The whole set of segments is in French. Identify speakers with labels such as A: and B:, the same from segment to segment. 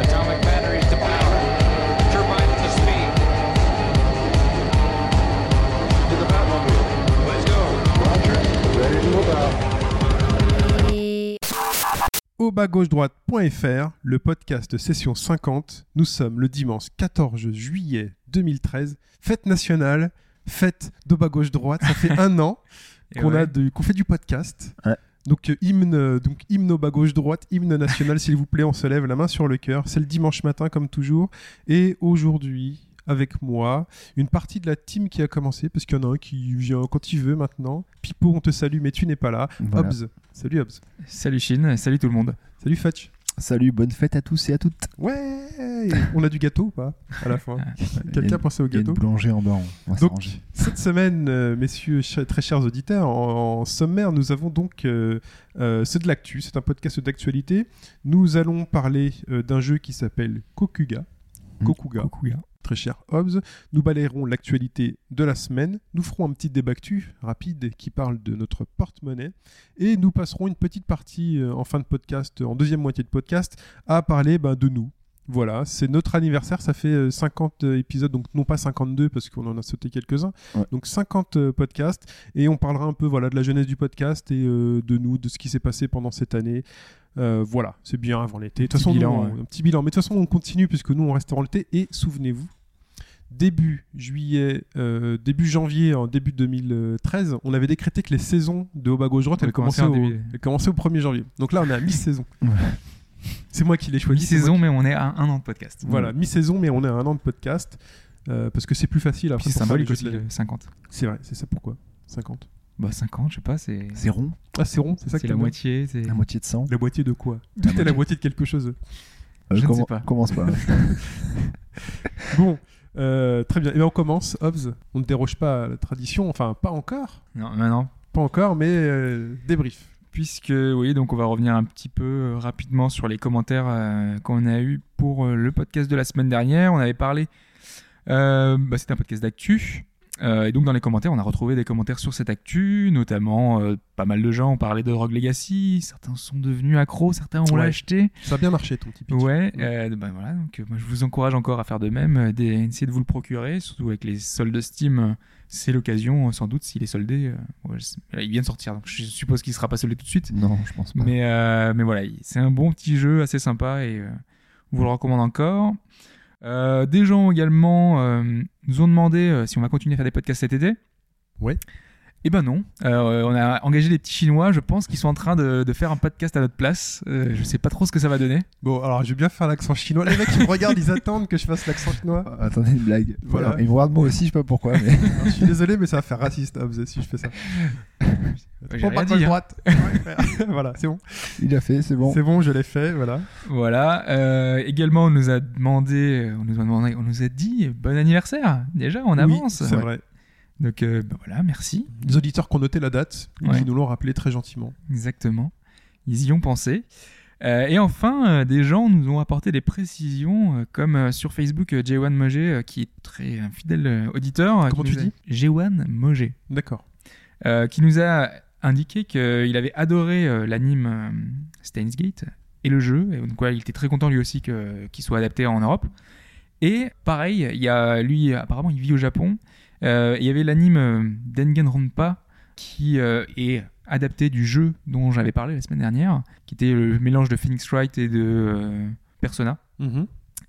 A: Atomic batteries to power. Turbines to speed. To the Batmobile. Let's go.
B: I, I,
C: au bas-gauche-droite.fr, le podcast session 50. Nous sommes le dimanche 14 juillet 2013, fête nationale, fête d'au bas-gauche-droite. Ça fait un an
D: Et
C: qu'on
D: ouais.
C: a du- qu'on fait du podcast.
E: Ouais.
C: Donc euh, hymne, euh, donc hymne au bas gauche-droite, hymne national, s'il vous plaît, on se lève la main sur le cœur. C'est le dimanche matin comme toujours. Et aujourd'hui, avec moi, une partie de la team qui a commencé, parce qu'il y en a un qui vient quand il veut maintenant. Pipo, on te salue, mais tu n'es pas là.
E: Voilà.
C: Hobbs, salut Hobbs.
D: Salut Chine, salut tout le monde.
C: Salut Fetch.
E: Salut, bonne fête à tous et à toutes.
C: Ouais On a du gâteau ou pas À la fin.
E: Ah, Il y a
C: Quelqu'un
E: une-
C: pensait au
E: Il y a une
C: gâteau
E: boulangerie en bas, on- on va
C: Donc-
E: s'arranger.
C: Cette semaine, euh, messieurs, ch- très chers auditeurs, en, en sommaire, nous avons donc... euh, euh, c'est de l'actu, c'est un podcast d'actualité. Nous allons parler euh, d'un jeu qui s'appelle Kokuga.
E: Mm.
C: Kokuga. Très cher Hobbs, nous balayerons l'actualité de la semaine, nous ferons un petit débactu rapide qui parle de notre porte-monnaie et nous passerons une petite partie euh, en fin de podcast, en deuxième moitié de podcast, à parler ben, de nous. Voilà, c'est notre anniversaire, ça fait euh, 50 épisodes, donc non pas 52 parce qu'on en a sauté quelques-uns,
E: Ouais.
C: donc 50 euh, podcasts et on parlera un peu voilà de la jeunesse du podcast et euh, de nous, de ce qui s'est passé pendant cette année. Euh, voilà, c'est bien avant l'été. De toute
D: Petit
C: façon,
D: bilan,
C: nous, on- un petit bilan. Mais de toute façon, on continue puisque nous on reste avant l'été et souvenez-vous, début juillet, euh, début janvier, en début 2013, on avait décrété que les saisons de haut bas gauche droite
D: On
C: elles
D: a commencé
C: commençaient,
D: en
C: au,
D: début.
C: elles commençaient au 1er janvier. Donc là, on est à mi-saison.
E: Ouais.
C: c'est moi qui l'ai choisi. c'est moi
D: Mi-saison, mais on est à un an de podcast.
C: qui- Voilà, mi-saison, mais on est à un an de podcast euh, parce que c'est plus facile.
D: Puis
C: après,
D: c'est
C: pour faire les
D: symbolique aussi,
C: jeux de la-
D: le 50.
C: C'est vrai, c'est ça pourquoi 50.
D: Bah 50, je sais pas, c'est
E: C'est rond,
C: Ah, c'est rond, c'est ça que
D: c'est la
C: t'aimes bien.
D: moitié. c'est-
E: la moitié de 100.
C: La moitié de quoi Tout est la moitié de quelque chose.
D: je ne
E: Euh, comment-
D: sais pas.
E: Commence pas.
C: Bon, euh, très bien. Et bien on commence, Hobbs. On ne déroge pas à la tradition, enfin pas encore,
D: Non, maintenant.
C: pas encore, mais euh, débrief.
D: Puisque, oui, donc on va revenir un petit peu euh, rapidement sur les commentaires euh, qu'on a eu pour euh, le podcast de la semaine dernière. On avait parlé, euh, bah, c'était un podcast d'actu. Euh, et donc dans les commentaires, on a retrouvé des commentaires sur cette actu, notamment euh, pas mal de gens ont parlé de Rogue Legacy, certains sont devenus accros, certains ont
C: Ouais.
D: l'acheté.
C: Ça a bien marché ton petit pitch.
D: Ouais, euh, bah voilà, donc euh, moi, je vous encourage encore à faire de même, euh, des- essayez de vous le procurer, surtout avec les soldes Steam, euh, c'est l'occasion euh, sans doute s'il est soldé. euh, ouais, c'est- là, il vient de sortir, donc je suppose qu'il sera pas soldé tout de suite.
E: Non, je pense pas.
D: Mais, euh, mais voilà, il- c'est un bon petit jeu, assez sympa, et euh, on vous le recommande encore. Euh, des gens également euh, nous ont demandé euh, si on va continuer à faire des podcasts cet été.
C: Ouais.
D: Eh ben non, Euh, on a engagé des petits Chinois, je pense qu'ils sont en train de, de faire un podcast à notre place. Euh, je sais pas trop ce que ça va donner.
C: Bon, alors je vais bien faire l'accent chinois. Les mecs qui me regardent, ils attendent que je fasse l'accent chinois.
E: Ah, Attendez une blague.
C: Voilà.
E: Voilà. Ils vont regarder moi aussi, je sais pas pourquoi. Mais...
C: Alors, je suis désolé, mais ça va faire raciste, Hobbs, si je fais ça.
D: j'ai
C: Oh,
D: rien
C: pas de
D: dit, hein.
C: droite. Ouais, voilà, c'est bon.
E: Il a fait, c'est bon.
C: C'est bon, je l'ai fait, voilà.
D: Voilà. Euh, également, on nous a demandé, on nous a demandé, on nous a dit bon anniversaire. Déjà, on
C: Oui,
D: avance.
C: C'est
D: Ouais.
C: vrai.
D: Donc euh, bah voilà, merci.
C: Les auditeurs qui ont noté la date,
D: Ouais.
C: ils nous l'ont rappelé très gentiment.
D: Exactement. Ils y ont pensé. Euh, et enfin, euh, des gens nous ont apporté des précisions, euh, comme euh, sur Facebook, euh, J1 Mogé, euh, qui est très euh, fidèle euh, auditeur. euh,
C: Comment
D: qui
C: tu
D: nous a- J1 Mogé.
C: D'accord.
D: euh, qui nous a indiqué qu'il avait adoré euh, l'anime euh, Steins Gate et le jeu. Et donc, ouais, il était très content lui aussi que- qu'il soit adapté en Europe. Et pareil, il y a, lui, apparemment, il vit au Japon. Euh, il y avait l'anime euh, Danganronpa qui euh, est adapté du jeu dont j'avais parlé la semaine dernière, qui était le mélange de Phoenix Wright et de euh, Persona.
C: Mhm.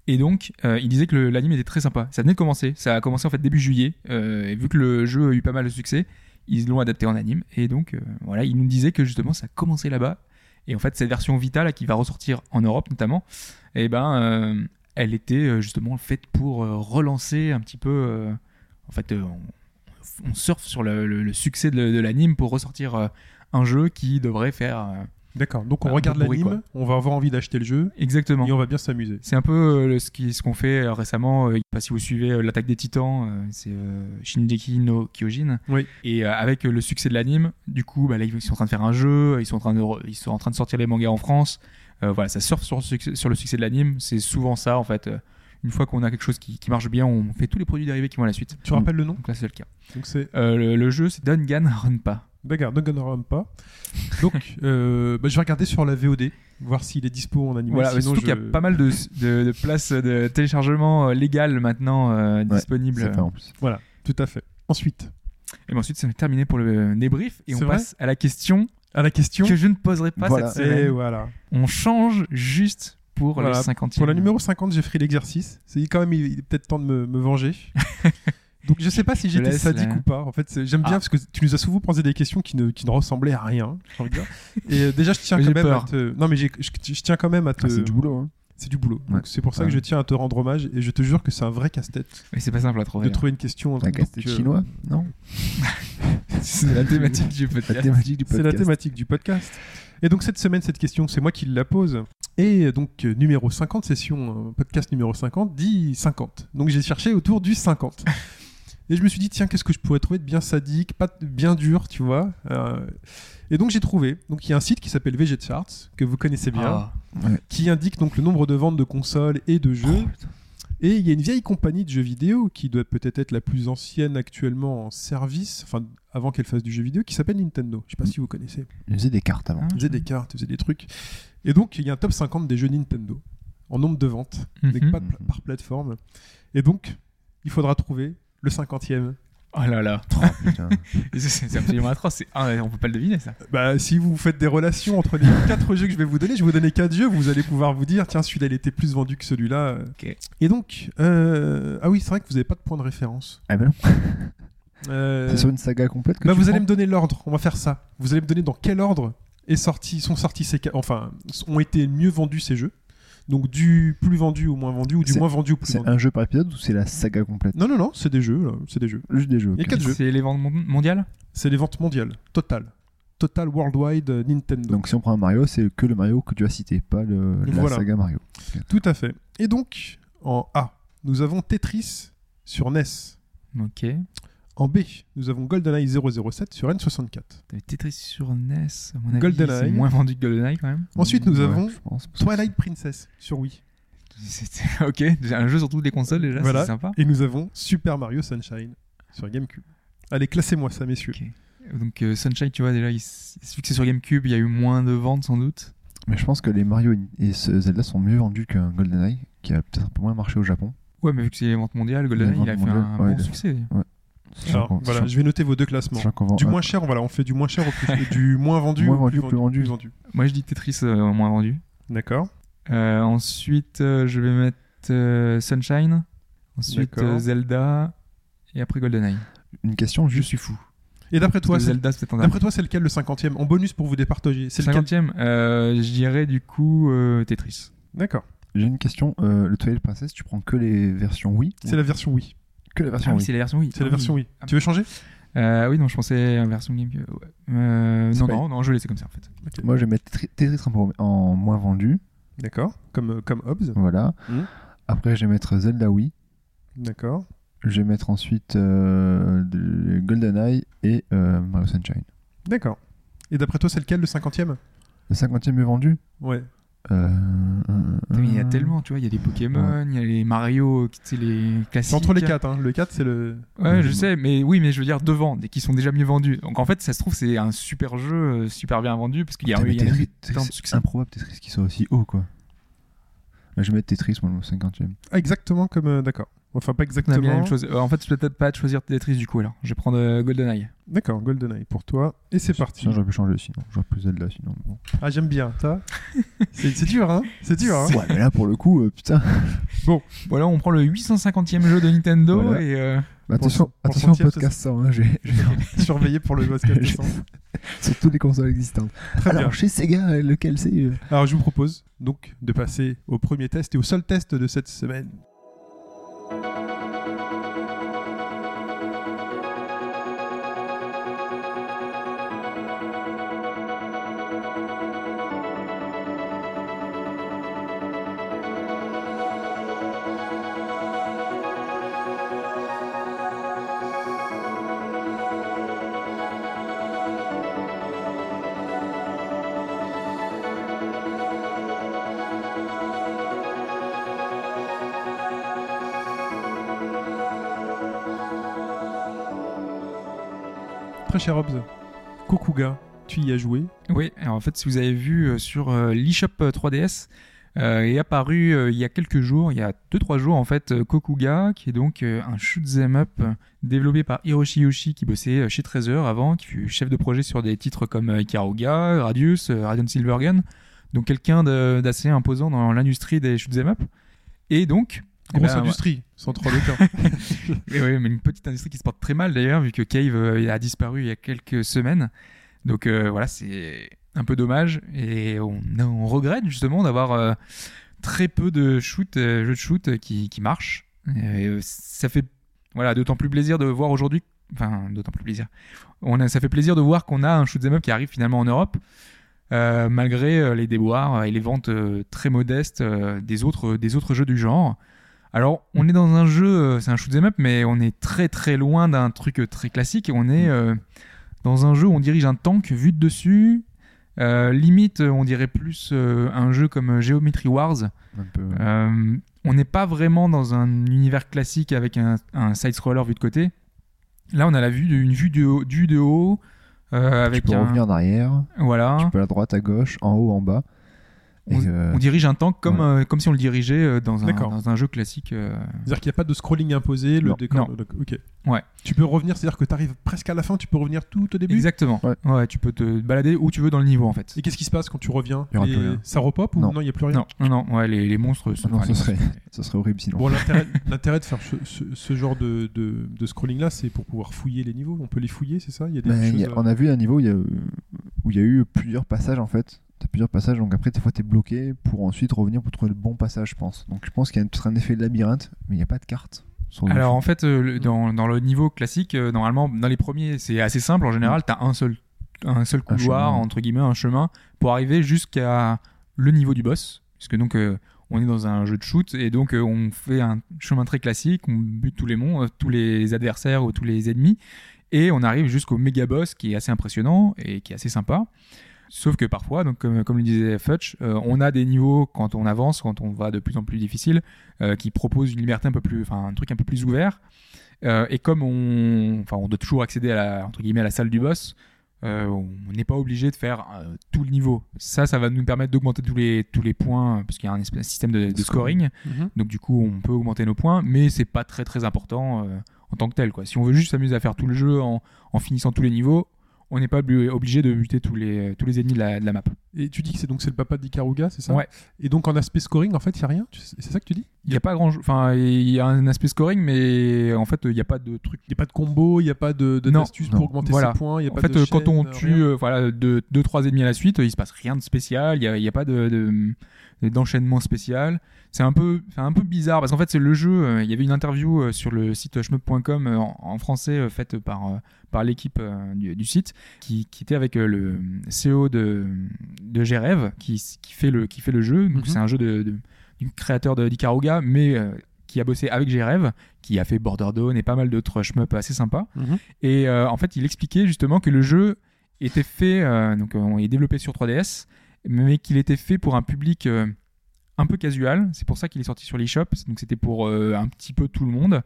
D: Et donc, euh, il disait que le- l'anime était très sympa. Ça venait de commencer. Ça a commencé en fait début juillet. euh, et vu que le jeu a eu pas mal de succès, ils l'ont adapté en anime. Et donc, euh, voilà, il nous disait que justement, ça a commencé là-bas. Et en fait, cette version Vita là, qui va ressortir en Europe notamment, eh ben, euh, elle était euh, justement faite pour euh, relancer un petit peu. euh, en fait, euh, on, on surfe sur le, le- le succès de, de l'anime pour ressortir euh, un jeu qui devrait faire euh,
C: D'accord. Donc on
D: Un peu
C: regarde
D: pourri,
C: l'anime, on va avoir envie d'acheter le jeu
D: exactement.
C: et on va bien s'amuser.
D: C'est un peu euh, le- ce qui- ce qu'on fait euh, récemment. euh, pas si vous suivez euh, l'attaque des Titans, euh, c'est euh, Shingeki no Kyojin.
C: Oui.
D: Et euh, avec euh, le succès de l'anime, du coup, bah, là, ils sont en train de faire un jeu, euh, ils sont en train de, re- ils sont en train de sortir les mangas en France. Euh, voilà, ça surfe sur, le succès- sur le succès de l'anime. C'est souvent ça, en fait. euh, Une fois qu'on a quelque chose qui, qui marche bien, on fait tous les produits dérivés qui vont à la suite.
C: Tu rappelles le nom
D: Donc là, c'est le cas.
C: Donc c'est
D: Euh, le, le jeu, c'est Danganronpa.
C: D'accord, Danganronpa. Donc, euh, bah, je vais regarder sur la VOD, voir s'il est dispo en animé.
D: Voilà,
C: sinon
D: surtout
C: je-
D: qu'il y a pas mal de, de- de places de téléchargement euh, légales maintenant euh, disponibles.
E: Ça fait en plus.
C: Voilà, tout à fait. Ensuite,
D: Et ben ensuite, c'est terminé pour le débrief et on
C: C'est vrai
D: passe à la question
C: à la question.
D: que je ne poserai pas
E: Voilà.
D: cette
C: Et
D: semaine.
C: voilà. Eh
D: On change juste pour
C: Voilà,
D: le 50
C: Pour la numéro 50, j'ai pris l'exercice. C'est quand même, il est peut-être temps de me, me venger. Donc je sais pas si
D: Je te
C: j'étais
D: laisse,
C: sadique
D: là.
C: ou pas. En fait, c'est- j'aime bien
D: Ah.
C: parce que tu nous as souvent posé des questions qui ne, qui ne ressemblaient à rien. j'ai envie de dire. Et euh, déjà, je tiens
D: Mais
C: quand
D: j'ai
C: même à
D: peur.
C: te... Non, mais j'ai- je, je tiens quand même à te...
E: Ah, c'est du boulot. hein.
C: c'est du boulot.
E: Ouais.
C: Donc c'est pour ça
E: Ouais.
C: que je tiens à te rendre hommage et je te jure que c'est un vrai casse-tête
D: Mais c'est pas simple à trouver.
C: de trouver une question.
E: Un
C: Donc,
E: casse-tête
C: euh,
E: chinois Non
D: hein. c'est la thématique du
E: La
D: podcast.
E: thématique du
C: C'est
E: podcast.
C: la thématique du podcast. Et donc cette semaine, cette question, c'est moi qui la pose. Et donc euh, numéro 50, session euh, podcast numéro 50, dit 50. Donc j'ai cherché autour du 50. Et je me suis dit, tiens, qu'est-ce que je pourrais trouver de bien sadique, pas de- bien dur, tu vois euh, Et donc j'ai trouvé. Donc il y a un site qui s'appelle VG Charts, que vous connaissez bien,
D: Ah.
C: qui indique donc le nombre de ventes de consoles et de jeux. Et il y a une vieille compagnie de jeux vidéo qui doit peut-être être la plus ancienne actuellement en service, enfin avant qu'elle fasse du jeu vidéo, qui s'appelle Nintendo. Je sais pas si vous connaissez.
E: Il faisait des cartes avant.
C: Ils faisaient des cartes, ils faisaient des trucs. Et donc, il y a un top 50 des jeux Nintendo en nombre de ventes, mais
D: Mhm.
C: pas de pla- par plateforme. Et donc, il faudra trouver le 50e.
D: Oh là là.
E: Putain.
D: C'est- C'est absolument atroce. C'est- ah, on peut pas le deviner ça.
C: Bah, si vous faites des relations entre les quatre jeux que je vais vous donner, je vais vous donner quatre jeux, vous allez pouvoir vous dire, tiens, celui-là, il était plus vendu que celui-là.
D: Ok.
C: Et donc, euh, ah oui, c'est vrai que vous n'avez pas de point de référence.
E: Ah ben non.
C: Euh,
E: C'est sur une saga complète que
C: bah,
E: tu
C: vous allez me
E: prends
C: donner l'ordre, on va faire ça. Vous allez me donner dans quel ordre est sorti, sont sortis ces ca- enfin, ont été mieux vendus ces jeux. Donc du plus vendu au moins vendu ou du
E: C'est-
C: moins vendu au plus
E: C'est
C: vendu.
E: un jeu par épisode ou c'est la saga complète
C: Non non non, c'est des jeux, là, c'est des jeux.
E: Juste des jeux.
C: Il y a
E: ok.
C: quatre jeux.
D: C'est les ventes mon- mondiales
C: C'est les ventes mondiales, total, total worldwide euh, Nintendo.
E: Donc si on prend un Mario, c'est que le Mario que tu as cité, pas le, la
C: Voilà.
E: saga Mario.
C: Tout à fait. Et donc en A, nous avons Tetris sur NES.
D: Ok.
C: En B, nous avons GoldenEye 007 sur N64.
D: T'avais Tetris sur NES, à mon avis.
C: GoldenEye.
D: C'est moins vendu que GoldenEye quand même.
C: Ensuite, nous
E: Ouais,
C: avons
E: je pense, parce que
C: Twilight Princess sur Wii.
D: C'était- ok, déjà, un jeu sur toutes les consoles déjà,
C: Voilà.
D: c'est sympa.
C: Et nous avons Super Mario Sunshine sur GameCube. Allez, classez-moi ça, messieurs.
D: Donc euh, Sunshine, tu vois déjà, il s- vu que c'est sur GameCube, il y a eu moins de ventes sans doute.
E: Mais je pense que les Mario et ce Zelda sont mieux vendus qu'un GoldenEye, qui a peut-être un peu moins marché au Japon.
D: Ouais, mais vu que c'est les ventes mondiales,
E: Les
D: GoldenEye,
E: ventes
D: il a fait
E: mondiales,
D: un
E: ouais,
D: bon
E: il a-
D: succès.
C: Alors, voilà, je vais noter vos deux classements. Du moins cher, voilà, on fait du moins cher au plus, du moins vendu,
E: Moins
C: au
E: vendu, plus vendu.
D: Moi, je dis Tetris euh, au moins vendu.
C: D'accord.
D: Euh, ensuite, euh, je vais mettre euh, Sunshine. Ensuite,
C: D'accord.
D: euh, Zelda. Et après GoldenEye.
E: Une question
D: Je
E: juste.
D: suis fou.
C: Et d'après toi,
D: Parce que
C: c'est-
D: Zelda, c'est peut-être en
C: d'après toi, c'est lequel le 50e En bonus pour vous départager, c'est lequel
D: 50 e je dirais du coup euh,
C: Ah
D: Tetris.
C: D'accord.
E: J'ai une question. euh, le Twilight Princess, tu prends que les versions Wii
C: C'est la version oui.
E: Que la version
D: Ah oui,
E: Wii.
D: c'est la version Wii.
C: C'est la version oui.
D: Ah.
C: Tu veux changer
D: Euh, oui, non, je pensais à la version GameCube. ouais. Euh,
E: C'est
D: non,
E: pas-
D: non, non, je laissais comme ça en fait.
E: Moi, je vais mettre Tetris- Tetris en premier- en moins vendu.
C: D'accord. Comme euh, comme Hobbes.
E: Voilà.
D: Hmm.
C: Mhm.
E: Après, je vais mettre Zelda Wii.
C: D'accord.
E: Je vais mettre ensuite euh, de- GoldenEye et euh, Mario Sunshine.
C: D'accord. Et d'après toi, c'est lequel le 50e
E: Le 50 e est vendu
C: Ouais.
E: Euh, euh,
D: Putain, mais il y a
E: euh,
D: tellement, tu vois, il y a les Pokémon, il y a les Mario, tu sais, les classiques.
C: C'est entre les quatre. hein. Le 4, c'est le.
D: Ouais, je sais, mais oui, mais je veux dire devant, des qui sont déjà mieux vendus. Donc en fait, ça se trouve, c'est un super jeu, euh, super bien vendu, parce qu'il y a,
E: Putain, mais
D: il y a eu tant
E: Tetris-
D: de
E: Tetris, C'est
D: succès.
E: improbable Tetris qui soit aussi haut, quoi. Bah, Je vais mettre Tetris, moi, le 50 e
C: Ah, exactement comme. euh, D'accord. Enfin,
D: On a bien
C: pas
D: la
C: exactement.
D: même chose. Euh, en fait, je peux peut-être pas choisir Tetris du coup, alors. Je vais prendre euh, GoldenEye.
C: D'accord. GoldenEye pour toi. Et c'est parti.
E: Sinon, j'aurais pu changer, sinon. J'aurais pu Zelda, sinon. Bon.
C: Ah, j'aime bien. ça. C'est c'est dur, hein C'est dur, hein
E: Ouais, mais là, pour le coup, euh, putain.
D: Voilà, on prend le 850e jeu de Nintendo
E: Voilà.
D: et. euh,
E: Bah, attention,
C: pour
E: attention au
C: sentir,
E: podcast 100, hein, j'ai- j'ai-
C: Surveiller pour le podcast
E: Je-
C: 100.
E: sur toutes les consoles existantes.
C: Très
E: Alors,
C: bien.
E: chez Sega, euh, lequel c'est euh
C: Alors, je vous propose donc de passer au premier test et au seul test de cette semaine. très cher Hobbs, Kokuga, tu y as joué.
E: Eh
D: Oui, alors en fait, si vous avez vu euh, sur euh, l'eShop euh, 3DS, euh, est apparu euh, il y a quelques jours, il y a 2-3 jours en fait, euh, Kokuga, qui est donc euh, un shoot'em up euh, développé par Hiroshi Yoshi, qui bossait euh, chez Treasure avant, qui fut chef de projet sur des titres comme euh, Ikaruga, Radius, euh, Radiant Silvergun, donc quelqu'un de- d'assez imposant dans l'industrie des shoot'em up. Et donc, eh
C: Grosse
D: ben,
C: industrie, sans trop de temps.
D: mais oui, mais une petite industrie qui se porte très mal d'ailleurs, vu que Cave euh, a disparu il y a quelques semaines. Donc euh, voilà, c'est un peu dommage et on, on regrette justement d'avoir euh, très peu de shoot, euh, jeux de shoot euh, qui, qui marchent. Et, euh, ça fait voilà, d'autant plus plaisir de voir aujourd'hui, enfin d'autant plus plaisir. On a, ça fait plaisir de voir qu'on a un shoot 'em up qui arrive finalement en Europe. euh, malgré euh, les déboires et les ventes euh, très modestes euh, des, autres, des autres jeux du genre. Alors, on est dans un jeu, euh, c'est un shoot'em up, mais on est très très loin d'un truc euh, très classique. On
E: Mm.
D: est euh, dans un jeu où on dirige un tank vu de dessus. Euh, limite, euh, on dirait plus euh, un jeu comme euh, Geometry Wars.
E: Un peu. ouais.
D: Euh, on n'est pas vraiment dans un univers classique avec un, un side-scroller vu de côté. Là, on a la vue d'une vue de haut, du de haut euh,
E: Tu
D: avec
E: peux
D: un-
E: revenir en arrière,
D: voilà.
E: tu peux à droite, à gauche, en haut, en bas. Et, euh,
D: On dirige un tank comme,
E: Ouais.
D: euh, comme si on le dirigeait euh, dans, un,
C: D'accord.
D: dans un jeu classique. euh,
C: C'est-à-dire qu'il n'y a pas de scrolling imposé, le
E: Non.
C: décor.
D: Non.
C: le- le- Ok.
D: Ouais.
C: Tu peux revenir, c'est-à-dire que tu arrives presque à la fin, tu peux revenir tout au début.
D: Exactement.
E: Ouais.
D: ouais, tu peux te balader où tu veux dans le niveau en fait.
C: Et qu'est-ce qui se passe quand tu reviens
E: Il y aura
C: Les-
E: plus rien.
C: Ça repop ou
E: Non.
C: non, il n'y a plus rien
D: Non, non, non, ouais, les, les monstres sont.
E: Ah non,
D: enfin,
E: ce
D: les
E: serait-
D: monstres-
E: ça serait horrible sinon.
C: Bon, l'intérêt l'intérêt de faire ce, ce- ce genre de, de, de scrolling-là, c'est pour pouvoir fouiller les niveaux. On peut les fouiller, c'est ça Il y a des
E: Mais Ben, il
C: choses...
E: y
D: euh.
E: a- on a vu un niveau où il y a, où il y a eu plusieurs passages en fait. T'as plusieurs passages, donc après, des fois, t'es bloqué pour ensuite revenir pour trouver le bon passage, je pense. Donc, je pense qu'il y a peut-être un effet de labyrinthe, mais il n'y a pas de carte. sur le
D: Alors
E: jeu.
D: en fait, euh, le- dans, dans le niveau classique, euh, normalement, dans les premiers, c'est assez simple. En général, t'as un seul, un seul couloir,
E: chemin.
D: entre guillemets, un chemin, pour arriver jusqu'à le niveau du boss. Puisque donc, euh, on est dans un jeu de shoot, et donc euh, on fait un chemin très classique, on bute tous les mons, euh, tous les adversaires ou tous les ennemis, et on arrive jusqu'au méga boss qui est assez impressionnant et qui est assez sympa. Sauf que parfois, donc comme, comme le disait Futch, euh, on a des niveaux quand on avance, quand on va de plus en plus difficile, euh, qui proposent une liberté un peu plus, enfin un truc un peu plus ouvert. Euh, et comme on, enfin on doit toujours accéder à la, entre guillemets à la salle du boss, euh, on n'est pas obligé de faire euh, tout le niveau. Ça, ça va nous permettre d'augmenter tous les tous les points, parce qu'il y a un espèce- système de, de scoring.
C: Mhm.
D: Donc du coup, on peut augmenter nos points, mais c'est pas très très important euh, en tant que tel. Quoi. Si on veut juste s'amuser à faire tout le jeu en, en finissant tous les niveaux, on n'est pas obli- obligé de buter tous les tous les ennemis de la, de la map.
C: Et tu dis que c'est donc c'est le papa d'Ikaruga, c'est ça
D: Ouais.
C: Et donc en aspect scoring, en fait, il n'y a rien Tu- C'est ça que tu dis
D: Il y a pas grand, enfin il y a un aspect scoring, mais en fait il n'y a pas de truc.
C: Il n'y a pas de combo, il n'y a pas de- de-
D: Non.
C: d'astuce
E: Non.
C: pour augmenter
D: Voilà.
C: ses points, il n'y a
D: En
C: pas
D: fait,
C: de
D: euh, quand
C: chaîne,
D: on
C: euh,
D: tue
C: rien.
D: euh, voilà, deux, deux, trois ennemis à la suite, euh, il se passe rien de spécial, il n'y a, il y a pas de- de- d'enchaînement spécial. C'est un, peu- c'est un peu bizarre, parce qu'en fait, c'est le jeu. euh, Il y avait une interview euh, sur le site shmup.com euh, en, en français, euh, faite par, euh, par l'équipe euh, du, du site, qui, qui était avec euh, le CEO de, de Greve, qui, qui, fait le, qui fait le jeu. Donc,
C: Mhm.
D: C'est un jeu de, de- du créateur de- d'Ikaruga, mais euh, qui a bossé avec Greve, qui a fait Border Dawn et pas mal d'autres shmup assez sympas.
C: Mhm.
D: Et euh, en fait, il expliquait justement que le jeu était fait, euh, donc euh, on est développé sur 3DS, mais qu'il était fait pour un public euh, un peu casual. C'est pour ça qu'il est sorti sur l'eShop. Donc c'était pour euh, un petit peu tout le monde.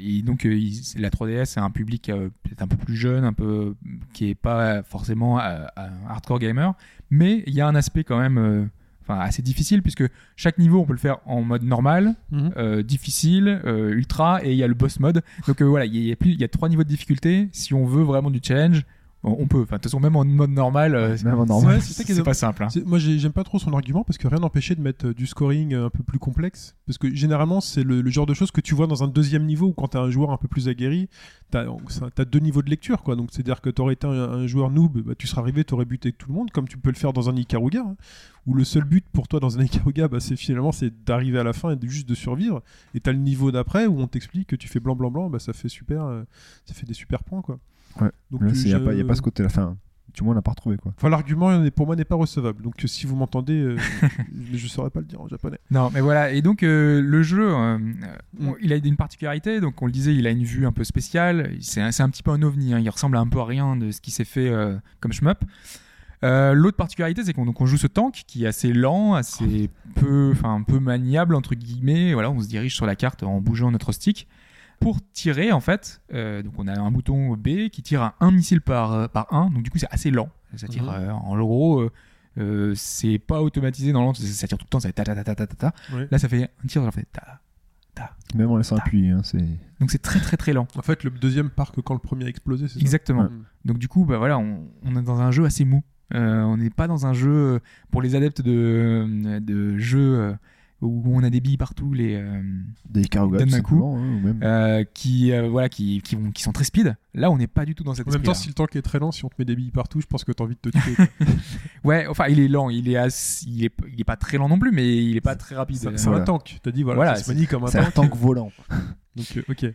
D: Et donc euh, il- c'est- la 3DS c'est un public euh, peut-être un peu plus jeune, un peu qui est pas forcément euh, un hardcore gamer, mais il y a un aspect quand même, euh, enfin assez difficile puisque chaque niveau on peut le faire en mode normal,
C: Mhm.
D: euh, difficile, euh, ultra, et il y a le boss mode. Donc euh, voilà, il y, a- il y a plus- il y a trois niveaux de difficulté. Si on veut vraiment du challenge, on, on peut. Enfin, de toute façon, même en mode normal, euh, c'est-
E: Même en
C: Ouais,
E: normal.
C: c'est ça qui est
D: c'est pas simple. hein.
C: C'est- Moi, j'ai- j'aime pas trop son argument parce que rien n'empêchait de mettre euh, du scoring euh, un peu plus complexe. Parce que généralement, c'est le, le genre de choses que tu vois dans un deuxième niveau où quand t'as un joueur un peu plus aguerri, t'as ça- t'as deux niveaux de lecture. quoi. Donc, c'est-à-dire que t'aurais été un, un joueur noob, bah, tu serais arrivé, t'aurais buté tout le monde, comme tu peux le faire dans un Ikaruga. hein, où le seul but pour toi dans un Ikaruga, bah, c'est finalement c'est d'arriver à la fin et de- juste de survivre. Et t'as le niveau d'après où on t'explique que tu fais blanc, blanc, blanc, bah, ça fait super, euh, ça fait des super points. quoi.
E: Ouais.
C: Donc,
E: Là,
C: tu-
E: c'est- il n'y a,
C: je-
E: pas- il y a pas ce côté-là. Enfin, du moins, on l'a pas retrouvé quoi.
C: Enfin, l'argument n'est- pour moi n'est pas recevable. Donc, euh, si vous m'entendez, euh, je je saurais pas le dire en japonais.
D: Non, mais voilà. Et donc, euh, le jeu, euh, euh,
C: Mm.
D: on- il a une particularité. Donc, on le disait, il a une vue un peu spéciale. C'est un, c'est un petit peu un ovni. hein. Il ressemble un peu à rien de ce qui s'est fait euh, comme shmup. Euh, L'autre particularité, c'est qu'on donc, on joue ce tank qui est assez lent, assez peu, enfin un peu maniable entre guillemets. Voilà, on se dirige sur la carte en bougeant notre stick. Pour tirer, en fait, euh, donc on a un bouton B qui tire à un missile par, euh, par un, donc du coup c'est assez lent. Ça tire
C: Mhm.
D: euh, en gros, euh, euh, c'est pas automatisé dans l'ordre, ça tire tout le temps, ça fait ta ta ta ta ta ta. ta.
C: Ouais.
D: Là ça fait un tir, ça fait ta.
E: Même en laissant
D: Ah.
E: appuyer, hein, c'est.
D: Donc c'est très très très lent.
C: En fait, le deuxième part que quand le premier a explosé, c'est ça
D: Exactement.
C: Mm.
D: Donc du coup, bah voilà, on, on est dans un jeu assez mou. Euh, on n'est pas dans un jeu euh, pour les adeptes de, de jeux euh, où on a des billes partout, les euh,
E: Des Karuga, tout
D: Donne un coup.
E: simplement, hein, ou même.
D: euh, qui euh, voilà qui, qui, vont- qui sont très speed. Là, on n'est pas du tout dans cette.
C: En même temps, si le tank est très lent, si on te met des billes partout, je pense que t'as envie de te tuer. quoi.
D: Ouais, enfin, il est lent, il est, assez- il est il est pas très lent non plus, mais il est pas très rapide.
C: C'est
D: Euh,
C: c'est
E: Voilà.
C: un tank. T'as dit, voilà,
D: Voilà,
C: ça se manie comme un
E: C'est un
C: tank.
E: tank volant.
C: Donc, euh, ok.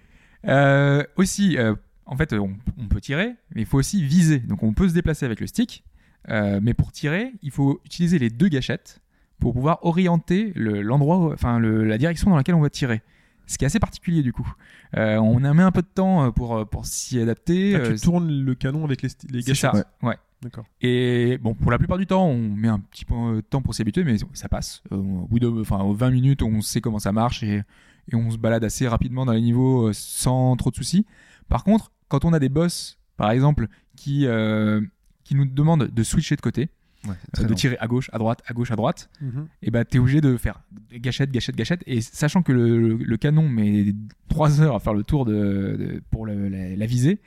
D: Euh, aussi, euh, en fait, euh, on, on peut tirer, mais il faut aussi viser. Donc, on peut se déplacer avec le stick, euh, mais pour tirer, il faut utiliser les deux gâchettes pour pouvoir orienter le- l'endroit, où- enfin le- la direction dans laquelle on va tirer. Ce qui est assez particulier du coup. Euh, on a mis un peu de temps euh, pour, euh, pour s'y adapter.
C: Ah,
D: euh,
C: tu tournes le canon avec les, sti- les
D: c'est
C: gâchettes.
D: ça. ouais.
C: D'accord.
D: Et bon, pour la plupart du temps, on met un petit peu euh, de temps pour s'y habituer, mais ça passe. Euh, au bout de, enfin, aux 20 minutes, on sait comment ça marche et, et on se balade assez rapidement dans les niveaux euh, sans trop de soucis. Par contre, quand on a des boss, par exemple, qui, euh, qui nous demandent de switcher de côté,
E: Ouais,
D: euh,
E: c'est très
D: de
E: lent.
D: tirer à gauche, à droite, à gauche, à droite,
C: Mhm.
D: et bah t'es obligé de faire gâchette, gâchette, gâchette. Et sachant que le, le canon met 3 heures à faire le tour de, de- pour le- la, la visée,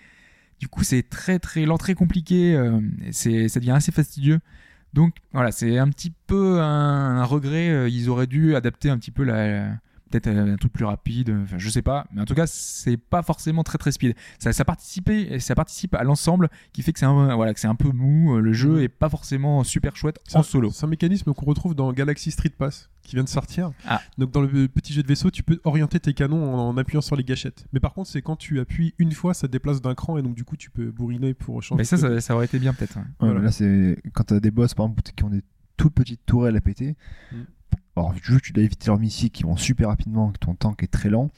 D: du coup c'est très très lent, très compliqué, euh, c'est, ça devient assez fastidieux. Donc voilà, c'est un petit peu un, un regret, euh, ils auraient dû adapter un petit peu la... Peut-être euh, un truc plus rapide, enfin je sais pas, mais en tout cas c'est pas forcément très très speed. Ça, ça, participait- ça participe à l'ensemble qui fait que c'est un, voilà, que c'est un peu mou, euh, le jeu est pas forcément super chouette
C: C'est
D: en
C: un-
D: solo.
C: C'est un mécanisme qu'on retrouve dans Galaxy Street Pass qui vient de sortir.
D: Ah.
C: Donc dans le petit jeu de vaisseau, tu peux orienter tes canons en, en appuyant sur les gâchettes. Mais par contre, c'est quand tu appuies une fois, ça te déplace d'un cran et donc du coup, tu peux bourriner pour changer.
D: Mais ça,
C: de côté.
D: ça, ça aurait été bien peut-être. ouais.
E: Ouais,
C: Voilà.
E: mais Là, c'est quand t'as des boss par exemple qui ont des toutes petites tourelles à péter.
C: Mm.
E: Alors, juste tu dois éviter leurs missiles qui vont super rapidement, que ton tank est très lent.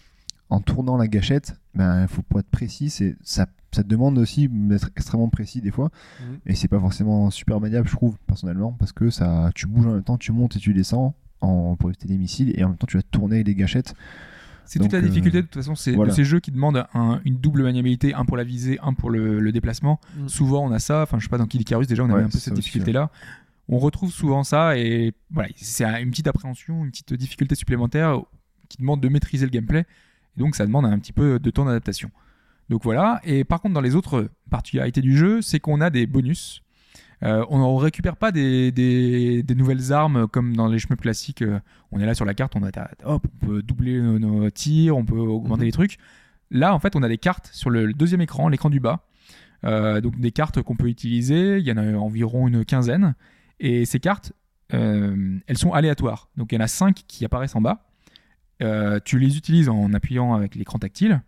E: En tournant la gâchette, ben faut pour être précis, c'est ça, ça te demande aussi d'être extrêmement précis des fois.
D: Mm.
C: Mhm.
E: Et c'est pas forcément super maniable, je trouve personnellement, parce que ça, tu bouges en même temps, tu montes et tu descends en, pour éviter les missiles, et en même temps tu vas tourner les gâchettes.
D: C'est
E: Donc,
D: toute la
E: euh,
D: difficulté de toute façon c'est
E: voilà.
D: de ces jeux qui demandent un- une double maniabilité, un pour la visée, un pour le, le déplacement.
C: Mm.
D: Souvent on a ça, enfin je sais pas dans Kid Icarus déjà on avait
E: Ouais,
D: un peu
E: c'est
D: cette
E: ça aussi,
D: difficulté là. On retrouve souvent ça et voilà, c'est un- une petite appréhension, une petite difficulté supplémentaire qui demande de maîtriser le gameplay et donc ça demande un petit peu de temps d'adaptation. Donc voilà, et par contre dans les autres particularités du jeu, c'est qu'on a des bonus. Euh, on ne récupère pas des, des- des nouvelles armes comme dans les chemins classiques. euh, on est là sur la carte, on, a, ta- hop, on peut doubler nos, nos tirs, on peut augmenter
C: Mhm.
D: les trucs. Là, en fait, on a des cartes sur le, le deuxième écran, l'écran du bas. Euh, donc des cartes qu'on peut utiliser, il y en a environ une quinzaine. Et ces cartes, euh, elles sont aléatoires. Donc il y en a cinq qui apparaissent en bas. Euh, tu les utilises en appuyant avec l'écran tactile,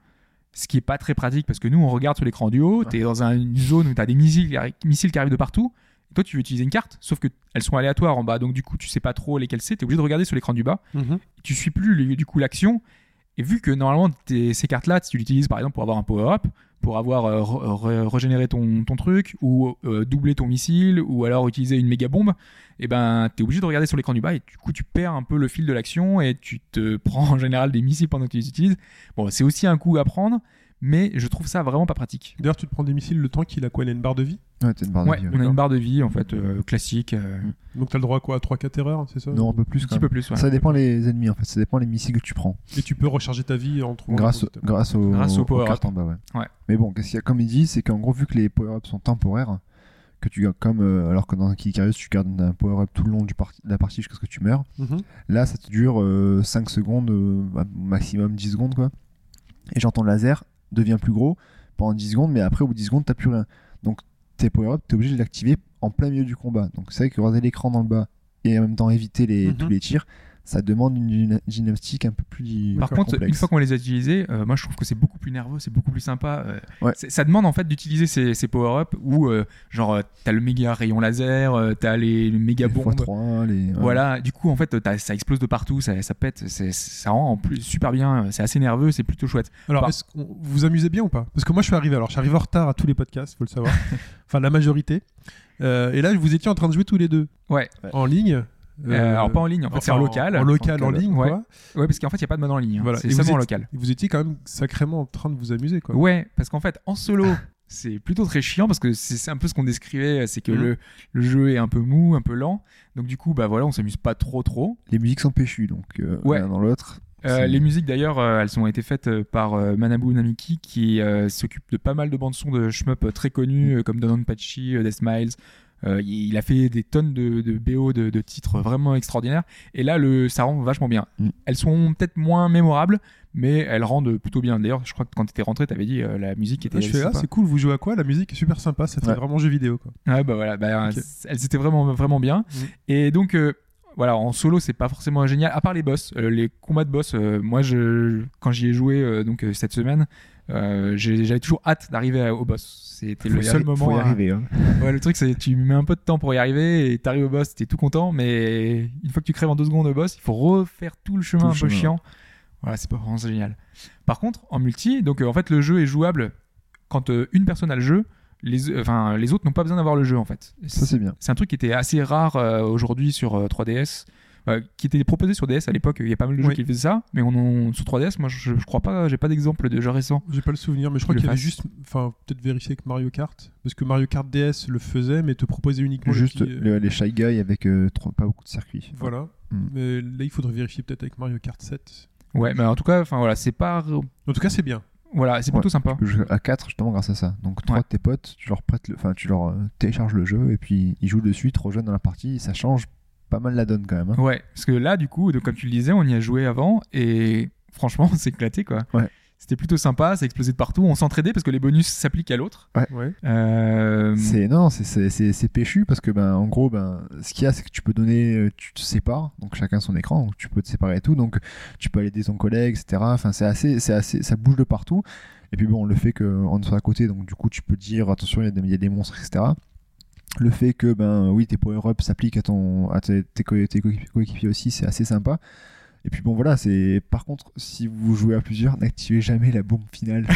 D: ce qui est pas très pratique parce que nous, on regarde sur l'écran du haut, tu es dans un- une zone où tu as des missiles, qui arri- missiles qui arrivent de partout. Toi, tu veux utiliser une carte, sauf que elles sont aléatoires en bas, donc du coup, tu sais pas trop lesquelles c'est. Tu es obligé de regarder sur l'écran du bas
C: Mhm.
D: tu suis plus le- du coup l'action. Et vu que normalement t'es- ces cartes-là, si tu l'utilises par exemple pour avoir un power-up, pour avoir euh, re- re- régénéré ton, ton truc, ou euh, doubler ton missile, ou alors utiliser une méga bombe, et ben t'es obligé de regarder sur l'écran du bas et du coup tu perds un peu le fil de l'action et tu te prends en général des missiles pendant que tu les utilises. Bon, c'est aussi un coup à prendre, mais je trouve ça vraiment pas pratique.
C: D'ailleurs, tu te prends des missiles, le tank, il a quoi Il a une barre de vie
E: Ouais, t'as une barre de
D: Ouais,
E: vie, ouais.
D: on a une barre de vie en fait euh, classique, euh,
C: Donc t'as le droit à quoi 3-4 erreurs, c'est ça
E: Non, un peu plus.
D: un
E: Mmh. Quand
D: petit
E: même.
D: peu plus. ouais.
E: Ça dépend les ennemis en fait, ça dépend les missiles que tu prends.
C: Et tu peux recharger ta vie en trouvant.
E: grâce,
C: un combustible.
E: grâce, au,
D: Grâce au
E: aux
D: power-up.
E: cartes en bas, ouais.
D: Ouais.
E: Mais bon, qu'est-ce qu'il y a comme il dit, c'est qu'en gros, vu que les power-ups sont temporaires, que tu gardes comme euh, alors que dans Kid Icarus, tu gardes un power-up tout le long du parti- de la partie jusqu'à ce que tu meurs.
C: Mhm.
E: Là, ça te dure euh, 5 secondes, euh, bah, maximum 10 secondes quoi. Et genre ton laser devient plus gros pendant 10 secondes, mais après au bout de 10 secondes, t'as plus rien. Donc tes power-ups, t'es obligé de l'activer en plein milieu du combat. Donc c'est vrai que regarder l'écran dans le bas et en même temps éviter les,
C: Mhm.
E: tous les tirs, ça demande une dyna- gymnastique un peu plus.
D: Par contre,
E: complexe.
D: une fois qu'on les a utilisés, euh, moi je trouve que c'est beaucoup plus nerveux, c'est beaucoup plus sympa. euh,
E: Ouais.
D: c'est- Ça demande en fait d'utiliser ces, ces power-up où, euh, genre, euh, t'as le méga rayon laser, euh, t'as les, les méga
E: les
D: bombes.
E: x3, les... hein,
D: Voilà, du coup en fait t'as- ça explose de partout, ça, ça pète, c'est- ça rend en plus super bien, euh, c'est assez nerveux, c'est plutôt chouette.
C: Alors,
D: Par-
C: est-ce qu'on- vous vous amusez bien ou pas Parce que moi, je suis arrivé. Alors, j'arrive en retard à tous les podcasts, faut le savoir. enfin, la majorité. Euh, et là, vous étiez en train de jouer tous les deux
D: Ouais.
C: en ligne.
D: Euh, alors pas en ligne, en fait, c'est en
C: enfin,
D: local.
C: En local, en
E: local,
C: ligne,
D: ouais.
C: quoi.
D: Ouais, parce qu'en fait, il n'y a pas de mode en ligne. hein.
C: Voilà. Et
D: C'est
C: vous
D: seulement en
C: êtes-
D: local.
C: Et Vous étiez quand même sacrément en train de vous amuser, quoi.
D: Ouais, parce qu'en fait, en solo, c'est plutôt très chiant parce que c'est c'est un peu ce qu'on décrivait, c'est que
C: Mhm.
D: le, le jeu est un peu mou, un peu lent. Donc du coup, bah voilà, on s'amuse pas trop trop.
E: Les musiques sont péchues, donc euh,
D: Ouais.
E: l'un dans l'autre.
D: Euh,
E: C'est-
D: les musiques d'ailleurs, euh, elles ont été faites euh, par euh, Manabu Namiki qui euh, s'occupe de pas mal de bandes son de shmup euh, très
C: Mhm.
D: connues euh, comme Don Pachi, euh, Death Miles. Euh, il il a fait des tonnes de, de BO de, de titres vraiment extraordinaires. Et là, le, ça rend vachement bien.
E: Mm.
C: Mhm.
D: Elles sont peut-être moins mémorables, mais elles rendent plutôt bien. D'ailleurs, je crois que quand tu étais rentré, tu avais dit euh, la musique était.
C: Ah, je fais, ah,
D: sympa.
C: c'est cool, vous jouez à quoi La musique est super sympa, ça fait
E: Ouais.
C: vraiment jeu vidéo, quoi.
D: Ouais, bah voilà, bah,
C: Ok.
D: c- elles étaient vraiment, vraiment bien.
C: Mhm.
D: Et donc, euh, voilà, en solo, c'est pas forcément génial, à part les boss. Euh, les combats de boss, euh, moi, je, quand j'y ai joué euh, donc, euh, cette semaine, euh, j'ai- j'avais toujours hâte d'arriver à- au boss. C'était
E: Faut
D: le
E: y
D: seul
E: arri-
D: moment.
E: Faut y
D: à-
E: arriver. hein.
D: Ouais, le truc, c'est que tu mets un peu de temps pour y arriver et t'arrives au boss, t'es tout content, mais une fois que tu crèves en deux secondes au boss, il faut refaire tout le chemin
E: Tout le
D: un peu
E: chemin.
D: chiant. Voilà, c'est pas vraiment génial. Par contre, en multi, donc euh, en fait, le jeu est jouable quand euh, une personne a le jeu, les, euh, enfin, les autres n'ont pas besoin d'avoir le jeu en fait.
E: Ça, c'est bien.
D: C'est un truc qui était assez rare euh, aujourd'hui sur euh, 3DS, euh, qui était proposé sur DS à l'époque. Il y a pas mal de jeux
C: Oui.
D: qui faisaient ça, mais on en- sur 3DS, moi je, je crois pas, j'ai pas d'exemple de jeu récent.
C: J'ai pas le souvenir, mais je crois
D: le
C: qu'il y avait
D: fasse.
C: juste. Enfin, peut-être vérifier avec Mario Kart. Parce que Mario Kart DS le faisait, mais te proposait uniquement. le
E: Juste
C: petit, euh,
E: le- les Shy Guys avec euh, trop- pas beaucoup de circuits.
C: Voilà.
E: Mm.
D: Hmm.
C: Mais là, il faudrait vérifier peut-être avec Mario Kart 7.
D: Ouais, mais en tout cas, enfin voilà, c'est pas, euh,
C: En tout cas, c'est bien.
D: voilà, c'est
E: Ouais.
D: plutôt sympa.
E: Tu peux jouer à 4 justement grâce à ça. Donc trois
D: Ouais.
E: de tes potes, tu leur prêtes le, enfin tu leur euh, télécharges le jeu et puis ils jouent dessus, trop jeunes dans la partie, et ça change pas mal la donne quand même. hein.
D: Ouais, parce que là, du coup, donc, comme tu le disais, on y a joué avant et franchement, on s'est éclaté quoi.
E: Ouais.
D: C'était plutôt sympa, ça explosait de partout. On s'entraidait parce que les bonus s'appliquent à l'autre.
C: Ouais.
D: Euh,
E: C'est non, c'est- c'est c'est- c'est péchu parce que ben en gros ben ce qu'il y a c'est que tu peux donner, euh, tu te sépares donc chacun son écran, donc tu peux te séparer et tout donc tu peux aller aider ton collègue etc. Enfin c'est assez c'est assez ça bouge de partout et puis bon le fait qu'on soit à côté donc du coup tu peux dire attention il y, a des- il y a des monstres etc. Le fait que ben oui tes power up s'appliquent à ton à tes, tes co- tes coéquipiers coéquipiers aussi c'est assez sympa. Et puis bon voilà c'est par contre si vous jouez à plusieurs n'activez jamais la bombe finale.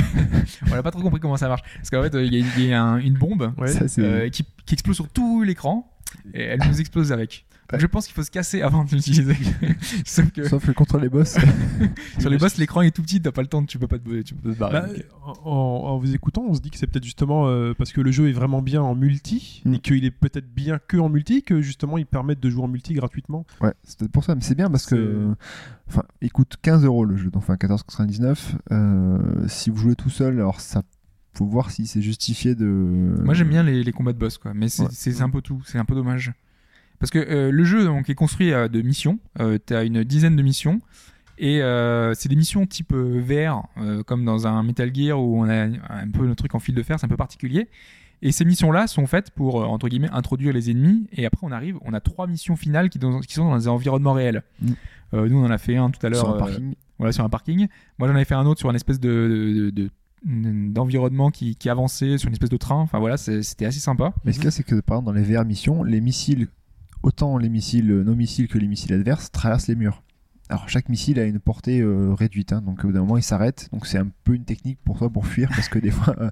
D: On n'a pas trop compris comment ça marche. Parce qu'en fait, euh, il y a, il y a un- une bombe
C: Ouais.
E: Ça, c'est-
D: euh, qui, qui explose sur tout l'écran et elle nous explose avec. Donc,
E: Ouais.
D: Je pense qu'il faut se casser avant de l'utiliser. Sauf que
E: Sauf que contre les boss
D: sur les boss, l'écran est tout petit, t'as pas le temps, tu peux pas te, tu peux pas te barrer.
C: Bah,
D: Donc,
C: en, en vous écoutant, on se dit que c'est peut-être justement euh, parce que le jeu est vraiment bien en multi,
D: Hmm.
E: Mm.
C: et qu'il est peut-être bien que en multi, que justement ils permettent de jouer en multi gratuitement.
E: Ouais, c'est peut-être pour ça, mais c'est bien parce que. Enfin, il coûte 15 euros le jeu, donc enfin 14,99. Euh, si vous jouez tout seul, alors ça. Faut voir si c'est justifié de.
D: Moi j'aime bien les, les combats de boss, quoi. mais c'est
E: Ouais.
D: c'est un peu tout, c'est un peu dommage. Parce que euh, le jeu donc, est construit euh, de missions, euh, t'as une dizaine de missions, et euh, c'est des missions type euh, VR, euh, comme dans un Metal Gear où on a un peu le truc en fil de fer, c'est un peu particulier. Et ces missions-là sont faites pour, euh, entre guillemets, introduire les ennemis, et après on arrive, on a trois missions finales qui, dans- qui sont dans des environnements réels.
E: Mm.
D: Euh, nous on en a fait un tout à l'heure.
E: Sur un
D: euh,
E: parking.
D: voilà sur un parking. Moi j'en avais fait un autre sur un espèce de de- de- de- d'environnement qui, qui avançait sur une espèce de train. Enfin voilà, c'est- c'était assez sympa.
E: Mais ce qu'il y a, c'est que par exemple, dans les VR missions, les missiles, autant les missiles, euh, nos missiles que les missiles adverses, traversent les murs. Alors chaque missile a une portée euh, réduite, hein, donc au bout d'un moment il s'arrête. Donc c'est un peu une technique pour toi pour fuir parce que des fois, euh,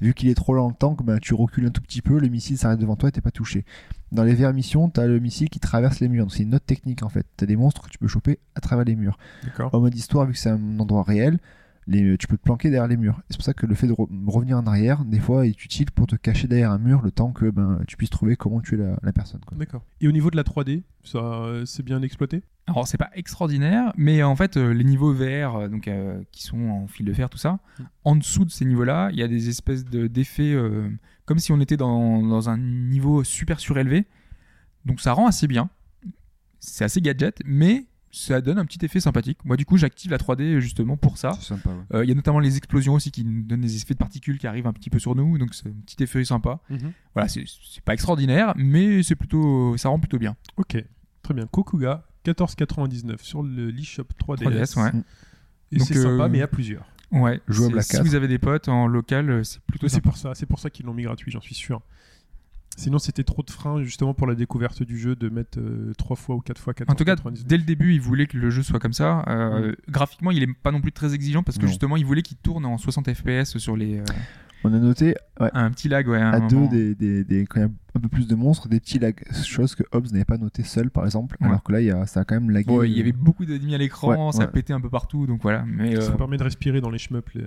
E: vu qu'il est trop lent le tank, ben, tu recules un tout petit peu, le missile s'arrête devant toi et t'es pas touché. Dans les VR missions, t'as le missile qui traverse les murs, donc c'est une autre technique en fait. T'as des monstres que tu peux choper à travers les murs.
C: D'accord.
E: En mode histoire, vu que c'est un endroit réel, les- euh, tu peux te planquer derrière les murs. C'est pour ça que le fait de re- revenir en arrière, des fois, est utile pour te cacher derrière un mur le temps que ben, tu puisses trouver comment tuer la, la personne. Quoi.
C: D'accord. Et au niveau de la 3D, ça euh, c'est bien exploité
D: Alors c'est pas extraordinaire, mais en fait euh, les niveaux VR euh, donc euh, qui sont en fil de fer tout ça, en dessous de ces niveaux-là, il y a des espèces de- d'effets euh, comme si on était dans, dans un niveau super surélevé. Donc ça rend assez bien. C'est assez gadget, mais ça donne un petit effet sympathique. Moi du coup j'active la 3D justement pour ça.
E: C'est sympa, ouais.
D: Euh, Il y a notamment les explosions aussi qui nous donnent des effets de particules qui arrivent un petit peu sur nous, donc c'est un petit effet sympa. Voilà, c'est c'est pas extraordinaire, mais c'est plutôt, ça rend plutôt bien.
C: Ok. Très bien. Kokuga 14,99 sur le l'eShop 3DS.
D: 3DS, ouais.
C: Et
D: Donc,
C: c'est sympa,
D: euh,
C: mais à plusieurs.
D: Ouais.
E: Jouable
D: c'est-
E: à
D: Si
E: quatre.
D: vous avez des potes en local, euh, c'est plutôt
C: Oui, c'est
D: sympa.
C: pour ça, c'est pour ça qu'ils l'ont mis gratuit, j'en suis sûr. Sinon, c'était trop de freins justement pour la découverte du jeu de mettre 3 fois ou 4 fois 4
D: En tout cas, dès le début, ils voulaient que le jeu soit comme ça. Euh, Graphiquement, il est pas non plus très exigeant parce que
E: Non.
D: justement, ils voulaient qu'il tourne en 60 FPS sur les. euh,
E: On a noté ouais,
D: un petit lag, ouais.
E: à deux
C: Ah,
D: moment.
E: des, des, des- quand il y a un peu plus de monstres, des petits lags, chose que Hobbs n'avait pas noté seul par exemple,
D: Ouais.
E: alors que là il y a, ça a quand même lagué.
D: Bon, il y avait beaucoup d'ennemis à l'écran,
E: Ouais,
D: ça
E: ouais.
D: pétait un peu partout, donc voilà. Mais euh,
C: Ça permet de respirer dans les shmups, les,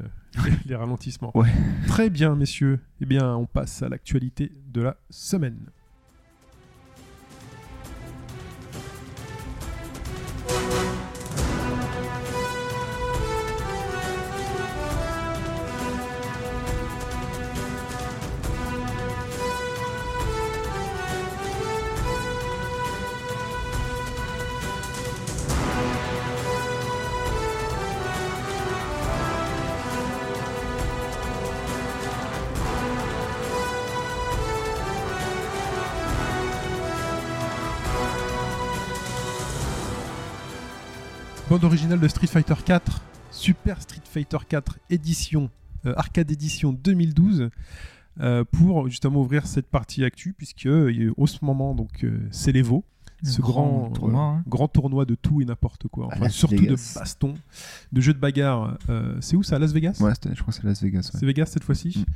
C: les ralentissements.
E: Ouais.
C: Très bien, messieurs. Eh bien, on passe à l'actualité de la semaine. Bande originale de Street Fighter 4, Super Street Fighter 4 édition, euh, arcade édition 2012, euh, pour justement ouvrir cette partie actu, puisque euh, au ce moment, donc, euh, c'est l'Evo, ce grand,
D: tournoi. hein.
C: euh, grand tournoi de tout et n'importe quoi,
E: À
C: enfin,
E: Las
C: surtout
E: Vegas.
C: de baston, de jeux de bagarre. euh, c'est où ça, à Las Vegas
E: Ouais, c'était- je crois que c'est Las Vegas. ouais.
C: C'est Vegas cette fois-ci.
E: Mm.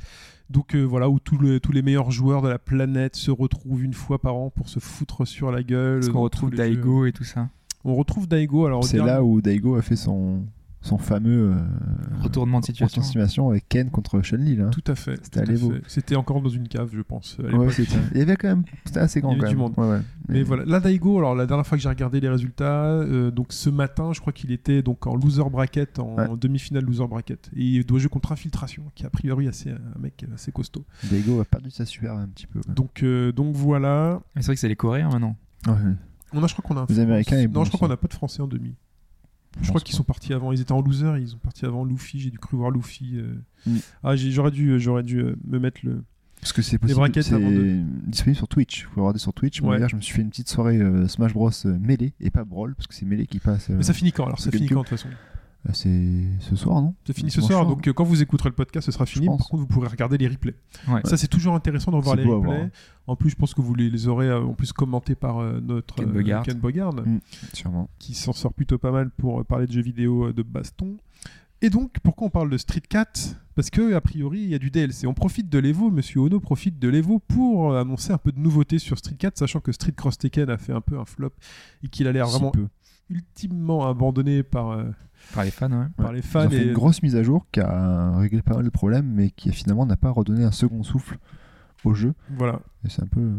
C: Donc euh, voilà, où tous les- tous les meilleurs joueurs de la planète se retrouvent une fois par an pour se foutre sur la gueule.
D: Parce qu'on
C: dans
D: retrouve
C: tous les jeux.
D: Daigo et tout ça.
C: On retrouve Daigo. Alors,
E: C'est
C: dernier-
E: là où Daigo a fait son, son fameux euh,
D: Retournement de situation.
E: retournement de situation avec Ken contre Chun-Li. là.
C: Tout à fait.
E: C'était
C: tout
E: à
C: à
E: l'Evo.
C: fait. C'était encore dans une cave, je pense. à
E: Ouais,
C: l'époque.
E: c'était- il y avait quand même. C'était assez grand
C: Il y
E: quand
C: avait du
E: même.
C: monde.
E: Ouais, ouais.
C: Mais voilà, là Daigo, alors la dernière fois que j'ai regardé les résultats, euh, donc ce matin, je crois qu'il était donc en loser bracket, en
E: Ouais.
C: demi-finale loser bracket, et il doit jouer contre Infiltration, qui est a priori assez euh, un mec assez costaud.
E: Daigo a perdu sa super un petit peu. ouais.
C: Donc euh, donc voilà,
D: Mais C'est vrai que c'est les Coréens maintenant.
E: Ouais, ouais.
C: on a je crois qu'on a un
E: Les Américains,
C: non,
E: ils
C: je
E: bossent,
C: crois qu'on a pas de Français en demi. Je crois
E: pense
C: qu'ils
E: pas.
C: sont partis avant. Ils étaient en loser, ils sont partis avant Luffy. J'ai dû cru voir Luffy. euh.
E: Mm.
C: Ah, j'ai- j'aurais dû, j'aurais dû euh, me mettre le.
E: Parce que c'est possible.
C: braquettes
E: C'est
C: avant de-
E: disponible sur Twitch. Vous pouvez regarder sur Twitch. Moi,
C: Ouais.
E: hier, je me suis fait une petite soirée euh, Smash Bros euh, mêlée et pas Brawl parce que c'est mêlée qui passe. euh,
C: Mais ça finit quand alors Ça
E: sur
C: finit quand de
E: GameCube.
C: toute façon
E: euh, c'est ce soir, non
C: Ça finit ce
E: Dimanche
C: soir.
E: soir.
C: Donc euh, quand vous écouterez le podcast, ce sera fini. Par
E: pense.
C: contre, vous pourrez regarder les replays.
D: Ouais.
C: Ça, c'est toujours intéressant de revoir
E: C'est
C: les
E: beau à
C: replays.
E: voir, hein.
C: En plus, je pense que vous les, les aurez euh, en plus commentés par euh, notre
D: Ken
C: euh,
D: Bogard.
C: Ken Bogard,
E: Sûrement.
C: qui s'en sort plutôt pas mal pour euh, parler de jeux vidéo euh, de baston. Et donc, pourquoi on parle de Street Cat Parce que a priori, il y a du DLC. On profite de l'Evo, Monsieur Ono profite de l'Evo pour euh, annoncer un peu de nouveauté sur Street Cat, sachant que Street Cross Tekken a fait un peu un flop et qu'il a l'air
E: Si
C: vraiment
E: peu.
C: ultimement abandonné par, euh,
D: Par les fans, ouais.
C: par
E: Ouais.
C: les
E: Ils
C: fans.
E: ont fait
C: et-
E: une grosse mise à jour qui a réglé pas mal de problèmes, mais qui finalement n'a pas redonné un second souffle au jeu.
C: Voilà.
E: Et c'est un peu.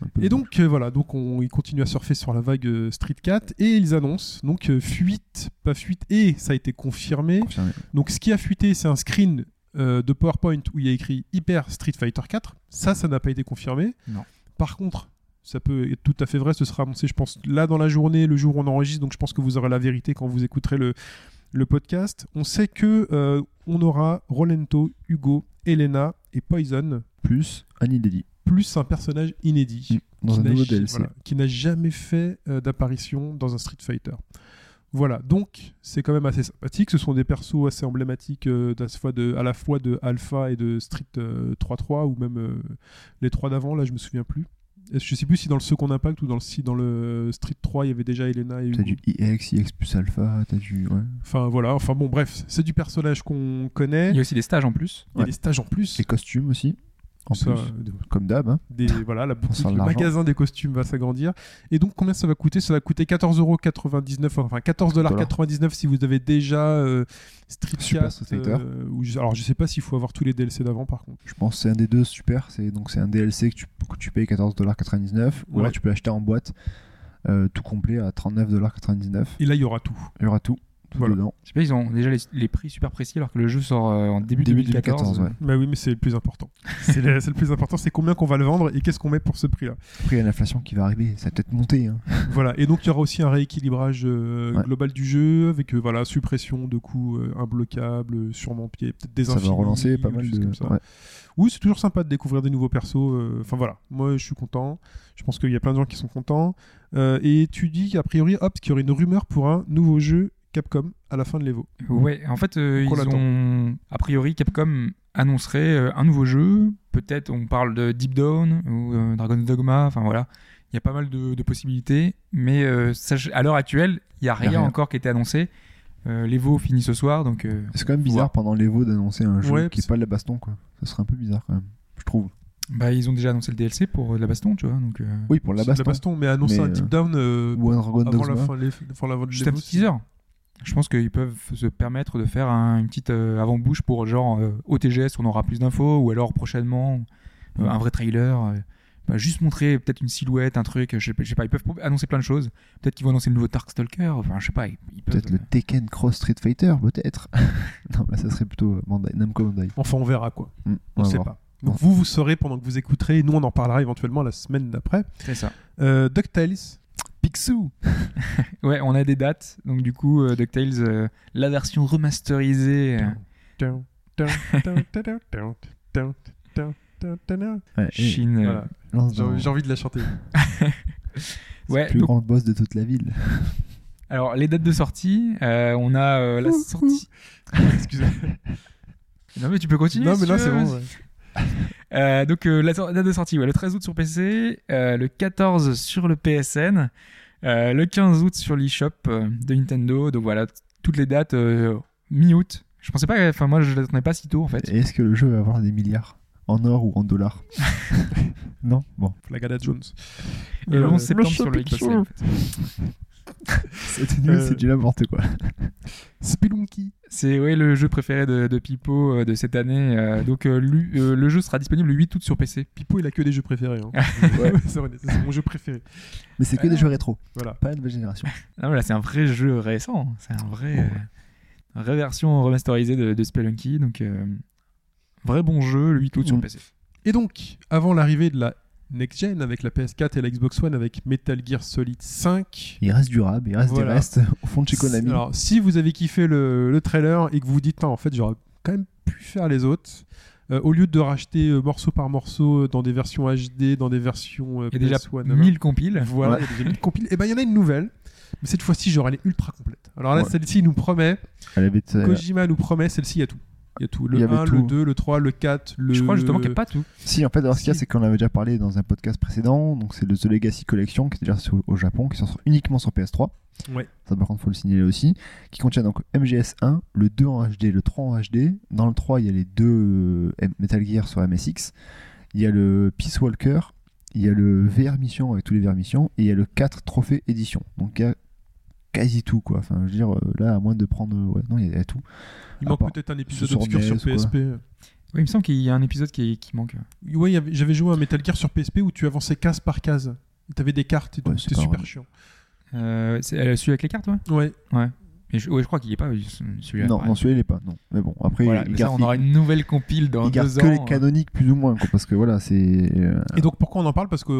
E: un peu
C: Et
E: dommage.
C: donc euh, voilà, donc on, ils continuent à surfer sur la vague euh, Street Cat et ils annoncent donc euh, fuite, pas fuite et ça a été confirmé.
E: Confirmé.
C: Donc ce qui a fuité, c'est un screen euh, de PowerPoint où il y a écrit Hyper Street Fighter 4. Ça, ça n'a pas été confirmé.
D: Non.
C: Par contre, ça peut être tout à fait vrai. Ce sera annoncé, je pense, là dans la journée, le jour où on enregistre. Donc je pense que vous aurez la vérité quand vous écouterez le, le podcast. On sait que euh, on aura Rolento, Hugo, Elena et Poison
E: Plus un inédit.
C: plus un personnage inédit
E: Mm. Dans un
C: n'a
E: nouveau
C: j-
E: DLC.
C: voilà, qui n'a jamais fait euh, d'apparition dans un Street Fighter. Voilà, donc c'est quand même assez sympathique. Ce sont des persos assez emblématiques euh, d'à ce fois de, à la fois de Alpha et de Street euh, 3-3, ou même euh, les trois d'avant, là je me souviens plus. Est-ce- Je sais plus si dans le Second Impact ou dans le, si dans le Street 3 il y avait déjà Elena et
E: T'as
C: Hugo.
E: du E IX, IX plus alpha, t'as du. Ouais.
C: Enfin voilà, enfin bon, bref, c'est du personnage qu'on connaît.
D: Il
C: Il
D: y a aussi des stages en plus.
C: y a des stages en plus.
E: Les costumes aussi. En
C: Ça,
E: plus.
C: euh,
E: Comme d'hab. hein.
C: des voilà la boutique,
E: sort de
C: le
E: l'argent.
C: magasin des costumes va s'agrandir et donc combien ça va coûter ça va coûter 14,99 enfin 14,99 si vous avez déjà euh, Street
E: Super
C: Cat,
E: Street Fighter.
C: euh, ou je- alors je sais pas s'il faut avoir tous les DLC d'avant par contre
E: Je pense que c'est un des deux super. C'est donc c'est un DLC que tu, que tu payes 14,99$. Ou
C: Ouais.
E: alors tu peux l'acheter en boîte euh, tout complet à 39,99$.
C: et là il y aura tout
E: Il y aura tout, tout
C: Voilà.
E: dedans.
D: Je sais pas, ils ont déjà les, les prix super précis alors que le jeu sort euh, en début, 2014.
E: ouais.
C: bah oui mais c'est le plus important c'est le, c'est le plus important c'est combien qu'on va le vendre et qu'est-ce qu'on met pour ce prix là
E: Après, il y a l'inflation qui va arriver. Ça va peut-être monter. hein.
C: voilà et donc il y aura aussi un rééquilibrage euh,
E: Ouais.
C: global du jeu avec euh, voilà suppression de coups euh, imbloquables sûrement pied peut-être des
E: Ça va
C: infinis,
E: relancer pas
C: ou des
E: mal
C: choses
E: de.
C: comme ça.
E: ouais.
C: Oui, c'est toujours sympa de découvrir des nouveaux persos. euh, Enfin voilà, moi je suis content. Je pense qu'il y a plein de gens qui sont contents. Euh, et tu dis qu'a priori, hop, qu'il y aurait une rumeur pour un nouveau jeu Capcom à la fin de l'Evo.
D: Ouais, en fait, euh,
C: Donc, on
D: ils
C: l'attend.
D: ont. A priori, Capcom annoncerait euh, un nouveau jeu. Peut-être on parle de Deep Down ou euh, Dragon's Dogma. Enfin voilà, il y a pas mal de, de possibilités. Mais euh, sach- à l'heure actuelle, il n'y a,
E: Il y
D: rien
E: a rien.
D: encore qui a été annoncé. Euh, L'Evo finit ce soir, donc euh,
E: C'est quand même bizarre pendant l'Evo d'annoncer un jeu
C: Ouais,
E: qui
C: parce-
E: est pas de la baston. quoi. Ça serait un peu bizarre quand même. Je trouve.
D: Bah, ils ont déjà annoncé le DLC pour euh, la baston, tu vois. Donc, euh,
E: Oui, pour
C: C'est
E: la
C: de
E: baston.
C: la baston, mais annoncer
E: Mais,
C: un deep down euh,
E: Ou un Dragon
C: avant la
E: Dogma.
C: fin, les, enfin, la fin de
D: juste un
C: démo,
D: petit teaser. Je pense qu'ils peuvent se permettre de faire un- une petite euh, avant-bouche pour genre euh, au TGS, on aura plus d'infos, ou alors prochainement euh, un vrai trailer. euh, bah, juste montrer peut-être une silhouette, un truc, je sais, pas- je sais pas. Ils peuvent pro- annoncer plein de choses. Peut-être qu'ils vont annoncer le nouveau Darkstalker. Enfin, je sais pas. Ils, ils peuvent, euh,
E: Peut-être le Tekken Cross Street Fighter, peut-être. non, mais ça serait plutôt Bandai, Namco Bandai.
C: Enfin, on verra quoi.
E: Hmm,
C: On
E: va
C: sait
E: voir.
C: pas. Donc vous, vous saurez pendant que vous écouterez. Nous, on en parlera éventuellement la semaine d'après.
D: C'est ça.
C: Euh, DuckTales.
E: Picsou
D: Ouais, on a des dates. Donc du coup, euh, DuckTales, euh, la version remasterisée. euh,
E: ouais, et
D: Chine. euh,
C: Voilà.
E: lance
C: J'ai
E: dans-
C: envie- j'ai envie de la chanter.
E: c'est
D: Ouais,
E: le plus
D: donc-
E: grand boss de toute la ville.
D: Alors, les dates de sortie, euh, on a euh, la sortie.
C: Excusez-moi.
D: Non, mais tu peux continuer.
C: Non,
D: si
C: mais là,
D: tu
C: c'est
D: veux.
C: bon. ouais.
D: Euh, donc, euh, la so- date de sortie, ouais, le 13 août sur PC, euh, le 14 sur le PSN, euh, le 15 août sur l'eShop euh, de Nintendo. Donc voilà, t- toutes les dates euh, mi-août. Je pensais pas, enfin, moi, je l'attendais pas si tôt en
C: Euh,
D: fait.
E: Et Est-ce que le jeu va avoir des milliards En or ou en dollars Non Bon,
C: Flagada Jones.
D: Et le
C: Euh,
D: 11 septembre
B: le
D: sur le Xbox
B: Shopping
D: Live. en fait.
E: cette news,
C: Euh,
E: c'est du n'importe quoi.
C: Spelunky.
D: C'est ouais, le jeu préféré de, de Pipo euh, de cette année. euh, donc, euh, lui- euh, le jeu sera disponible le 8 août sur PC.
C: Pipo, il a que des jeux préférés. hein.
E: Ouais.
C: c'est vrai, c'est mon jeu préféré.
E: Mais c'est que
C: Euh.
E: des jeux rétro,
C: Voilà.
E: pas la nouvelle génération.
D: Non, mais Ah là, c'est un vrai jeu récent. C'est un vrai.
E: Ouais.
D: euh, une vraie version remasterisée de, de Spelunky. Donc, euh, vrai bon jeu, le 8 août sur
E: Mm.
D: PC.
C: Et donc, avant l'arrivée de la Next Gen avec la PS4 et la Xbox One avec Metal Gear Solid 5.
E: Il reste du rab, il reste
C: Voilà.
E: des restes au fond de chez Konami.
C: Alors, si vous avez kiffé le, le trailer et que vous vous dites, Putain, en fait, j'aurais quand même pu faire les autres, euh, au lieu de racheter euh, morceau par morceau euh, dans des versions HD, dans des versions euh,
D: Il y a déjà
C: PS1, euh,
D: 1000 compiles.
C: Voilà,
E: Ouais.
C: il y a déjà mille compiles. Et ben, il y en a une nouvelle. Mais cette fois-ci, genre, elle est ultra complète. Alors là,
E: Ouais.
C: celle-ci nous promet,
E: Elle avait euh,
C: Kojima nous promet, celle-ci, il y a tout. Il y a tout.
E: Il
C: Le
E: y avait
C: 1, le
E: tout.
C: 2, le 3, le 4, le.
D: Je crois justement qu'il n'y a pas tout.
E: Si, en fait, alors ce qu'il y a,
C: Si.
E: c'est qu'on avait déjà parlé dans un podcast précédent. Donc, c'est le The Legacy Collection qui est déjà sur- au Japon, qui sort uniquement sur PS3.
C: Ouais.
E: Ça, par contre, faut le signaler aussi. Qui contient donc MGS1, le 2 en HD, le 3 en HD. Dans le 3, il y a les deux euh, Metal Gear sur MSX. Il y a le Peace Walker. Il y a le VR Mission avec tous les VR Missions. Et il y a le 4 Trophée Édition. Donc, il y a quasi tout, quoi. Enfin, je veux dire, euh, là, à moins de prendre. ouais, non, il y a- il y a tout.
C: Il
E: à
C: manque
E: part
C: peut-être un épisode
E: sur
C: obscur
E: NES
C: sur
E: ou quoi.
C: PSP.
D: Oui, il me semble qu'il y a un épisode qui, qui manque.
C: Ouais, il y avait- j'avais joué à Metal Gear sur PSP où tu avançais case par case. T'avais des cartes et tout.
E: Ouais, c'est
C: C'était
E: pas
C: super
E: vrai.
C: chiant.
D: Euh, c'est euh, celui avec les cartes, ouais
C: Ouais.
D: Mais je, ouais, je crois qu'il n'y est pas euh, celui-là.
E: non,
D: pareil.
E: non, celui-là, il est pas. Non. Mais bon, après,
D: Voilà,
E: il
D: mais ça,
E: garde-
D: on aura une nouvelle compile dans
E: il
D: deux
E: garde que
D: ans. euh.
E: les canoniques plus ou moins quoi, parce que voilà c'est euh,
C: Et donc pourquoi on en parle Parce qu'il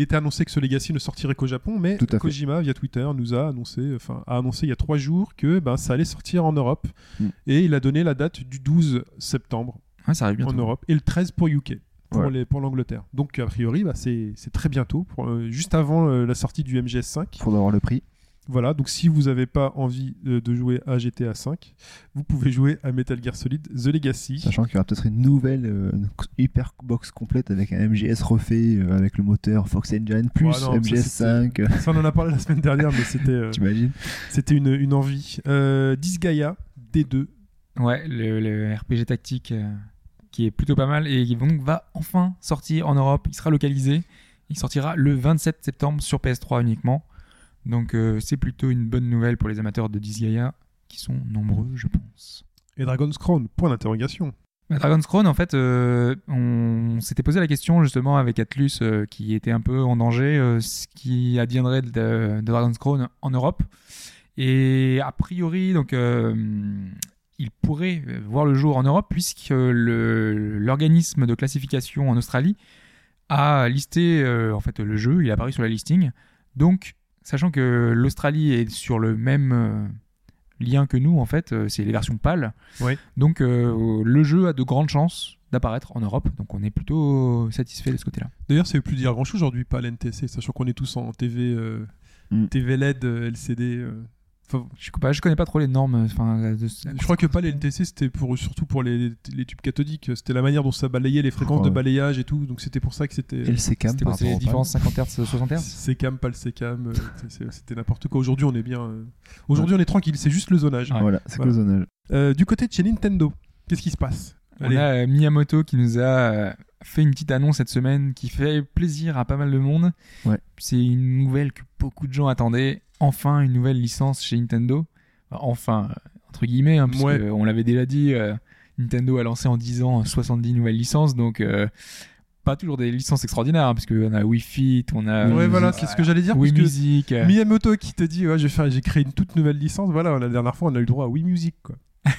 C: était annoncé que ce Legacy ne sortirait qu'au Japon, mais
E: Tout à fait.
C: Kojima via Twitter nous a annoncé, enfin a annoncé il y a trois jours que ben, ça allait sortir en Europe,
E: Mm.
C: et il a donné la date du 12 septembre
D: Ouais, ça arrive bientôt.
C: en Europe et le 13 pour UK. Pour,
E: Ouais.
C: les, pour l'Angleterre. Donc, a priori, bah, c'est, c'est très bientôt, pour, euh, juste avant euh, la sortie du MGS5.
E: pour avoir le prix
C: Voilà, donc si vous n'avez pas envie euh, de jouer à GTA V, vous pouvez jouer à Metal Gear Solid The Legacy.
E: sachant qu'il y aura peut-être une nouvelle euh, hyper box complète avec un MGS refait euh, avec le moteur Fox Engine plus
C: Ouais, non, ça,
E: MGS5 euh,
C: Ça, on en a parlé la semaine dernière, mais c'était, euh,
E: t'imagines
C: c'était une, une envie. Euh, Disgaea D2.
D: Ouais, le, le RPG tactique euh, qui est plutôt pas mal et qui donc va enfin sortir en Europe. Il sera localisé. Il sortira le 27 septembre sur PS3 uniquement. Donc euh, c'est plutôt une bonne nouvelle pour les amateurs de Disgaea qui sont nombreux, je pense.
C: Et Dragon's Crown, point d'interrogation.
D: Bah, Dragon's Crown, en fait, euh, on s'était posé la question justement avec Atlus euh, qui était un peu en danger, euh, ce qui adviendrait de, de Dragon's Crown en Europe. Et a priori, donc, euh, il pourrait voir le jour en Europe puisque le- l'organisme de classification en Australie a listé euh, en fait le jeu, il est apparu sur la listing. Donc, sachant que l'Australie est sur le même euh, lien que nous, en fait, euh, c'est les versions pâles.
C: Ouais.
D: Donc, euh, le jeu a de grandes chances d'apparaître en Europe. Donc, on est plutôt satisfait de ce côté-là.
C: D'ailleurs, ça veut plus dire grand-chose aujourd'hui, pas l'NTC, sachant qu'on est tous en TV, euh,
E: Mm.
C: TV LED, euh, LCD. euh. Enfin,
D: Je ne je connais pas trop les normes. Enfin, de-
C: je crois que pas les LTC, c'était pour, surtout pour les, les tubes cathodiques. C'était la manière dont ça balayait, les fréquences
E: Oh,
C: de
E: ouais.
C: balayage et tout. Donc c'était pour ça que c'était.
E: et le CKM
D: c'était quoi,
E: par
D: c'est les
E: rapport au
D: différences 50 Hz, 60 Hz
C: Sécam, pas le sécam, euh, c'est- c'est- c'était n'importe quoi. Aujourd'hui, on est bien. euh, Aujourd'hui, on est tranquille, c'est juste le zonage.
E: PAL. voilà c'est que le zonage
C: Euh, du côté de chez Nintendo, qu'est-ce qui se passe
D: On
C: Allez.
D: a euh, Miyamoto qui nous a euh, fait une petite annonce cette semaine qui fait plaisir à pas mal de monde.
E: Ouais.
D: C'est une nouvelle que beaucoup de gens attendaient. Enfin, une nouvelle licence chez Nintendo. Enfin, euh, entre guillemets, hein, puisque,
C: Ouais.
D: euh, on l'avait déjà dit, euh, Nintendo a lancé en 10 ans 70 nouvelles licences, donc euh, pas toujours des licences extraordinaires, hein, puisque on a Wii Fit, on
E: euh,
D: a
C: ouais,
D: Wii
C: voilà,
D: Music,
C: c'est ce que j'allais dire.
D: Wii
C: parce que
D: Music. euh,
C: Miyamoto qui te dit, ouais, j'ai fait- j'ai créé une toute nouvelle licence. Voilà, la dernière fois, on a eu le droit à Wii Music,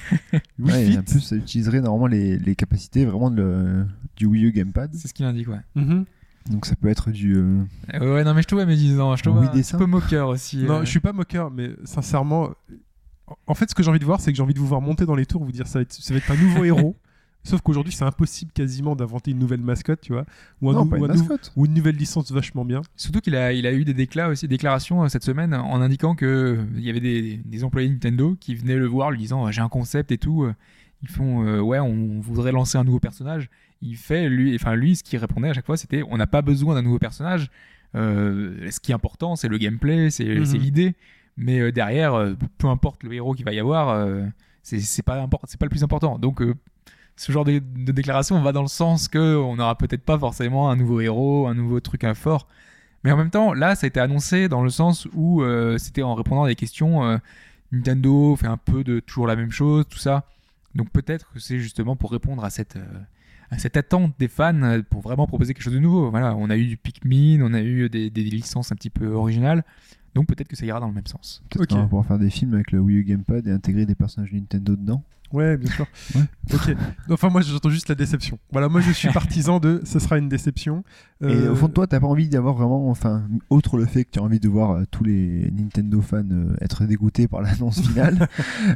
C: quoi. Wii
E: Ouais, et
C: Fit.
E: en plus, ça utiliserait normalement les, les capacités vraiment de le- du Wii U Gamepad.
D: C'est ce qu'il indique, ouais.
C: Mhm.
E: Donc ça peut être du. euh,
D: Euh, Ouais, non, mais je te vois, mais dis non, je te
E: Oui,
D: vois un petit
E: dessin.
D: peu moqueur aussi.
C: Non,
D: euh.
C: je suis pas moqueur, mais sincèrement, en- en fait, ce que j'ai envie de voir, c'est que j'ai envie de vous voir monter dans les tours, vous dire ça va être, ça va être un nouveau héros. Sauf qu'aujourd'hui, c'est impossible quasiment d'inventer une nouvelle mascotte, tu vois, ou, un
E: Non,
C: nou-
E: pas
C: ou
E: une
C: un nou-
E: mascotte.
C: ou une nouvelle licence vachement bien.
D: Surtout qu'il a, il a eu des déclats aussi, déclarations euh, cette semaine en indiquant que euh, il y avait des, des employés Nintendo qui venaient le voir lui disant Ah, j'ai un concept et tout. euh, Ils font euh, ouais on voudrait lancer un nouveau personnage. Il fait lui, enfin lui ce qu'il répondait à chaque fois c'était on n'a pas besoin d'un nouveau personnage. Euh, ce qui est important c'est le gameplay, c'est
C: Mhm.
D: c'est l'idée. Mais euh, derrière euh, peu importe le héros qu'il va y avoir, euh, c'est c'est pas import- c'est pas le plus important. Donc euh, ce genre de, de déclaration va dans le sens que on n'aura peut-être pas forcément un nouveau héros, un nouveau truc un fort. Mais en même temps, là, ça a été annoncé dans le sens où euh, c'était en répondant à des questions. euh, Nintendo fait un peu de toujours la même chose, tout ça. Donc peut-être que c'est justement pour répondre à cette, euh, à cette attente des fans euh, pour vraiment proposer quelque chose de nouveau. Voilà, on a eu du Pikmin, on a eu des, des licences un petit peu originales. Donc peut-être que ça ira dans le même sens.
E: Peut-être
C: Ok.
E: qu'on va pouvoir faire des films avec le Wii U Gamepad et intégrer des personnages Nintendo dedans.
C: Ouais, bien sûr.
E: Ouais.
C: Ok. Enfin, moi, j'entends juste la déception. Voilà, moi, je suis partisan de ce sera une déception.
E: Et
C: Euh,
E: au fond de toi, t'as pas envie d'avoir vraiment, enfin, outre le fait que tu as envie de voir euh, tous les Nintendo fans euh, être dégoûtés par l'annonce finale,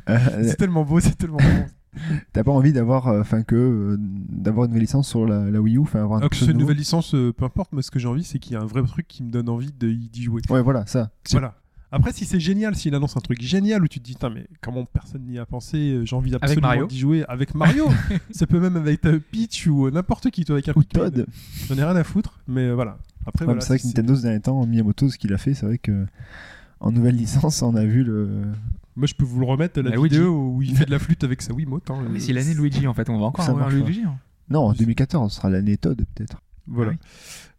E: euh,
C: c'est tellement beau, c'est tellement bon.
E: t'as pas envie d'avoir, euh, enfin, que euh, d'avoir une nouvelle licence sur la, la Wii U, enfin, avoir un
C: Ah, que
E: truc
C: ce soit une
E: nouveau.
C: nouvelle licence, euh, peu importe. Moi, ce que j'ai envie, c'est qu'il y a un vrai truc qui me donne envie de- d'y jouer.
E: Ouais, voilà, ça.
C: Voilà. Après, si c'est génial, s'il annonce un truc génial où tu te dis, putain, mais comment personne n'y a pensé, euh, j'ai envie absolument
D: Mario.
C: d'y jouer avec Mario. ça peut même avec euh, Peach ou euh, n'importe qui, toi, avec un
E: Ou
C: Pikmin.
E: Todd.
C: J'en ai rien à foutre, mais euh, voilà. Après,
E: Ouais, mais
C: voilà.
E: c'est vrai
C: si
E: que Nintendo, ces derniers temps, Miyamoto, ce qu'il a fait, c'est vrai que en nouvelle licence, on a vu le.
C: Moi, je peux vous le remettre, la
D: Bah, Luigi.
C: vidéo où il fait de la flûte avec sa Wiimote. hein.
D: Mais c'est l'année Luigi en fait, on va encore
E: Euh, Ça
D: avoir
E: marche pas.
D: Luigi. hein.
E: Non, en 2014, ce sera l'année Todd, peut-être.
C: Voilà.
D: Ah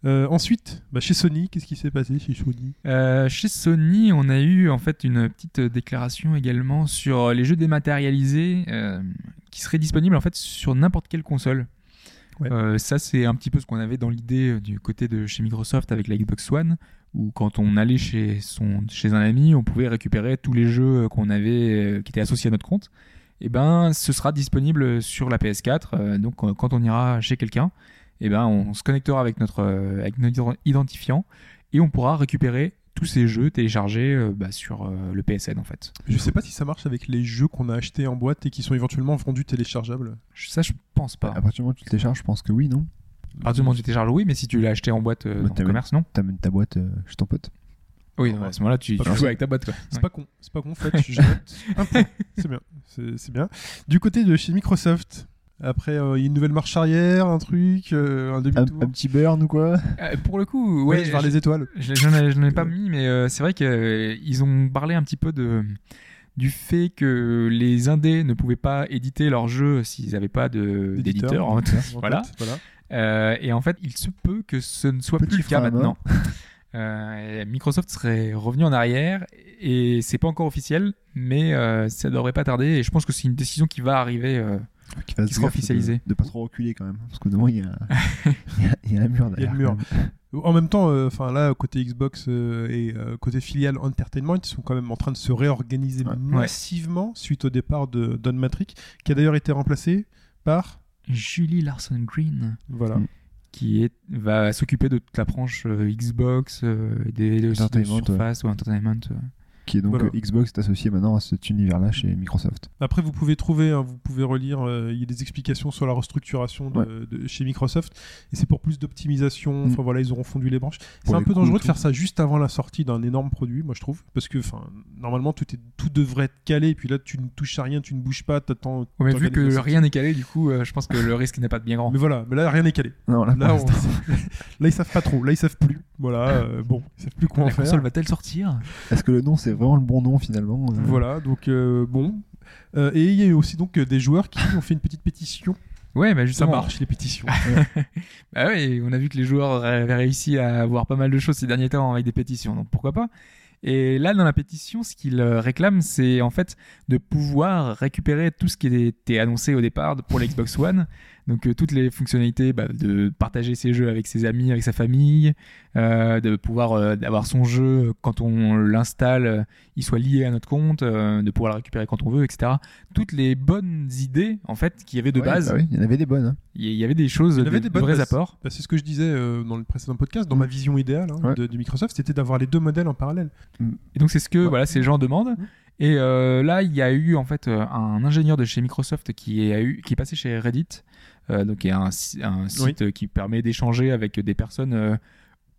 C: Euh, ensuite, bah, chez Sony, qu'est-ce qui s'est passé chez Sony
D: Euh, chez Sony, on a eu en fait une petite euh, déclaration également sur euh, les jeux dématérialisés euh, qui seraient disponibles en fait sur n'importe quelle console.
C: Ouais.
D: Euh, ça, c'est un petit peu ce qu'on avait dans l'idée euh, du côté de chez Microsoft avec la Xbox One, où quand on allait chez son chez un ami, on pouvait récupérer tous les jeux qu'on avait euh, qui étaient associés à notre compte. Et ben, ce sera disponible sur la PS4. euh, donc, euh, quand on ira chez quelqu'un, et ben, on se connectera avec notre euh, avec notre identifiant et on pourra récupérer tous ces jeux téléchargés euh, bah, sur euh, le PSN en fait.
C: Je sais pas si ça marche avec les jeux qu'on a achetés en boîte et qui sont éventuellement vendus téléchargeables.
D: Je- Ça, je pense pas.
E: À partir du moment où tu le télécharges, je pense que oui, non
D: À partir du moment où tu télécharges, oui, mais si tu l'as acheté en boîte euh,
E: Bah,
D: dans
E: t'as
D: le commerce, non
E: T'amènes ta boîte euh, chez ton pote.
D: Oui,
C: non,
D: à ce moment-là, tu,
C: Pas
D: tu
C: possible.
D: joues avec ta boîte. Quoi.
C: C'est
D: Ouais.
C: pas con, c'est pas con, en fait, je note un point. C'est bien, c'est c'est bien. Du côté de chez Microsoft, après, euh, il y a une nouvelle marche arrière, un truc, euh, un
E: Un,
C: demi-tour.
E: un petit burn ou quoi
D: Euh, pour le coup, ouais,
C: Ouais, vers les étoiles.
D: Je je n'en ai- je n'en ai pas mis, mais euh, c'est vrai qu'ils ont parlé un petit peu de, du fait que les indés ne pouvaient pas éditer leurs jeux s'ils n'avaient pas de-
C: D'éditeur.
D: d'éditeur. en fait.
C: En
D: Voilà.
C: fait, voilà.
D: Euh, et en fait, il se peut que ce ne soit
E: Petit
D: plus le cas
E: frein à
D: maintenant. Euh, Microsoft serait revenu en arrière et c'est pas encore officiel, mais euh, ça devrait pas tarder. Et je pense que c'est une décision qui va arriver. euh.
E: qui fasse
D: Qui sera
E: gaffe
D: officialisé.
E: De, de pas trop reculer quand même, hein, parce qu'au moment il y a, il y a- il y a un mur
C: Il y a
E: derrière.
C: le mur. En même temps, euh, enfin là, côté Xbox euh, et euh, côté filiale Entertainment, ils sont quand même en train de se réorganiser
E: Ouais.
C: massivement suite au départ de Don Matrick, qui a d'ailleurs été remplacé par
D: Julie Larson Green
C: voilà.
E: Mm.
D: qui est, va s'occuper de toute la branche euh, Xbox, euh, des, des aussi de
E: Entertainment, ouais.
D: Surface ou Entertainment. ouais.
E: Qui est donc
C: Voilà.
E: euh, Xbox est associé maintenant à cet univers-là chez Microsoft.
C: Après, vous pouvez trouver, hein, vous pouvez relire, euh, il y a des explications sur la restructuration de, de- chez Microsoft, et c'est pour plus d'optimisation. Enfin
E: Mm.
C: voilà, ils auront fondu les branches. C'est
E: Pour
C: un
E: les
C: peu
E: coûts
C: dangereux
E: et
C: de
E: tout.
C: faire ça juste avant la sortie d'un énorme produit, moi je trouve, parce que enfin normalement tout est tout devrait être calé, et puis là tu ne touches à rien, tu ne bouges pas, t'attends.
D: Ouais, mais vu
C: t'organises
D: que
C: la sortie.
D: rien n'est calé, du coup, euh, je pense que le risque n'est pas bien grand.
C: Mais voilà, mais là rien n'est calé.
E: Non,
D: Ah bah,
E: là,
C: Là,
E: pour
C: on-
E: l'instant,
C: là, ils savent pas trop, là ils savent plus. Voilà, euh, bon, ils savent plus quoi en
D: la
C: faire.
D: console va-t-elle sortir
E: est-ce que le nom c'est vraiment le bon nom finalement euh,
C: Voilà, donc euh, bon. Euh, et il y a eu aussi donc euh, des joueurs qui ont fait une petite pétition
D: Ouais, bah justement.
C: Ça marche, les pétitions.
D: Bah oui, on a vu que les joueurs avaient réussi à avoir pas mal de choses ces derniers temps avec des pétitions, donc pourquoi pas Et là, dans la pétition, ce qu'ils euh, réclament, c'est en fait de pouvoir récupérer tout ce qui était annoncé au départ pour l'Xbox One, donc euh, toutes les fonctionnalités bah, de partager ses jeux avec ses amis, avec sa famille, euh, de pouvoir euh, avoir son jeu quand on l'installe, euh, il soit lié à notre compte, euh, de pouvoir le récupérer quand on veut, etc. Toutes les bonnes idées, en fait, qu'il y avait de
E: Ouais,
D: base,
E: bah oui, il y en avait des bonnes. hein.
D: il y avait des choses,
C: Il y avait
D: des,
C: des bonnes
D: vrais
C: bases.
D: apports.
C: Bah, c'est ce que je disais euh, dans le précédent podcast,
D: Mm.
C: dans ma vision idéale hein,
E: Ouais.
C: de, de Microsoft, c'était d'avoir les deux modèles en parallèle.
D: Et donc c'est ce que
C: Ouais. Mm.
D: voilà ces gens demandent. Et euh, là, il y a eu en fait euh, un ingénieur de chez Microsoft qui est, a eu, qui est passé chez Reddit, euh, donc qui est un, si- un site euh, qui permet d'échanger avec des personnes euh,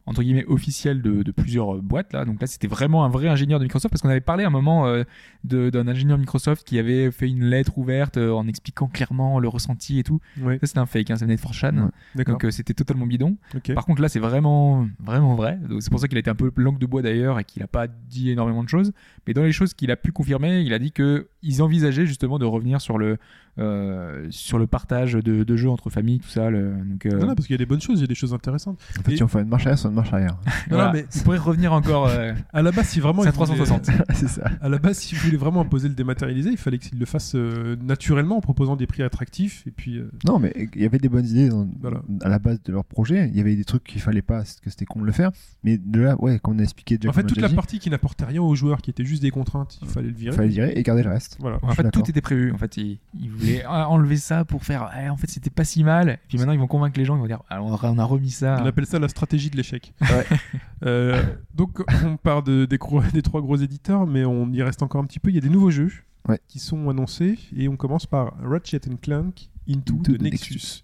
D: entre guillemets officielles de, de plusieurs euh, boîtes là. Donc là, c'était vraiment un vrai ingénieur de Microsoft parce qu'on avait parlé à un moment euh, de- d'un ingénieur Microsoft qui avait fait une lettre ouverte euh, en expliquant clairement le ressenti et tout.
C: Ouais,
D: Ça, c'était un fake, hein, ça venait de 4chan.
E: Ouais.
C: d'accord.
D: Donc euh, c'était totalement bidon.
C: ok.
D: Par contre, là, c'est vraiment, vraiment vrai. Donc, C'est pour ça qu'il a été un peu langue de bois d'ailleurs et qu'il n'a pas dit énormément de choses. Mais dans les choses qu'il a pu confirmer, il a dit que ils envisageaient justement de revenir sur le, euh, sur le partage de, de jeux entre familles, tout ça. le- donc, euh,
C: Non, non, parce qu'il y a des bonnes choses, il y a des choses intéressantes.
E: En fait,
C: Et-
E: si on fait une marche arrière, c'est une marche arrière.
D: voilà.
C: Non, non, mais-
D: Ils pourraient revenir encore. euh,
C: À la base, si vraiment.
D: C'est
C: ils voulaient-
D: 360.
E: c'est ça.
C: À la base, si vous voulez vraiment imposer le dématérialisé, il fallait qu'ils le fassent euh, naturellement en proposant des prix attractifs. Et puis, euh,
E: Non, mais il y avait des bonnes idées dans-
C: Voilà.
E: à la base de leur projet. Il y avait des trucs qu'il fallait pas, que c'était con de le faire. Mais de là, ouais, comme on a expliqué déjà,
C: en fait,
E: comme on a
C: toute
E: déjà
C: la
E: dit,
C: partie qui n'apportait rien aux joueurs, qui était juste des contraintes, il fallait le virer.
E: fallait virer et garder le reste.
C: Voilà.
D: en
E: suis
D: fait,
E: d'accord.
D: tout était prévu. En fait, ils, ils voulaient en- enlever ça pour faire. eh, en fait, c'était pas si mal. Et puis maintenant, ils vont convaincre les gens. Ils vont dire, alors, on a remis ça.
C: On appelle ça la stratégie de l'échec.
E: Ouais.
C: Euh, donc, on part de- des, gros- des trois gros éditeurs, mais on y reste encore un petit peu. Il y a des nouveaux jeux
E: Ouais.
C: qui sont annoncés, et on commence par Ratchet Clank Into,
E: Into
C: de
E: the
C: Nexus.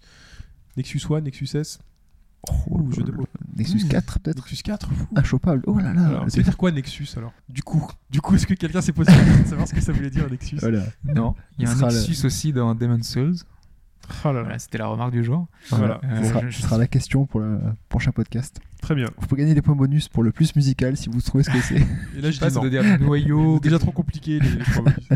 C: Nexus One, Nexus S. Oh, jeu de Ah, mots.
E: Nexus
C: Mmh.
E: 4, peut-être
C: Nexus 4. fou.
E: Inchopable. Oh là là.
C: Alors, ça
E: c'est-
C: veut dire quoi Nexus alors Du coup, du coup, est-ce que quelqu'un s'est posé la question de savoir ce que ça voulait dire Nexus
E: Voilà.
D: Non, il y a
E: Ce
D: un
E: sera le-
D: Nexus aussi dans Demon's Souls.
C: Oh là là.
D: Voilà, c'était la remarque du jour.
C: Voilà.
D: Euh,
E: Ce sera,
D: je-
E: ce sera la question pour le prochain podcast.
C: Très bien.
E: Vous pouvez gagner des points bonus pour le plus musical si vous trouvez ce que c'est.
C: Et là, je
D: passe
C: dis non.
D: de dire noyau,
C: C'est déjà trop compliqué les, les trois bonus.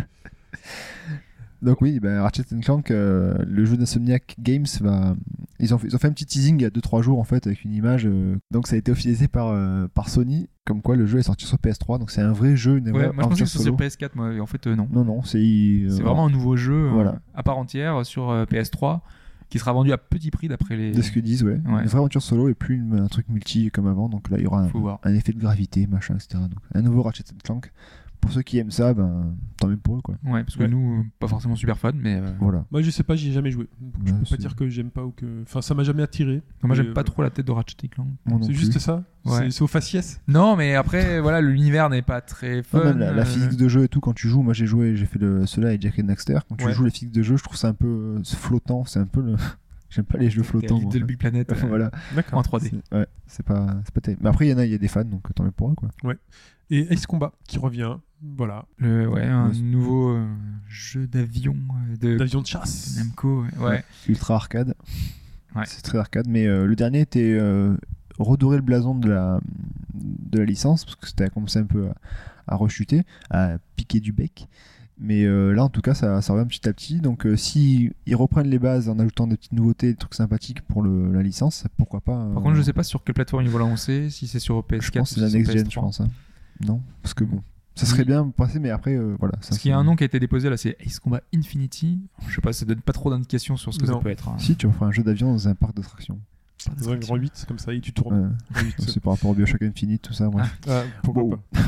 E: Donc oui, ben, Ratchet Clank, euh, le jeu d'Insomniac Games, va... ils, ont fait, ils ont fait un petit teasing il y a 2-3 jours en fait avec une image. euh, Donc ça a été officialisé par, euh, par Sony, comme quoi le jeu est sorti sur PS3. Donc c'est un vrai jeu, une vraie
D: Ouais, moi je pensais
E: aventure
D: que c'était
E: solo.
D: sur PS4, moi, et en fait euh, non.
E: Non, non, c'est... euh,
D: C'est vraiment un nouveau jeu euh,
E: Voilà.
D: à part entière euh, sur euh, PS3 qui sera vendu à petit prix d'après les.
E: De ce que disent, ouais.
D: Ouais.
E: Une vraie aventure solo et plus une- un truc multi comme avant. Donc là, il y aura un,
D: Faut voir.
E: un effet de gravité, machin, etc. Donc un nouveau Ratchet Clank. Pour ceux qui aiment ça, ben tant mieux pour eux, quoi.
D: Ouais, parce que
C: Ouais.
D: nous, euh, pas forcément super fans, mais euh,
E: Voilà.
C: Moi, je sais pas, j'y ai jamais joué. Donc, je
E: Ouais,
C: peux
E: c'est-
C: pas dire que j'aime pas ou que. Enfin, ça m'a jamais attiré.
D: moi
C: Et,
D: j'aime pas
C: euh,
D: trop la tête de Ratchet Clank.
E: Moi non
C: C'est
E: plus.
C: juste ça
D: Ouais.
C: C'est- C'est au faciès
D: Non, mais après, voilà, l'univers n'est pas très fun.
E: Non, même la, la
D: euh,
E: physique de jeu et tout, quand tu joues, moi j'ai joué, j'ai fait le, cela avec Jack and Daxter. Quand tu
D: Ouais.
E: joues les physiques de jeu, je trouve ça un peu euh, flottant. C'est un peu le. J'aime pas les jeux
D: t'es à
E: flottants. moi, en
D: Little euh, Big Planet
E: fait.
D: euh,
E: voilà.
D: en
C: D'accord.
D: 3D.
E: C'est- Ouais, c'est pas, c'est pas terrible. Mais après, il y en a, il y a des fans, donc tant mieux pour eux, quoi.
C: Et Ace Combat qui revient, voilà,
D: Le, ouais, un
E: Ouais.
D: nouveau euh, jeu d'avion euh, de
C: d'avion de chasse.
D: Namco. ouais. Ouais.
E: C'est Ultra arcade.
D: Ouais.
E: C'est très arcade. Mais euh, le dernier était euh, redorer le blason de la, de la licence, parce que c'était commencé un peu à, à rechuter, à piquer du bec. Mais euh, là, en tout cas, ça, ça revient petit à petit. Donc, euh, si ils reprennent les bases en ajoutant des petites nouveautés, des trucs sympathiques pour le, la licence, pourquoi pas euh,
D: Par contre, je sais pas sur quelle plateforme ils vont l'annoncer, si c'est sur PS4
E: je pense que c'est
D: ou
E: la
D: si
E: next
D: sur
E: gen,
D: PS3.
E: je pense. hein. Non, parce que bon, ça serait
D: Oui.
E: bien passé, mais après, euh, voilà. ça,
D: Parce qu'il y a
E: c'est-
D: un nom qui a été déposé là, c'est Ace Combat Infinity. Je sais pas, ça donne pas trop d'indications sur ce que
C: Non.
D: ça peut être. hein.
E: Si tu refais un jeu d'avion dans un parc d'attractions,
C: Dans un grand 8, comme ça, et tu tournes.
E: Ouais.
C: en huit.
E: c'est par rapport au Bioshock Infinite, tout ça. bref.
C: Ah, pourquoi
E: Wow.
C: pas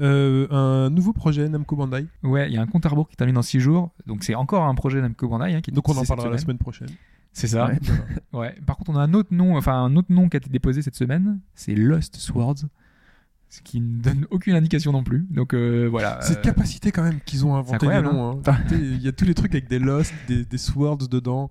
C: Euh, Un nouveau projet, Namco Bandai.
D: Ouais, il y a un compte à rebours qui termine dans 6 jours. Donc c'est encore un projet Namco Bandai hein, qui est
C: Donc on en
D: teasé cette
C: parlera la
D: semaine.
C: semaine prochaine.
D: C'est ça.
E: Ouais.
D: Voilà. Ouais. Par contre, on a un autre nom, enfin un autre nom qui a été déposé cette semaine, c'est Lost Swords, ce qui ne donne aucune indication non plus. Donc euh, voilà.
C: Cette
D: euh,
C: capacité quand même qu'ils ont inventé les
D: incroyable,
C: noms. hein. Tu sais, Il y a tous les trucs avec des Lost, des, des Swords dedans.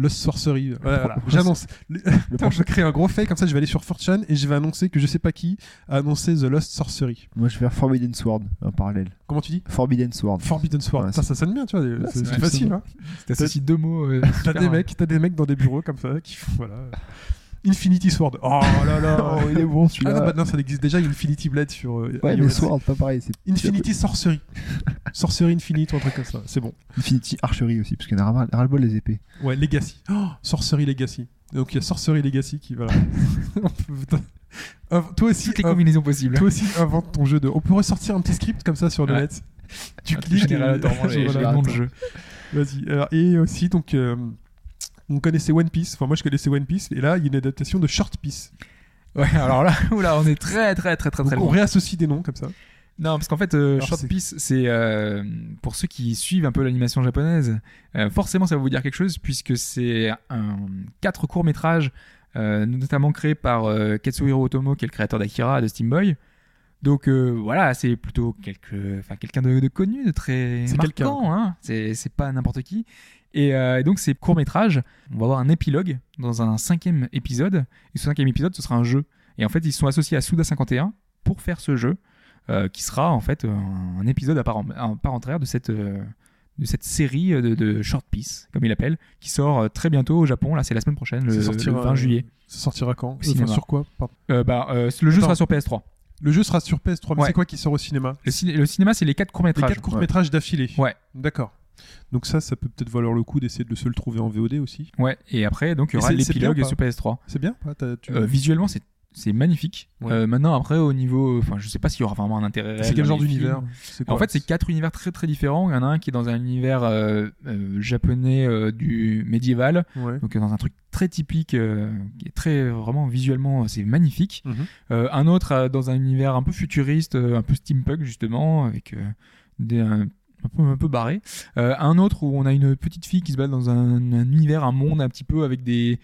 C: Lost Sorcery. Voilà, voilà. J'annonce. Le-
D: Ah,
E: Le
C: Attends, je vais créer un gros fake, comme ça je vais aller sur Fortune et je vais annoncer que je sais pas qui a annoncé The Lost Sorcery.
E: Moi, je vais faire Forbidden Sword en parallèle.
C: Comment tu dis
E: Forbidden Sword.
C: Forbidden Sword.
E: Ouais,
C: ça, ça sonne bien, tu vois. c'est
E: c'est
C: c'est facile. hein.
D: T'associes deux mots. euh,
C: T'as
D: super,
C: des
D: hein.
C: mecs, t'as des mecs dans des bureaux comme ça qui font voilà. Infinity Sword. Oh là là.
E: il est bon
C: Ah
E: celui-là.
C: non, bah non, ça existe déjà, Infinity Blade sur. euh,
E: ouais,
C: iOS.
E: mais Sword, pas pareil. C'est
C: Infinity Sorcery. Sorcery Infinite ou un truc comme ça. C'est bon.
E: Infinity Archery aussi, parce qu'il y en a ras- ras-le-bol les épées.
C: Ouais, Legacy. Oh, Sorcery Legacy. Donc il y a Sorcery Legacy qui va. Putain. Inv- toi aussi,
D: Toutes les
C: inv-
D: combinaisons possibles.
C: toi aussi, invente ton jeu de. On pourrait sortir un petit script comme ça sur le
D: Ouais.
C: net. Tu
D: Ah,
C: cliques.
D: général,
C: et-
D: attends, moi, j'ai- j'ai
C: Voilà.
D: le nom de jeu.
C: Vas-y. Alors, Et aussi, donc, euh, on connaissait One Piece. Enfin, moi, je connaissais One Piece. Et là, il y a une adaptation de Short Piece.
D: Ouais, alors là, oula, on est très très très très très
C: Donc, on
D: loin.
C: réassocie des noms comme ça.
D: Non, parce qu'en fait, euh,
C: Alors,
D: Short
C: c'est-
D: Piece, c'est euh, pour ceux qui suivent un peu l'animation japonaise, euh, forcément, ça va vous dire quelque chose puisque c'est un quatre courts métrages, euh, notamment créés par euh, Katsuhiro Otomo, qui est le créateur d'Akira, de Steam Boy. Donc euh, voilà, c'est plutôt quelque- enfin, quelqu'un de, de connu, de très
C: C'est quelqu'un.
D: marquant. Hein c'est c'est pas n'importe qui. Et, euh, et donc ces courts métrages, on va avoir un épilogue dans un cinquième épisode. Et ce cinquième épisode, ce sera un jeu. Et en fait, ils se sont associés à Suda 51 pour faire ce jeu, euh, qui sera en fait un épisode à part, en- à part entière de cette, euh, de cette série de, de short piece, comme il l'appelle, qui sort euh, très bientôt au Japon. Là, c'est la semaine prochaine, le,
C: Ça sortira,
D: le 20
C: euh,
D: juillet.
C: Ça sortira quand Enfin,
D: cinéma.
C: Sur quoi Pardon.
D: Euh, bah, euh, le jeu sera
C: Attends.
D: sur PS3.
C: Le jeu sera sur PS3. Mais
D: Ouais.
C: c'est quoi qui sort au cinéma
D: Le, ciné- le cinéma, c'est les quatre courts
C: Les
D: métrages.
C: quatre courts-métrages d'affilée.
D: Ouais.
C: D'accord. Donc ça, ça peut peut-être valoir le coup d'essayer de se le trouver en VOD aussi.
D: Ouais, et après, donc il y
C: Et
D: aura
C: c'est- c'est bien
D: l'épilogue
C: ou pas
D: sur PS3.
C: C'est bien ou pas T'as- tu-
D: Euh, visuellement, c'est c'est magnifique.
C: Ouais.
D: Euh, maintenant, après, au niveau. Enfin, je sais pas s'il y aura vraiment un intérêt.
C: C'est
D: réel
C: quel
D: dans
C: genre
D: les films.
C: d'univers C'est quoi
D: En fait, c'est quatre univers très très différents. Il y en a un qui est dans un univers euh, euh, japonais euh, du médiéval,
C: Ouais.
D: donc euh, dans un truc très typique, euh, qui est très euh, vraiment visuellement, euh, c'est magnifique.
C: Mhm.
D: Euh, un autre euh, dans un univers un peu futuriste, euh, un peu steampunk justement, avec euh, des, un, un peu, un peu barré. Euh, un autre où on a une petite fille qui se bat dans un, un univers, un monde un petit peu avec des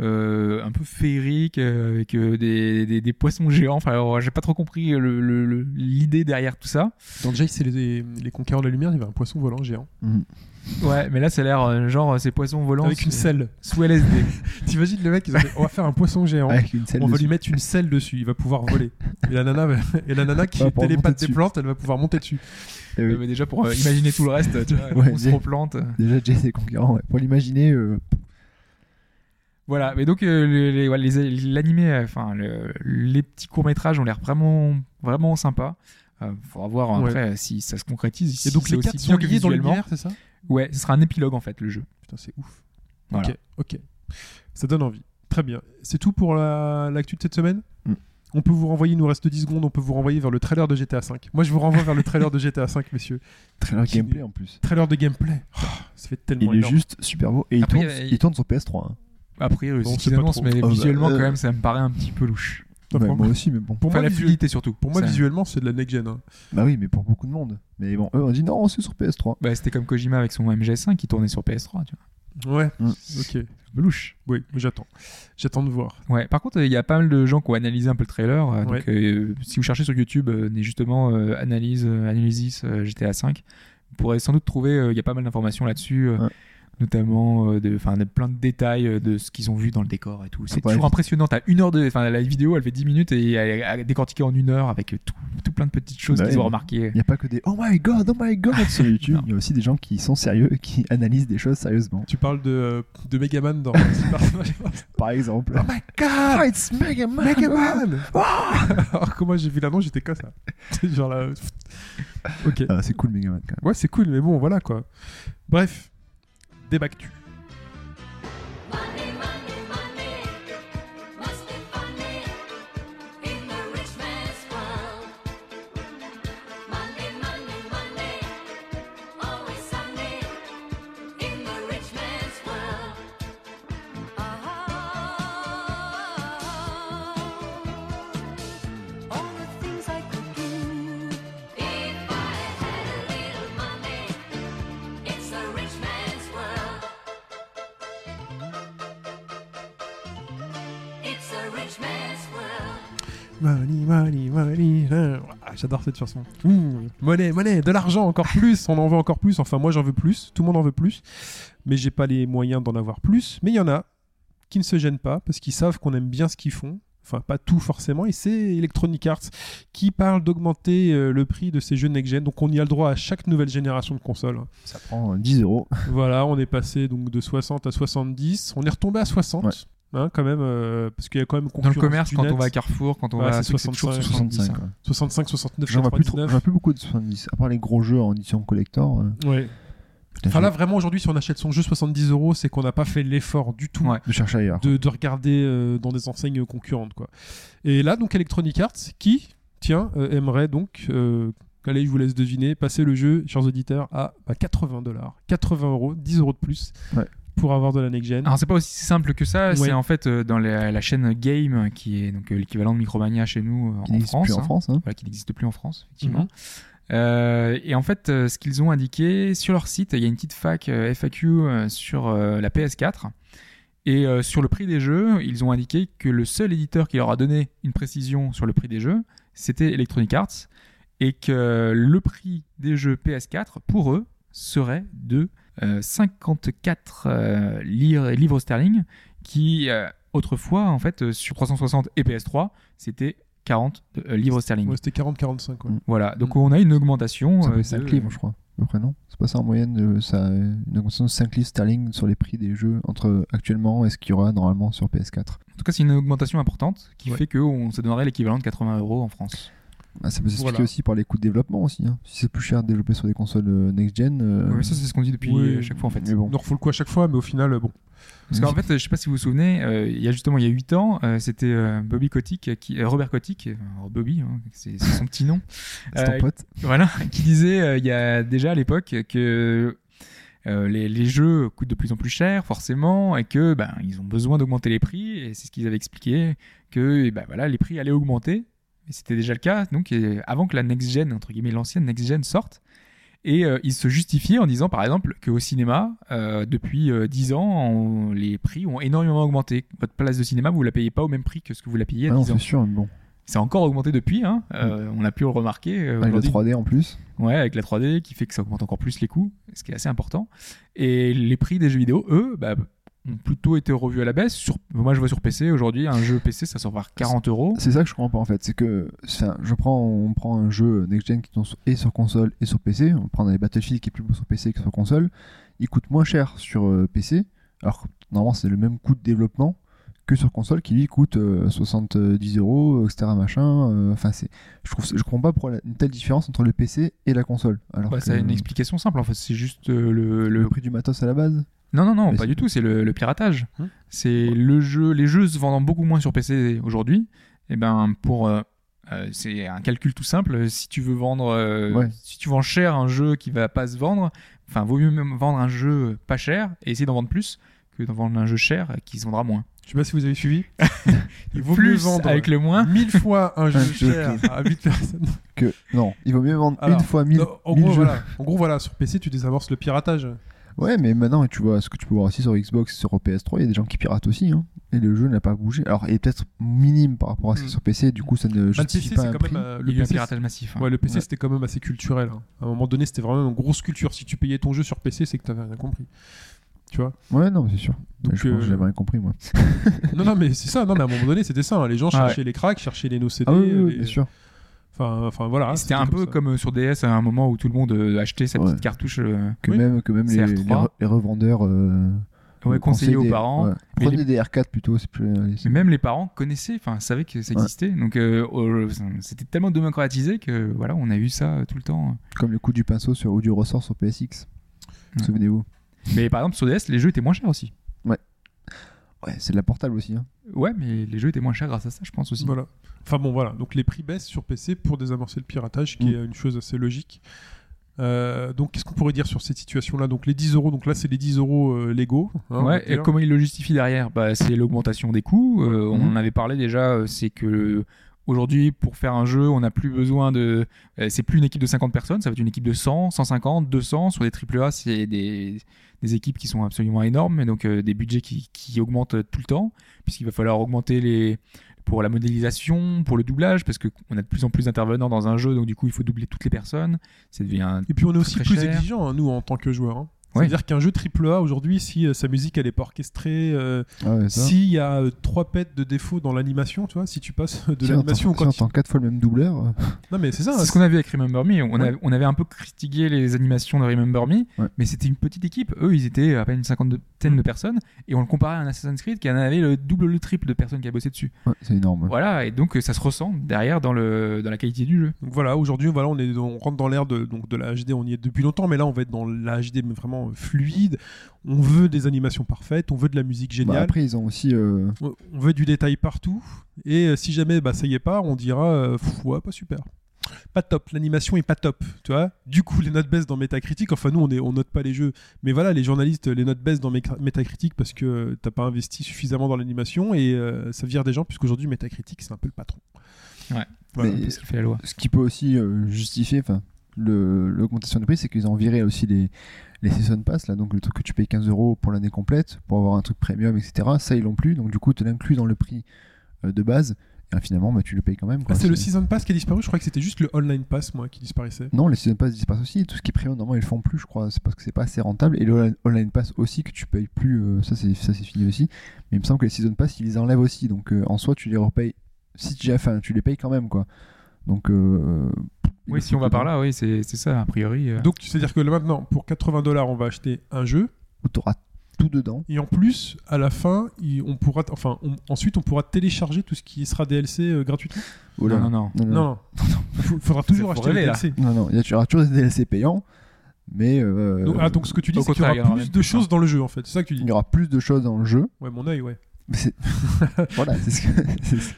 D: euh, un peu féerique, euh, avec euh, des, des- des poissons géants. Enfin, alors, j'ai pas trop compris l'idée le, le- l'idée derrière tout ça.
C: Dans Jace, c'est les, les Conquérants de la Lumière, il y avait un poisson volant géant.
D: Ouais, mais là, ça a l'air euh, genre euh, ces poissons volants
C: Avec une
D: sous-
C: selle.
D: sous LSD.
C: T'imagines le mec, ils ont fait, on va faire un poisson géant.
E: Avec une selle
C: On va
E: dessus.
C: lui mettre une selle dessus, il va pouvoir voler. Et la nana, va- et la nana qui
E: Ouais,
C: est
E: pour monter
C: télépathe des
E: dessus.
C: plantes, elle va pouvoir monter dessus.
E: Eh oui.
D: Euh, mais déjà pour euh, imaginer tout le reste, tu vois,
E: Ouais,
D: on se
E: bien.
D: replante.
E: Déjà, Jay, c'est conquérant. ouais. Pour l'imaginer, euh,
D: Voilà, mais donc euh, les- les- ouais, les- l'animé, euh, enfin le- les petits courts métrages ont l'air vraiment vraiment sympas. Euh, faudra voir
C: Ouais.
D: après euh, si ça se concrétise. si
C: Et donc
D: c'est
C: les
D: aussi
C: quatre
D: bien
C: sont
D: que
C: liés dans
D: visuellement.
C: l'univers, c'est ça
D: Ouais, ce sera un épilogue en fait le jeu.
C: Putain, c'est ouf.
D: Voilà.
C: Ok, ok. Ça donne envie. Très bien. C'est tout pour la- l'actu de cette semaine
E: Mm.
C: On peut vous renvoyer, il nous reste 10 secondes, on peut vous renvoyer vers le trailer de GTA V. Moi, je vous renvoie vers le trailer de GTA V, messieurs.
E: trailer
C: Qui-
E: gameplay en plus.
C: Trailer de gameplay. Oh, ça fait tellement
E: Il est
C: énorme.
E: juste super beau. Et il,
D: Après,
E: tourne,
D: euh,
E: il tourne sur PS3. hein.
D: A priori, c'est
C: Bon, on
D: ce
C: sait
D: qu'ils
C: pas
D: annoncent,
C: trop.
D: mais
E: Oh, bah,
D: visuellement
E: euh.
D: quand même, ça me paraît un petit peu louche.
C: Enfin,
E: Ouais,
C: pour,
E: moi aussi, mais bon.
C: pour
D: Enfin,
C: moi,
D: la
C: visu-
D: fluidité surtout.
C: pour moi,
D: Ça-
C: visuellement, c'est de la next-gen. hein.
E: Bah oui, mais pour beaucoup de monde. Mais bon, eux, on dit non, c'est sur PS3.
D: Bah, c'était comme Kojima avec son MGS5 qui tournait sur PS3, tu vois.
C: Ouais,
E: Mm.
C: ok.
D: Un peu louche.
C: Oui, j'attends. J'attends de voir.
D: Ouais, par contre, euh, il y a pas mal de gens qui ont analysé un peu le trailer. euh,
C: Ouais.
D: Donc, euh, si vous cherchez sur YouTube, euh, mais justement euh, analyse, euh, analysis euh, GTA 5, vous pourrez sans doute trouver. euh, Il y a pas mal d'informations là-dessus, euh,
E: Ouais.
D: notamment euh, de, enfin, de plein de détails euh, de ce qu'ils ont vu dans le décor et tout. C'est
E: Ouais.
D: toujours impressionnant. T'as une heure de, enfin, la vidéo, elle fait 10 minutes et elle est décortiquée en une heure avec euh, tout, tout plein de petites choses
E: Bah
D: qu'ils
E: oui.
D: ont remarquées.
E: Il n'y a pas que des oh my god, oh my god sur YouTube.
D: Non.
E: Il y a aussi des gens qui sont sérieux et qui analysent des choses sérieusement.
C: Tu parles de, euh, de Megaman dans Super Smash Bros.
E: Par exemple, Ah,
C: Oh my god Oh!
E: it's Mega Man!
C: Megaman Alors que moi, j'ai vu l'annonce, j'étais comme ça. C'est genre là... Ok.
E: Ah, c'est cool, Mega Man quand même.
C: Ouais, c'est cool, mais bon, voilà quoi. Bref, débactu.
F: Money, money, money must be funny in the rich man's world. Money, money, money, always sunny in the rich man's world. Uh-huh. Oh, all the things I could do if I had a little money. It's the rich man's world. It's a rich man's world.
C: Money, money, money. hein. Ah, J'adore cette chanson. Mmh. Monnaie, monnaie, de l'argent, encore plus. On en veut encore plus. Enfin, moi, j'en veux plus. Tout le monde en veut plus. Mais j'ai pas les moyens d'en avoir plus. Mais il y en a qui ne se gênent pas parce qu'ils savent qu'on aime bien ce qu'ils font. Enfin, pas tout forcément. Et c'est Electronic Arts qui parle d'augmenter euh, le prix de ces jeux next-gen. Donc, on y a le droit à chaque nouvelle génération de consoles.
E: Ça prend euh, 10 euros.
C: voilà, on est passé donc de 60 à 70. On est retombé à 60.
E: Ouais.
C: hein, quand même, euh, parce qu'il y a quand même
D: Dans le
C: concurrence
D: commerce,
C: du
D: quand
C: net.
D: on va à Carrefour, quand on
C: Ouais,
D: va à
C: c'est
D: truc, c'est toujours
C: 65,
D: 70,
E: 65.
D: hein.
E: quoi.
C: 65, 69,
E: J'en vois plus, trop-
C: 99.
E: j'en vois plus beaucoup de 70. À part les gros jeux en édition collector. euh,
C: Ouais.
E: putain,
C: Enfin là,
E: je-
C: vraiment, aujourd'hui, si on achète son jeu 70 euros, c'est qu'on n'a pas fait l'effort du tout
D: Ouais.
E: je cherche ailleurs.
C: de, de regarder euh, dans des enseignes concurrentes. Quoi. Et là, donc Electronic Arts, qui, tiens, euh, aimerait donc, euh, allez, je vous laisse deviner, passer le jeu, chers auditeurs, à bah, 80 dollars, 80 euros, 10 euros de plus,
E: Ouais.
C: pour avoir de la next-gen.
D: Alors c'est pas aussi simple que ça,
C: Ouais.
D: c'est en fait euh, dans la, la chaîne Game qui est donc euh, l'équivalent de Micromania chez nous euh,
E: Qui
D: en
E: n'existe
D: France,
E: plus en
D: hein.
E: France. hein.
D: Voilà, qui n'existe plus en France effectivement. Euh, et en fait, euh, ce qu'ils ont indiqué sur leur site, il y a une petite fac euh, FAQ euh, sur euh, la PS4. Et euh, sur le prix des jeux, ils ont indiqué que le seul éditeur qui leur a donné une précision sur le prix des jeux, c'était Electronic Arts. Et que le prix des jeux PS4, pour eux, serait de euh, 54 euh, lire- livres sterling, qui euh, autrefois, en fait, euh, sur 360 et PS3, c'était 40 euh, livres sterling.
C: Ouais, c'était 40-45. quoi.
D: Voilà, donc on a une augmentation.
E: Ça
D: euh,
E: fait 5
D: de-
E: livres, je crois. Après, non C'est pas ça en moyenne euh, ça, euh, Une augmentation de 5 livres sterling sur les prix des jeux entre euh, actuellement et ce qu'il y aura normalement sur PS4.
D: En tout cas, c'est une augmentation importante qui
C: Ouais.
D: fait qu'on se donnerait l'équivalent de 80 euros en France.
E: Ah, ça peut s'expliquer
C: Voilà.
E: aussi par les coûts de développement aussi. hein. Si c'est plus cher de développer sur des consoles euh, next-gen. euh,
D: Ouais, mais ça, c'est ce qu'on dit depuis
C: oui.
D: euh, chaque fois en fait.
E: mais bon.
C: On en refoule le coup à chaque fois, mais au final, euh, bon.
D: Parce qu'en fait, euh, je sais pas si vous vous souvenez, euh, il y a justement il y a 8 ans, euh, c'était euh, Bobby Kotick, euh, qui, euh, Robert Kotick, euh, Bobby, hein, c'est c'est son petit nom,
E: C'est ton
D: Euh,
E: pote.
D: voilà, qui disait euh, il y a déjà à l'époque que euh, les, les jeux coûtent de plus en plus cher, forcément, et que ben ils ont besoin d'augmenter les prix. Et c'est ce qu'ils avaient expliqué que eh ben, voilà les prix allaient augmenter. Et c'était déjà le cas, donc et avant que la next gen entre guillemets l'ancienne next gen sorte. Et euh, ils se justifiaient en disant par exemple qu'au cinéma, euh, depuis euh, 10 ans, on- les prix ont énormément augmenté. Votre place de cinéma, vous la payez pas au même prix que ce que vous la payez à
E: Ah non,
D: 10 ans.
E: c'est sûr, mais bon.
D: C'est encore augmenté depuis, hein. Euh, on a pu le remarquer. euh,
E: Avec la
D: aujourd'hui.
E: 3D en plus.
D: Ouais, avec la 3D qui fait que ça augmente encore plus les coûts, ce qui est assez important. Et les prix des jeux vidéo, eux, bah, ont plutôt été revus à la baisse. Sur, moi, je vois sur PC aujourd'hui, un jeu PC, ça sort vers 40 euros.
E: C'est ça que je comprends pas en fait. C'est que enfin, je prends, on prend un jeu next-gen qui tourne sur- et sur console et sur PC. On prend les Battlefield qui est plus beau sur PC que sur console. Il coûte moins cher sur euh, PC. Alors que normalement, c'est le même coût de développement que sur console qui lui coûte euh, 70 euros, etc. Machin. euh, Enfin, c'est. Je trouve, je comprends pas pourquoi la- une telle différence entre le PC et la console. Alors
D: Bah,
E: que
D: ça a une explication simple, en fait. C'est juste euh, le,
E: le
D: le-
E: prix du matos à la base.
D: Non, non, non,
E: Mais
D: pas
E: c'est-
D: du tout. C'est le, le piratage.
C: Hmm.
D: C'est le jeu. Les jeux se vendent beaucoup moins sur PC aujourd'hui. Et ben pour euh, euh, c'est un calcul tout simple. Si tu veux vendre, euh,
E: Ouais.
D: si tu vends cher un jeu qui va pas se vendre, enfin vaut mieux même vendre un jeu pas cher et essayer d'en vendre plus que d'en vendre un jeu cher qui se vendra moins.
C: Je sais pas si vous avez suivi. Il vaut mieux
D: plus
C: vendre
D: avec le moins.
C: mille fois un jeu
E: jeu
C: cher à 8 personnes.
E: Que non, il vaut mieux vendre
C: Alors,
E: une fois 1000
C: Non, en,
E: 1000
C: gros,
E: jeux.
C: voilà. en gros, voilà, sur PC, tu désamorces le piratage.
E: Ouais, mais maintenant, tu vois, ce que tu peux voir aussi sur Xbox, sur PS3, il y a des gens qui piratent aussi, hein. Et le jeu n'a pas bougé. Alors, il est peut-être minime par rapport à ce qui est
C: Mm.
E: sur PC, du coup, ça ne
C: Bah, le
E: justifie
C: PC,
E: pas
C: c'est
E: un
C: quand
E: prix.
C: même euh,
D: Il
C: le
D: y a eu un
C: PC,
D: piratage massif. hein.
C: Ouais, le PC
E: Ouais.
C: c'était quand même assez culturel. hein. À un moment donné, c'était vraiment une grosse culture. Si tu payais ton jeu sur PC, c'est que t'avais rien compris. Tu vois
E: Ouais, non, mais c'est sûr.
C: euh, Donc,
E: je pense
C: euh,
E: que j'avais rien compris, moi.
C: Non, non, mais c'est ça. Non, mais à un moment donné, c'était ça. hein. Les gens
D: Ah ouais.
C: cherchaient les cracks, cherchaient les no CD.
E: Ah oui, oui, oui,
C: euh, les-
E: bien sûr.
C: Enfin, enfin voilà.
D: Et C'était un peu
C: ça.
D: comme euh, sur DS à un moment où tout le monde euh, achetait sa
E: Ouais.
D: petite cartouche euh,
E: Que
C: oui.
E: même, que même les,
D: CR3.
E: les re- les revendeurs. Euh,
D: ouais,
E: nous
D: conseillée
E: conseillent
D: aux
E: des-
D: parents.
E: ouais.
D: Mais
E: Prenez
D: les-
E: des R4 plutôt, c'est plus. euh, réaliste.
D: Mais même les parents connaissaient, enfin savaient que ça
E: Ouais.
D: existait. Donc euh, au- c'était tellement démocratisé que voilà, on a eu ça euh, tout le temps.
E: Comme le coup du pinceau sur, ou du ressort sur PSX.
C: Hmm.
D: Ouais.
E: Souvenez-vous.
D: Mais par exemple sur DS, les jeux étaient moins chers aussi.
E: Ouais, c'est de la portable aussi. Hein.
D: Ouais, mais les jeux étaient moins chers grâce à ça, je pense aussi.
C: Voilà. Enfin bon, voilà. Donc les prix baissent sur PC pour désamorcer le piratage, qui
E: Mm.
C: est une chose assez logique. Euh, donc qu'est-ce qu'on pourrait dire sur cette situation-là Donc les 10 euros, donc là c'est les 10 euros euh, légaux. hein, on va
D: ouais, et
C: dire.
D: comment ils le justifient derrière bah, C'est l'augmentation des coûts. Euh, On
E: Mhm.
D: en avait parlé déjà, euh, c'est que aujourd'hui, pour faire un jeu, on n'a plus besoin de. euh, C'est plus une équipe de 50 personnes, ça va être une équipe de 100, 150, 200. Sur des AAA, c'est des, des équipes qui sont absolument énormes, et donc euh, des budgets qui, qui augmentent euh, tout le temps, puisqu'il va falloir augmenter les. Pour la modélisation, pour le doublage, parce qu'on a de plus en plus d'intervenants dans un jeu, donc du coup il faut doubler toutes les personnes. Ça devient
C: Et puis on est aussi
D: Très
C: plus
D: cher.
C: exigeant, hein, nous, en tant que joueurs. hein.
D: Ouais.
C: C'est-à-dire qu'un jeu AAA aujourd'hui, si euh, sa musique elle est pas orchestrée, euh,
E: Ah ouais, ça.
C: s'il y a euh, trois pets de défaut dans l'animation, tu vois, si tu passes de
E: Si on
C: l'animation au
E: entend- si on
C: quanti-
E: entend quatre fois le même doubleur. euh,
C: Non mais c'est ça. hein.
D: C'est ce qu'on avait avec Remember Me. On, a-
E: Ouais.
D: on avait un peu critiqué les animations de Remember Me,
E: Ouais.
D: mais c'était une petite équipe. Eux, ils étaient à peine une cinquantaine
C: Mm.
D: de personnes, et on le comparait à un Assassin's Creed qui en avait le double, le triple de personnes qui a bossé dessus.
E: ouais, c'est énorme. Bah, ouais.
D: Voilà, et donc euh, ça se ressent derrière dans, le, dans la qualité du jeu.
C: Donc voilà, aujourd'hui, voilà, on, est, on rentre dans l'ère de, donc de la HD, on y est depuis longtemps, mais là, on va être dans la HD mais vraiment euh, fluide. On veut des animations parfaites, on veut de la musique
E: Bah,
C: géniale,
E: après, ils ont aussi. euh,
C: on on veut du détail partout. Et euh, si jamais bah, ça y est pas, on dira euh, pff, ouais, pas super. Pas top, l'animation est pas top, tu vois. Du coup, les notes baissent dans Metacritic. Enfin, nous, on, est, on note pas les jeux, mais voilà, les journalistes, les notes baissent dans Meta- Metacritic parce que euh, t'as pas investi suffisamment dans l'animation et euh, ça vire des gens, puisqu'aujourd'hui, Metacritic, c'est un peu le patron.
D: Ouais.
C: Voilà.
E: Mais-
D: C'est ce qui fait la loi.
E: ce qui peut aussi euh, justifier enfin, le- l'augmentation du prix, c'est qu'ils ont viré aussi les, les season pass, là, donc le truc que tu payes 15 euros pour l'année complète, pour avoir un truc premium, etc. Ça, ils l'ont plus, donc du coup, tu l'inclus dans le prix euh, de base, et euh, finalement, bah, tu le payes quand même.
C: Ah,
E: quoi.
C: c'est le Season Pass qui a disparu, je crois que c'était juste le Online Pass, moi, qui disparaissait.
E: Non, les season pass disparaissent aussi, tout ce qui est premium, normalement, ils le font plus, je crois, c'est parce que c'est pas assez rentable, et le online- online pass aussi, que tu payes plus, euh, ça, c'est ça, c'est fini aussi, mais il me semble que les season pass, ils les enlèvent aussi, donc euh, en soi, tu les repayes, si tu, enfin, tu les payes quand même, quoi. Donc, euh,
D: Oui, si on va par là, oui, c'est c'est ça, a priori. euh.
C: Donc, c'est-à-dire que là, maintenant, pour 80 dollars, on va acheter un jeu,
E: où t'auras tout dedans.
C: et en plus, à la fin, il- on pourra, t- enfin, on- ensuite, on pourra télécharger tout ce qui sera DLC euh, gratuitement.
E: Oh là
D: non,
E: là.
D: non, non.
E: Non, non, non.
C: Non, il faudra toujours
D: Faut
C: acheter
D: rêver,
C: les
D: là.
C: DLC.
E: Non, non, il y a- tu auras toujours des DLC payants, mais euh,
C: Donc, ah, donc, ce que tu dis,
D: Au
C: c'est qu'il y
D: contraire, il y en
C: aura
D: aura
C: plus
D: même
C: de
D: plus,
C: choses
D: hein.
C: dans le jeu, en fait. C'est ça que tu dis.
E: il y aura plus de choses dans le jeu.
C: Ouais, mon œil, ouais.
E: Mais c'est- voilà, c'est ce, que... c'est ce-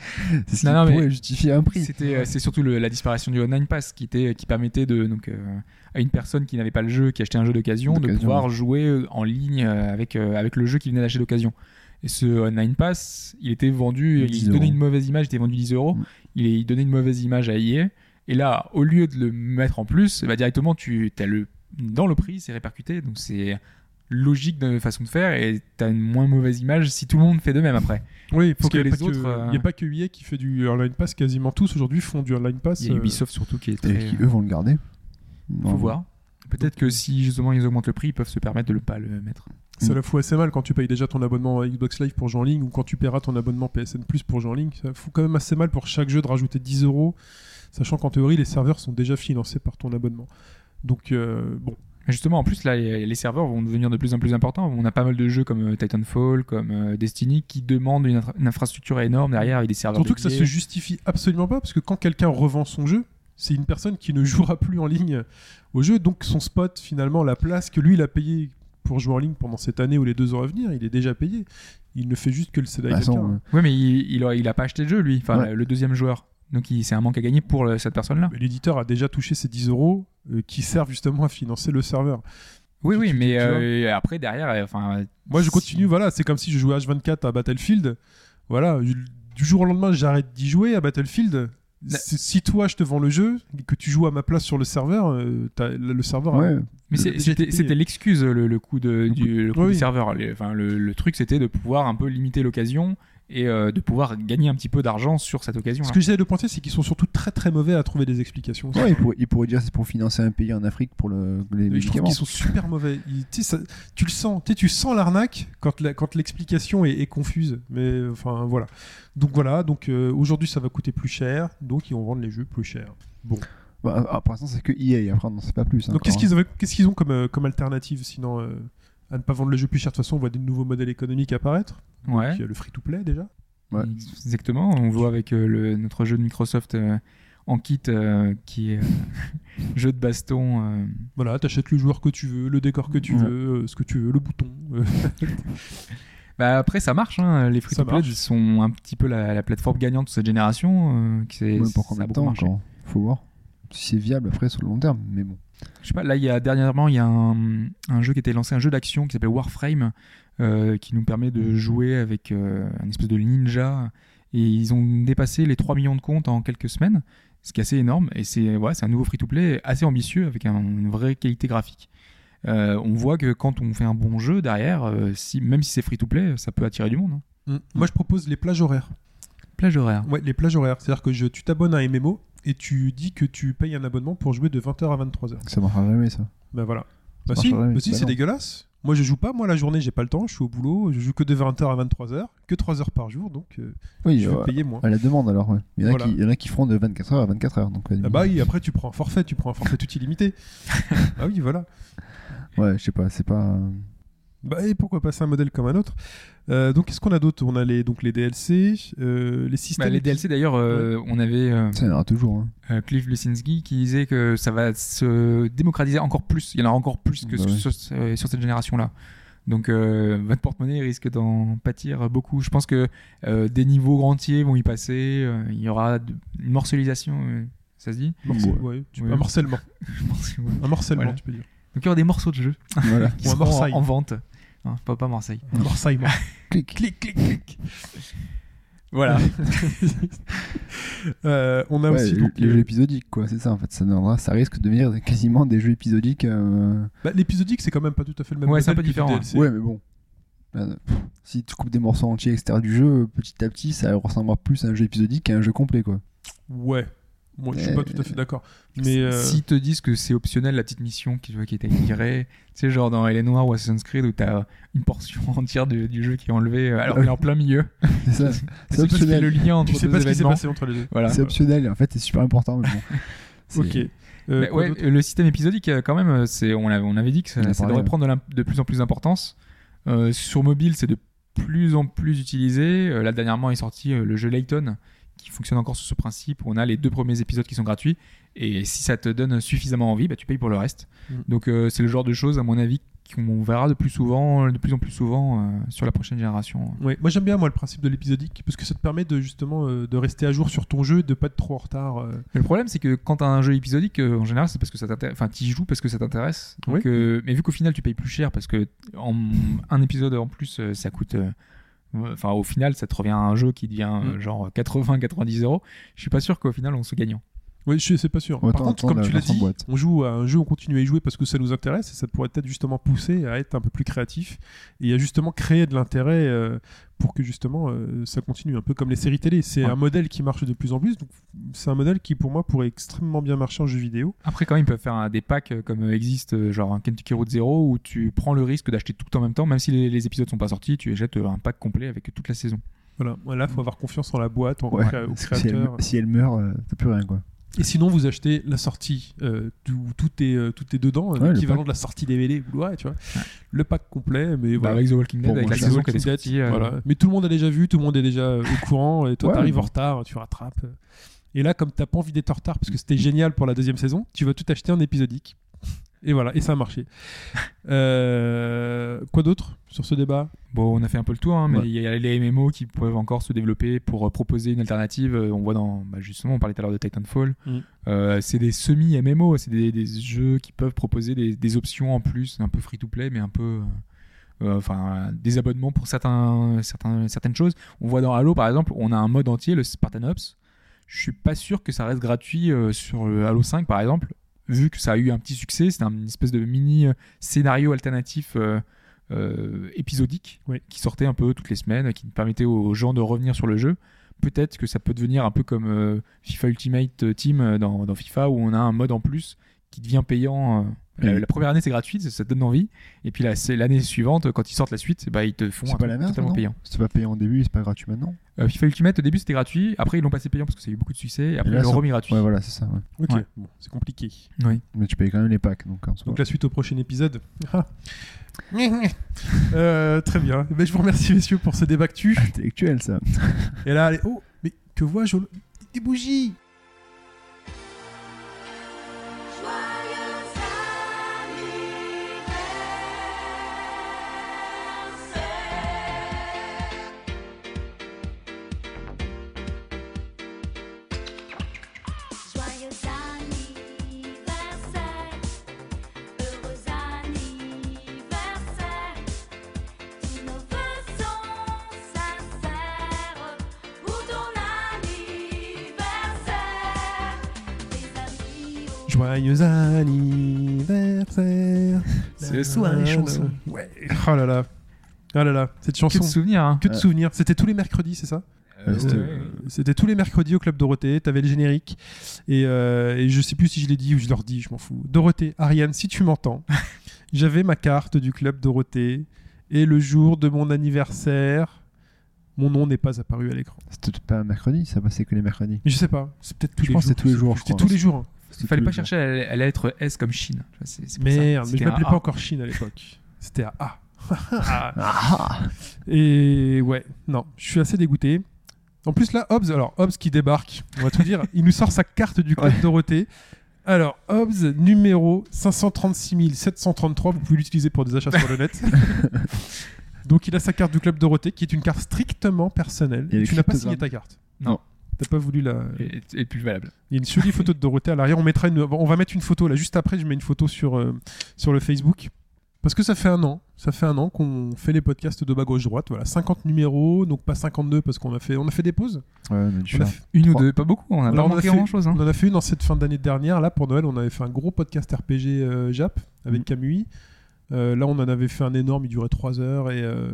E: c'est ce qui
D: Non, non, mais-
E: pourrait justifier un prix.
D: C'était, euh, c'est surtout le- la disparition du online pass qui, était, qui permettait de, donc, euh, à une personne qui n'avait pas le jeu, qui achetait un jeu d'occasion, de
E: D'occasion,
D: pouvoir jouer euh, en ligne euh, avec, euh, avec le jeu qu'il venait d'acheter d'occasion. Et ce online pass, il était vendu,
E: 10
D: il donnait
E: euros.
D: une mauvaise image, il était vendu 10 euros,
E: Mm.
D: il, il donnait une mauvaise image à EA. Et là, au lieu de le mettre en plus, eh ben, directement, tu as le, dans le prix, c'est répercuté, donc c'est logique de façon de faire et tu as une moins mauvaise image si tout le monde fait de même après.
C: Oui,
D: Parce
C: faut qu'il
D: que
C: n'y
D: les
C: a, pas
D: autres,
C: que-
D: euh,
C: il y a pas que EA qui fait du Online Pass, quasiment tous aujourd'hui font du Online Pass.
D: Il y a
C: euh,
D: Ubisoft surtout qui est
E: Et
D: très...
E: qui, eux, vont le garder.
D: Faut
E: Non.
D: voir. Peut-être que si justement ils augmentent le prix, ils peuvent se permettre de ne pas le mettre.
C: Ça la fout assez mal quand tu payes déjà ton abonnement à Xbox Live pour jouer en ligne ou quand tu paieras ton abonnement PSN Plus pour jouer en ligne. Ça fout quand même assez mal pour chaque jeu de rajouter 10 euros, sachant qu'en théorie, les serveurs sont déjà financés par ton abonnement. Donc, euh, bon,
D: Mais justement, en plus, là, les les serveurs vont devenir de plus en plus importants. On a pas mal de jeux comme euh, Titanfall, comme euh, Destiny, qui demandent une, infra- une infrastructure énorme derrière avec des serveurs.
C: surtout que ça se
D: dédiés.
C: justifie absolument pas parce que quand quelqu'un revend son jeu, c'est une personne qui ne jouera plus en ligne au jeu, donc son spot, finalement, la place que lui, il a payé pour jouer en ligne pendant cette année ou les deux ans à venir, il est déjà payé. Il ne fait juste que le céder
E: De
C: à
E: toute façon,
C: quelqu'un.
D: Ouais, mais il, il, a, il a pas acheté le jeu, lui. Enfin,
E: Ouais.
D: le deuxième joueur. Donc il- c'est un manque à gagner pour euh, cette personne-là.
C: Mais L'éditeur a déjà touché ces 10 euros euh, qui servent justement à financer le serveur.
D: Oui,
C: tu-
D: oui,
C: tu-
D: mais
C: tu vois.
D: euh, après, derrière, euh, enfin.
C: Moi, je
D: si-
C: continue, voilà, c'est comme si je jouais H24 à Battlefield. Voilà, je- du jour au lendemain, j'arrête d'y jouer à Battlefield.
D: Na-
C: Si si toi, je te vends le jeu, et que tu joues à ma place sur le serveur, euh, t'as- le serveur a-
E: ouais,
D: Mais
C: Le-
D: c'est-
C: déjà
D: c'était
C: payé.
D: c'était l'excuse, le, le coût, de,
E: euh. Le
D: du, le coût
C: Oui,
D: du
C: oui.
D: serveur. Les- enfin, le, le truc, c'était de pouvoir un peu limiter l'occasion et euh, de pouvoir gagner un petit peu d'argent sur cette occasion.
C: Ce que j'essaie de pointer, c'est qu'ils sont surtout très très mauvais à trouver des explications.
E: ouais, ils, pourraient, ils pourraient dire c'est pour financer un pays en Afrique pour
C: Mais
E: le, les
C: je trouve
E: médicaments.
C: qu'ils sont super mauvais. Ils- tu sais, ça- tu le sens, tu sais, tu sens l'arnaque quand la- quand l'explication est, est confuse. Mais euh, enfin voilà. Donc voilà. Donc euh, aujourd'hui, ça va coûter plus cher. Donc ils vont vendre les jeux plus cher.
E: Bah, ah, pour l'instant, c'est que EA, après, on n'en sait pas plus.
C: Donc
E: encore,
C: qu'est-ce
E: hein.
C: qu'ils avaient- qu'est-ce qu'ils ont comme, euh, comme alternative sinon euh, à ne pas vendre le jeu plus cher De toute façon, on voit des nouveaux modèles économiques apparaître.
D: Ouais.
C: Puis, Il y a le free-to-play déjà.
E: Ouais.
D: Exactement, on voit avec euh, le, notre jeu de Microsoft euh, en kit euh, qui est euh, jeu de baston. euh.
C: Voilà, t'achètes le joueur que tu veux, le décor que tu
E: Ouais.
C: veux, euh, ce que tu veux, le bouton. euh.
D: Bah, après, ça marche, hein, les free to
C: Ça
D: play
C: marche.
D: sont un petit peu la, la plateforme gagnante de cette génération. euh, qui c'est-
E: Ouais, pour
D: ça a
E: combien de
D: beaucoup
E: temps
D: marché.
E: encore Faut voir si c'est viable après sur le long terme, mais bon.
D: Je sais pas, là, il y a, dernièrement, il y a un, un jeu qui était lancé, un jeu d'action qui s'appelle Warframe, euh, qui nous permet de jouer avec euh, un espèce de ninja. Et ils ont dépassé les 3 millions de comptes en quelques semaines, ce qui est assez énorme. Et c'est ouais, c'est un nouveau free-to-play assez ambitieux avec un- une vraie qualité graphique. Euh, on voit que quand on fait un bon jeu derrière, euh, si, même si c'est free-to-play, ça peut attirer du monde. hein.
C: Mm. Moi, je propose les plages horaires.
D: Plage horaire.
C: Ouais, les plages horaires. C'est-à-dire que je, tu t'abonnes à un MMO et tu dis que tu payes un abonnement pour jouer de 20h à 23h.
E: Ça marchera jamais ça.
C: Ben voilà. Bah
E: marche
C: si,
E: pas, mais
C: bah si,
E: bah
C: c'est
E: non.
C: dégueulasse. Moi, je joue pas. Moi, la journée, j'ai pas le temps. Je suis au boulot. Je joue que de 20h à 23h. Que 3 heures par jour. Donc, euh,
E: Oui,
C: je
E: euh,
C: veux payer moins.
E: à la demande alors. ouais. Il, y en a
C: Voilà.
E: qui, il y en a qui feront de 24h à 24h. Donc, euh, ouais,
C: Ah bah oui, après, tu prends un forfait. Tu prends un forfait tout illimité. ah oui, voilà.
E: ouais, je sais pas, c'est pas. euh,
C: Bah, et pourquoi passer un modèle comme un autre Euh, Donc, qu'est-ce qu'on a d'autre On a les, donc, les DLC, euh, les systèmes.
D: Bah, les
C: qui-
D: DLC d'ailleurs, euh, on avait euh,
E: Ça, il y en aura toujours. hein.
D: euh, Cliff Lesinski qui disait que ça va se démocratiser encore plus. Il y en aura encore plus que
E: Bah
D: sur- sur,
E: ouais.
D: euh, sur cette génération-là. Donc euh, votre porte-monnaie risque d'en pâtir beaucoup. Je pense que euh, des niveaux entiers vont y passer. euh, il y aura de- une morcelisation, euh, ça se dit
C: Morcel- ouais, tu-
D: Ouais.
C: Un morcellement.
D: Je pense que ouais.
C: Un morcellement,
D: Voilà.
C: tu peux dire.
D: Donc il y aura des morceaux de jeu
E: voilà.
D: qui
C: Ou un
D: seront en,
C: Marseille.
D: en vente. Hein, pas, pas Marseille.
C: Un morceillement.
E: Clic.
D: Clic, clic, clic. voilà.
C: Euh, on a
E: Ouais,
C: aussi
E: les,
C: donc,
E: les
C: euh,
E: jeux épisodiques, quoi. C'est ça, en fait. Ça, donnera- ça risque de devenir quasiment des jeux épisodiques. euh,
C: bah, l'épisodique, c'est quand même pas tout à fait le même
D: Ouais,
C: modèle
D: c'est un peu
C: que du
D: différent,
C: DLC.
E: Ouais, mais bon. Euh, pff, Si tu coupes des morceaux entiers, etc. du jeu, petit à petit, ça ressemblera plus à un jeu épisodique qu'à un jeu complet, quoi.
C: Ouais. Moi, je suis pas tout à fait d'accord. Mais euh,
D: S'ils te disent que c'est optionnel la petite mission qui, qui est tirée, tu sais, genre dans Hélène Noire ou Assassin's Creed où t'as une portion entière du, du jeu qui est enlevée euh, alors qu'il est en plein milieu.
E: C'est ça.
D: C'est le
E: optionnel.
D: lien entre
C: tu sais
D: deux
C: pas ce qui s'est
D: événements.
C: passé entre les deux.
D: Voilà.
E: C'est optionnel, et en fait, c'est super important. Mais bon. C'est-
C: Ok. Euh,
D: Mais
C: quoi
D: ouais,
C: d'autre
D: le système épisodique, euh, quand même, euh, c'est, on, l'a- on avait dit que
E: On
D: ça,
E: en a
D: ça
E: parlé,
D: devrait
E: ouais.
D: prendre de, l'im- de plus en plus d'importance. Euh, sur mobile, c'est de plus en plus utilisé. Euh, là, dernièrement, est sorti euh, le jeu Layton, qui fonctionne encore sur ce principe où on a les deux premiers épisodes qui sont gratuits. Et si ça te donne suffisamment envie, bah, tu payes pour le reste.
C: Mm.
D: Donc, euh, c'est le genre de choses, à mon avis, qu'on verra de plus souvent, de plus en plus souvent euh, sur la prochaine génération.
C: Ouais. Moi j'aime bien moi le principe de l'épisodique parce que ça te permet de justement euh, de rester à jour sur ton jeu, et de pas être trop en retard. euh.
D: Mais Le problème, c'est que quand t'as un jeu épisodique, euh, en général, c'est parce que ça t'intéresse. Enfin, t'y joues parce que ça t'intéresse. Donc,
C: Oui.
D: euh, mais vu qu'au final, tu payes plus cher parce que en, un épisode en plus, euh, ça coûte. euh, euh, Enfin, au final, ça te revient à un jeu qui devient euh, genre 80-90 euros. Je suis pas sûr qu'au final, on se gagnant.
C: Oui, je suis- c'est pas sûr.
E: Autant
C: Par contre,
E: attendre
C: comme tu l'as
E: la fin de
C: dit,
E: boîte.
C: on joue à un jeu, on continue à y jouer parce que ça nous intéresse et ça pourrait peut-être justement pousser à être un peu plus créatif et à justement créer de l'intérêt euh, pour que justement euh, ça continue un peu comme les séries télé. C'est
D: Ouais.
C: un modèle qui marche de plus en plus. donc C'est un modèle qui pour moi pourrait extrêmement bien marcher en jeu vidéo.
D: Après, quand même, ils peuvent faire euh, des packs euh, comme euh, existe, euh, genre un Kentucky Road Zero où tu prends le risque d'acheter tout en même temps, même si les, les épisodes sont pas sortis, tu achètes euh, un pack complet avec toute la saison.
C: Voilà, là, faut avoir confiance en la boîte, en
E: Mm. Ouais.
C: créa- au
E: Parce que si, elle,
C: créateur.
E: si elle meurt, euh, t'as plus rien, quoi.
C: Et sinon, vous achetez la sortie, euh, tout, tout est, euh, tout est dedans, euh,
E: Ouais, le
C: l'équivalent
E: pack.
C: de la sortie DVD, ouais, tu vois. Le pack complet, mais
D: Bah,
C: voilà.
D: avec The Walking Dead,
E: Bon,
D: avec
E: moi,
D: la
E: je-
D: saison qui
C: Walking
D: était
C: Dead,
D: sortie. euh,
C: voilà. Mais tout le monde a déjà vu, tout le monde est déjà euh, au courant, et toi,
E: Ouais,
C: t'arrives
E: mais-
C: en retard, tu rattrapes. Et là, comme t'as pas envie d'être en retard parce que c'était génial pour la deuxième saison, tu vas tout acheter en épisodique. Et voilà, et ça a marché. Euh, quoi d'autre sur ce débat
D: Bon, on a fait un peu le tour, hein, mais
E: Ouais.
D: il y a les MMO qui peuvent encore se développer pour euh, proposer une alternative. Euh, On voit dans, bah, justement, on parlait tout à l'heure de Titanfall.
C: Mm.
D: Euh, c'est des semi-MMO, c'est des, des jeux qui peuvent proposer des, des options en plus, un peu free-to-play, mais un peu. euh, euh, Enfin, des abonnements pour certains, certains, certaines choses. On voit dans Halo, par exemple, on a un mode entier, le Spartan Ops. Je suis pas sûr que ça reste gratuit euh, sur le Halo 5, par exemple, vu que ça a eu un petit succès. C'est un- une espèce de mini euh, scénario alternatif euh, euh, épisodique
C: Oui.
D: qui sortait un peu toutes les semaines, qui permettait aux gens de revenir sur le jeu. Peut-être que ça peut devenir un peu comme euh, FIFA Ultimate Team euh, dans, dans FIFA où on a un mode en plus qui devient payant. euh, la,
E: Oui.
D: la première année c'est gratuit, ça, ça te donne envie. Et puis là, c'est l'année suivante, quand ils sortent la suite, bah, ils te font
E: C'est
D: un
E: pas
D: truc
E: la merde,
D: totalement
E: non
D: payant.
E: C'est pas payant au début, c'est pas gratuit maintenant.
D: Euh, FIFA Ultimate au début c'était gratuit, après ils l'ont passé payant parce que ça a eu beaucoup de succès, et après
E: là,
D: ils l'ont
E: ça-
D: remis gratuit.
E: Ouais, voilà, c'est ça. ouais.
C: Ok,
D: Ouais.
C: bon, c'est compliqué.
D: Oui.
E: Mais tu payes quand même les packs, donc en soi.
C: Donc la suite au prochain épisode. Ah. Euh, très bien. Eh ben, je vous remercie messieurs pour ce débat que tu.
E: intellectuel, ça.
C: euh, Et là, allez, oh, mais que vois-je au- Des bougies
F: Joyeux anniversaire Joyeux anniversaire Heureux anniversaire Tous nos vœux sont sincères Pour ton anniversaire Des amis au
C: Joyeux anniversaire
D: C'est
C: hein,
D: soir les chansons.
C: Ouais. Oh là là. Oh là là, cette
D: Que
C: chanson.
D: de souvenirs, hein.
C: Que de
E: Ouais.
C: souvenirs. C'était tous les mercredis, c'est ça
E: Euh, c'était-
D: ouais.
C: C'était tous les mercredis au Club Dorothée. T'avais le générique. Et, euh, et je sais plus si je l'ai dit ou je leur dis, je m'en fous. Dorothée, Ariane, si tu m'entends, J'avais ma carte du club Dorothée et le jour de mon anniversaire, mon nom n'est pas apparu à l'écran.
E: C'était peut-être pas un mercredi, ça passait que les mercredis.
C: Mais je sais pas, c'est peut-être tous
E: Je
C: les
E: pense que
C: jours.
E: c'est tous les jours, je
C: C'était
E: crois.
C: tous les jours. hein.
E: C'était
D: Fallait
E: tous
D: pas
E: les jours.
D: chercher à la- à la lettre S comme Chine. Tu vois, c'est- c'est pour ça.
C: Merde, mais
D: C'était
C: je
D: un
C: m'appelais
D: A.
C: pas encore Chine à l'époque. C'était à A.
E: Ah
C: Et ouais, non, je suis assez dégoûté. En plus, là, Hobbs, alors Hobbs qui débarque, on va tout dire, il nous sort sa carte du club Dorothée. Alors, Hobbs, numéro 536 733, vous pouvez l'utiliser pour des achats sur le net. Donc, il a sa carte du club Dorothée, qui est une carte strictement personnelle.
E: Il y a des
C: tu n'as pas
E: cryptogrammes.
C: signé ta carte.
D: Non.
C: T'as pas voulu la.
D: Et, et plus valable.
C: Il y a une jolie photo de Dorothée à l'arrière. On mettra une. On va mettre une photo là juste après. Je mets une photo sur euh, sur le Facebook parce que ça fait un an. Ça fait un an qu'on fait les podcasts de bas gauche droite. Voilà, 50 numéros, donc pas 52 parce qu'on a fait on a fait des pauses.
E: Ouais, on a dû
C: On a
E: faire-
C: fait-
D: Une ou
E: Trois.
D: deux, pas beaucoup. On a
C: Alors,
D: pas
C: on a
D: manqué hein.
C: fait-
D: grand
E: hein.
D: chose.
C: on en a fait une en cette fin d'année dernière. Là pour Noël, on avait fait un gros podcast RPG euh, Jap avec
E: Mm.
C: Camui. Euh, là, on en avait fait un énorme. Il durait 3 heures et euh,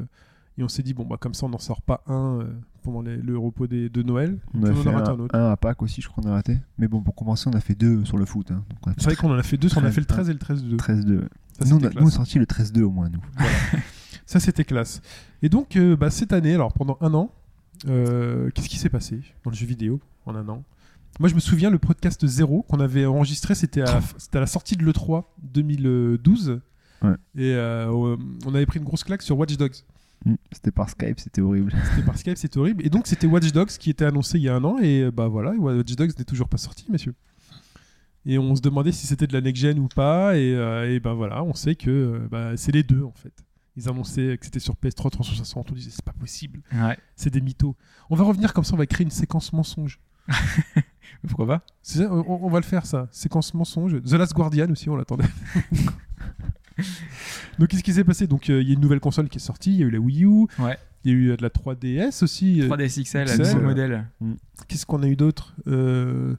C: et on s'est dit bon bah comme ça on n'en sort pas un euh, pendant les- le repos des- de Noël.
E: on a
C: en
E: fait
C: aura raté
E: un,
C: un autre.
E: un à Pâques aussi, je crois qu'on a raté. Mais bon, pour commencer, on a fait deux sur le foot. hein. Donc on a fait
C: C'est vrai qu'on en a fait deux. On a fait le 13 et le 13 2.
E: 13-2. ouais.
C: Ça,
E: Nous, on
C: c'était
E: a,
C: classe.
E: nous, on a sorti le 13-2 au moins, nous.
C: Ça, c'était classe. Et donc, euh, bah, cette année, alors pendant un an, euh, qu'est-ce qui s'est passé dans le jeu vidéo en un an Moi, je me souviens, le podcast zéro qu'on avait enregistré, c'était à, c'était à la sortie de l'E3 2012.
E: Ouais.
C: Et euh, on avait pris une grosse claque sur Watch Dogs.
E: Mm. C'était par Skype, c'était horrible.
C: C'était par Skype, c'était horrible. Et donc, c'était Watch Dogs qui était annoncé il y a un an. Et euh, bah voilà, Watch Dogs n'est toujours pas sorti, messieurs. Et on se demandait si c'était de la next-gen ou pas. Et, euh, et ben voilà, on sait que euh, bah, c'est les deux, en fait. Ils annonçaient que c'était sur PS3 360. On disait, c'est pas possible,
D: Ouais.
C: c'est des mythos. On va revenir comme ça, on va créer une séquence mensonge.
D: Pourquoi pas
C: C'est ça, on, on va le faire, ça. Séquence mensonge. The Last Guardian aussi, on l'attendait. donc, qu'est-ce qui s'est passé Donc, euh, il y a une nouvelle console qui est sortie. Il y a eu la Wii U.
D: Ouais.
C: Il y a eu euh, de la 3DS aussi. euh,
D: 3DS XL,
C: XL,
D: le nouveau
E: euh,
D: modèle.
C: Qu'est-ce qu'on a eu d'autre Euh,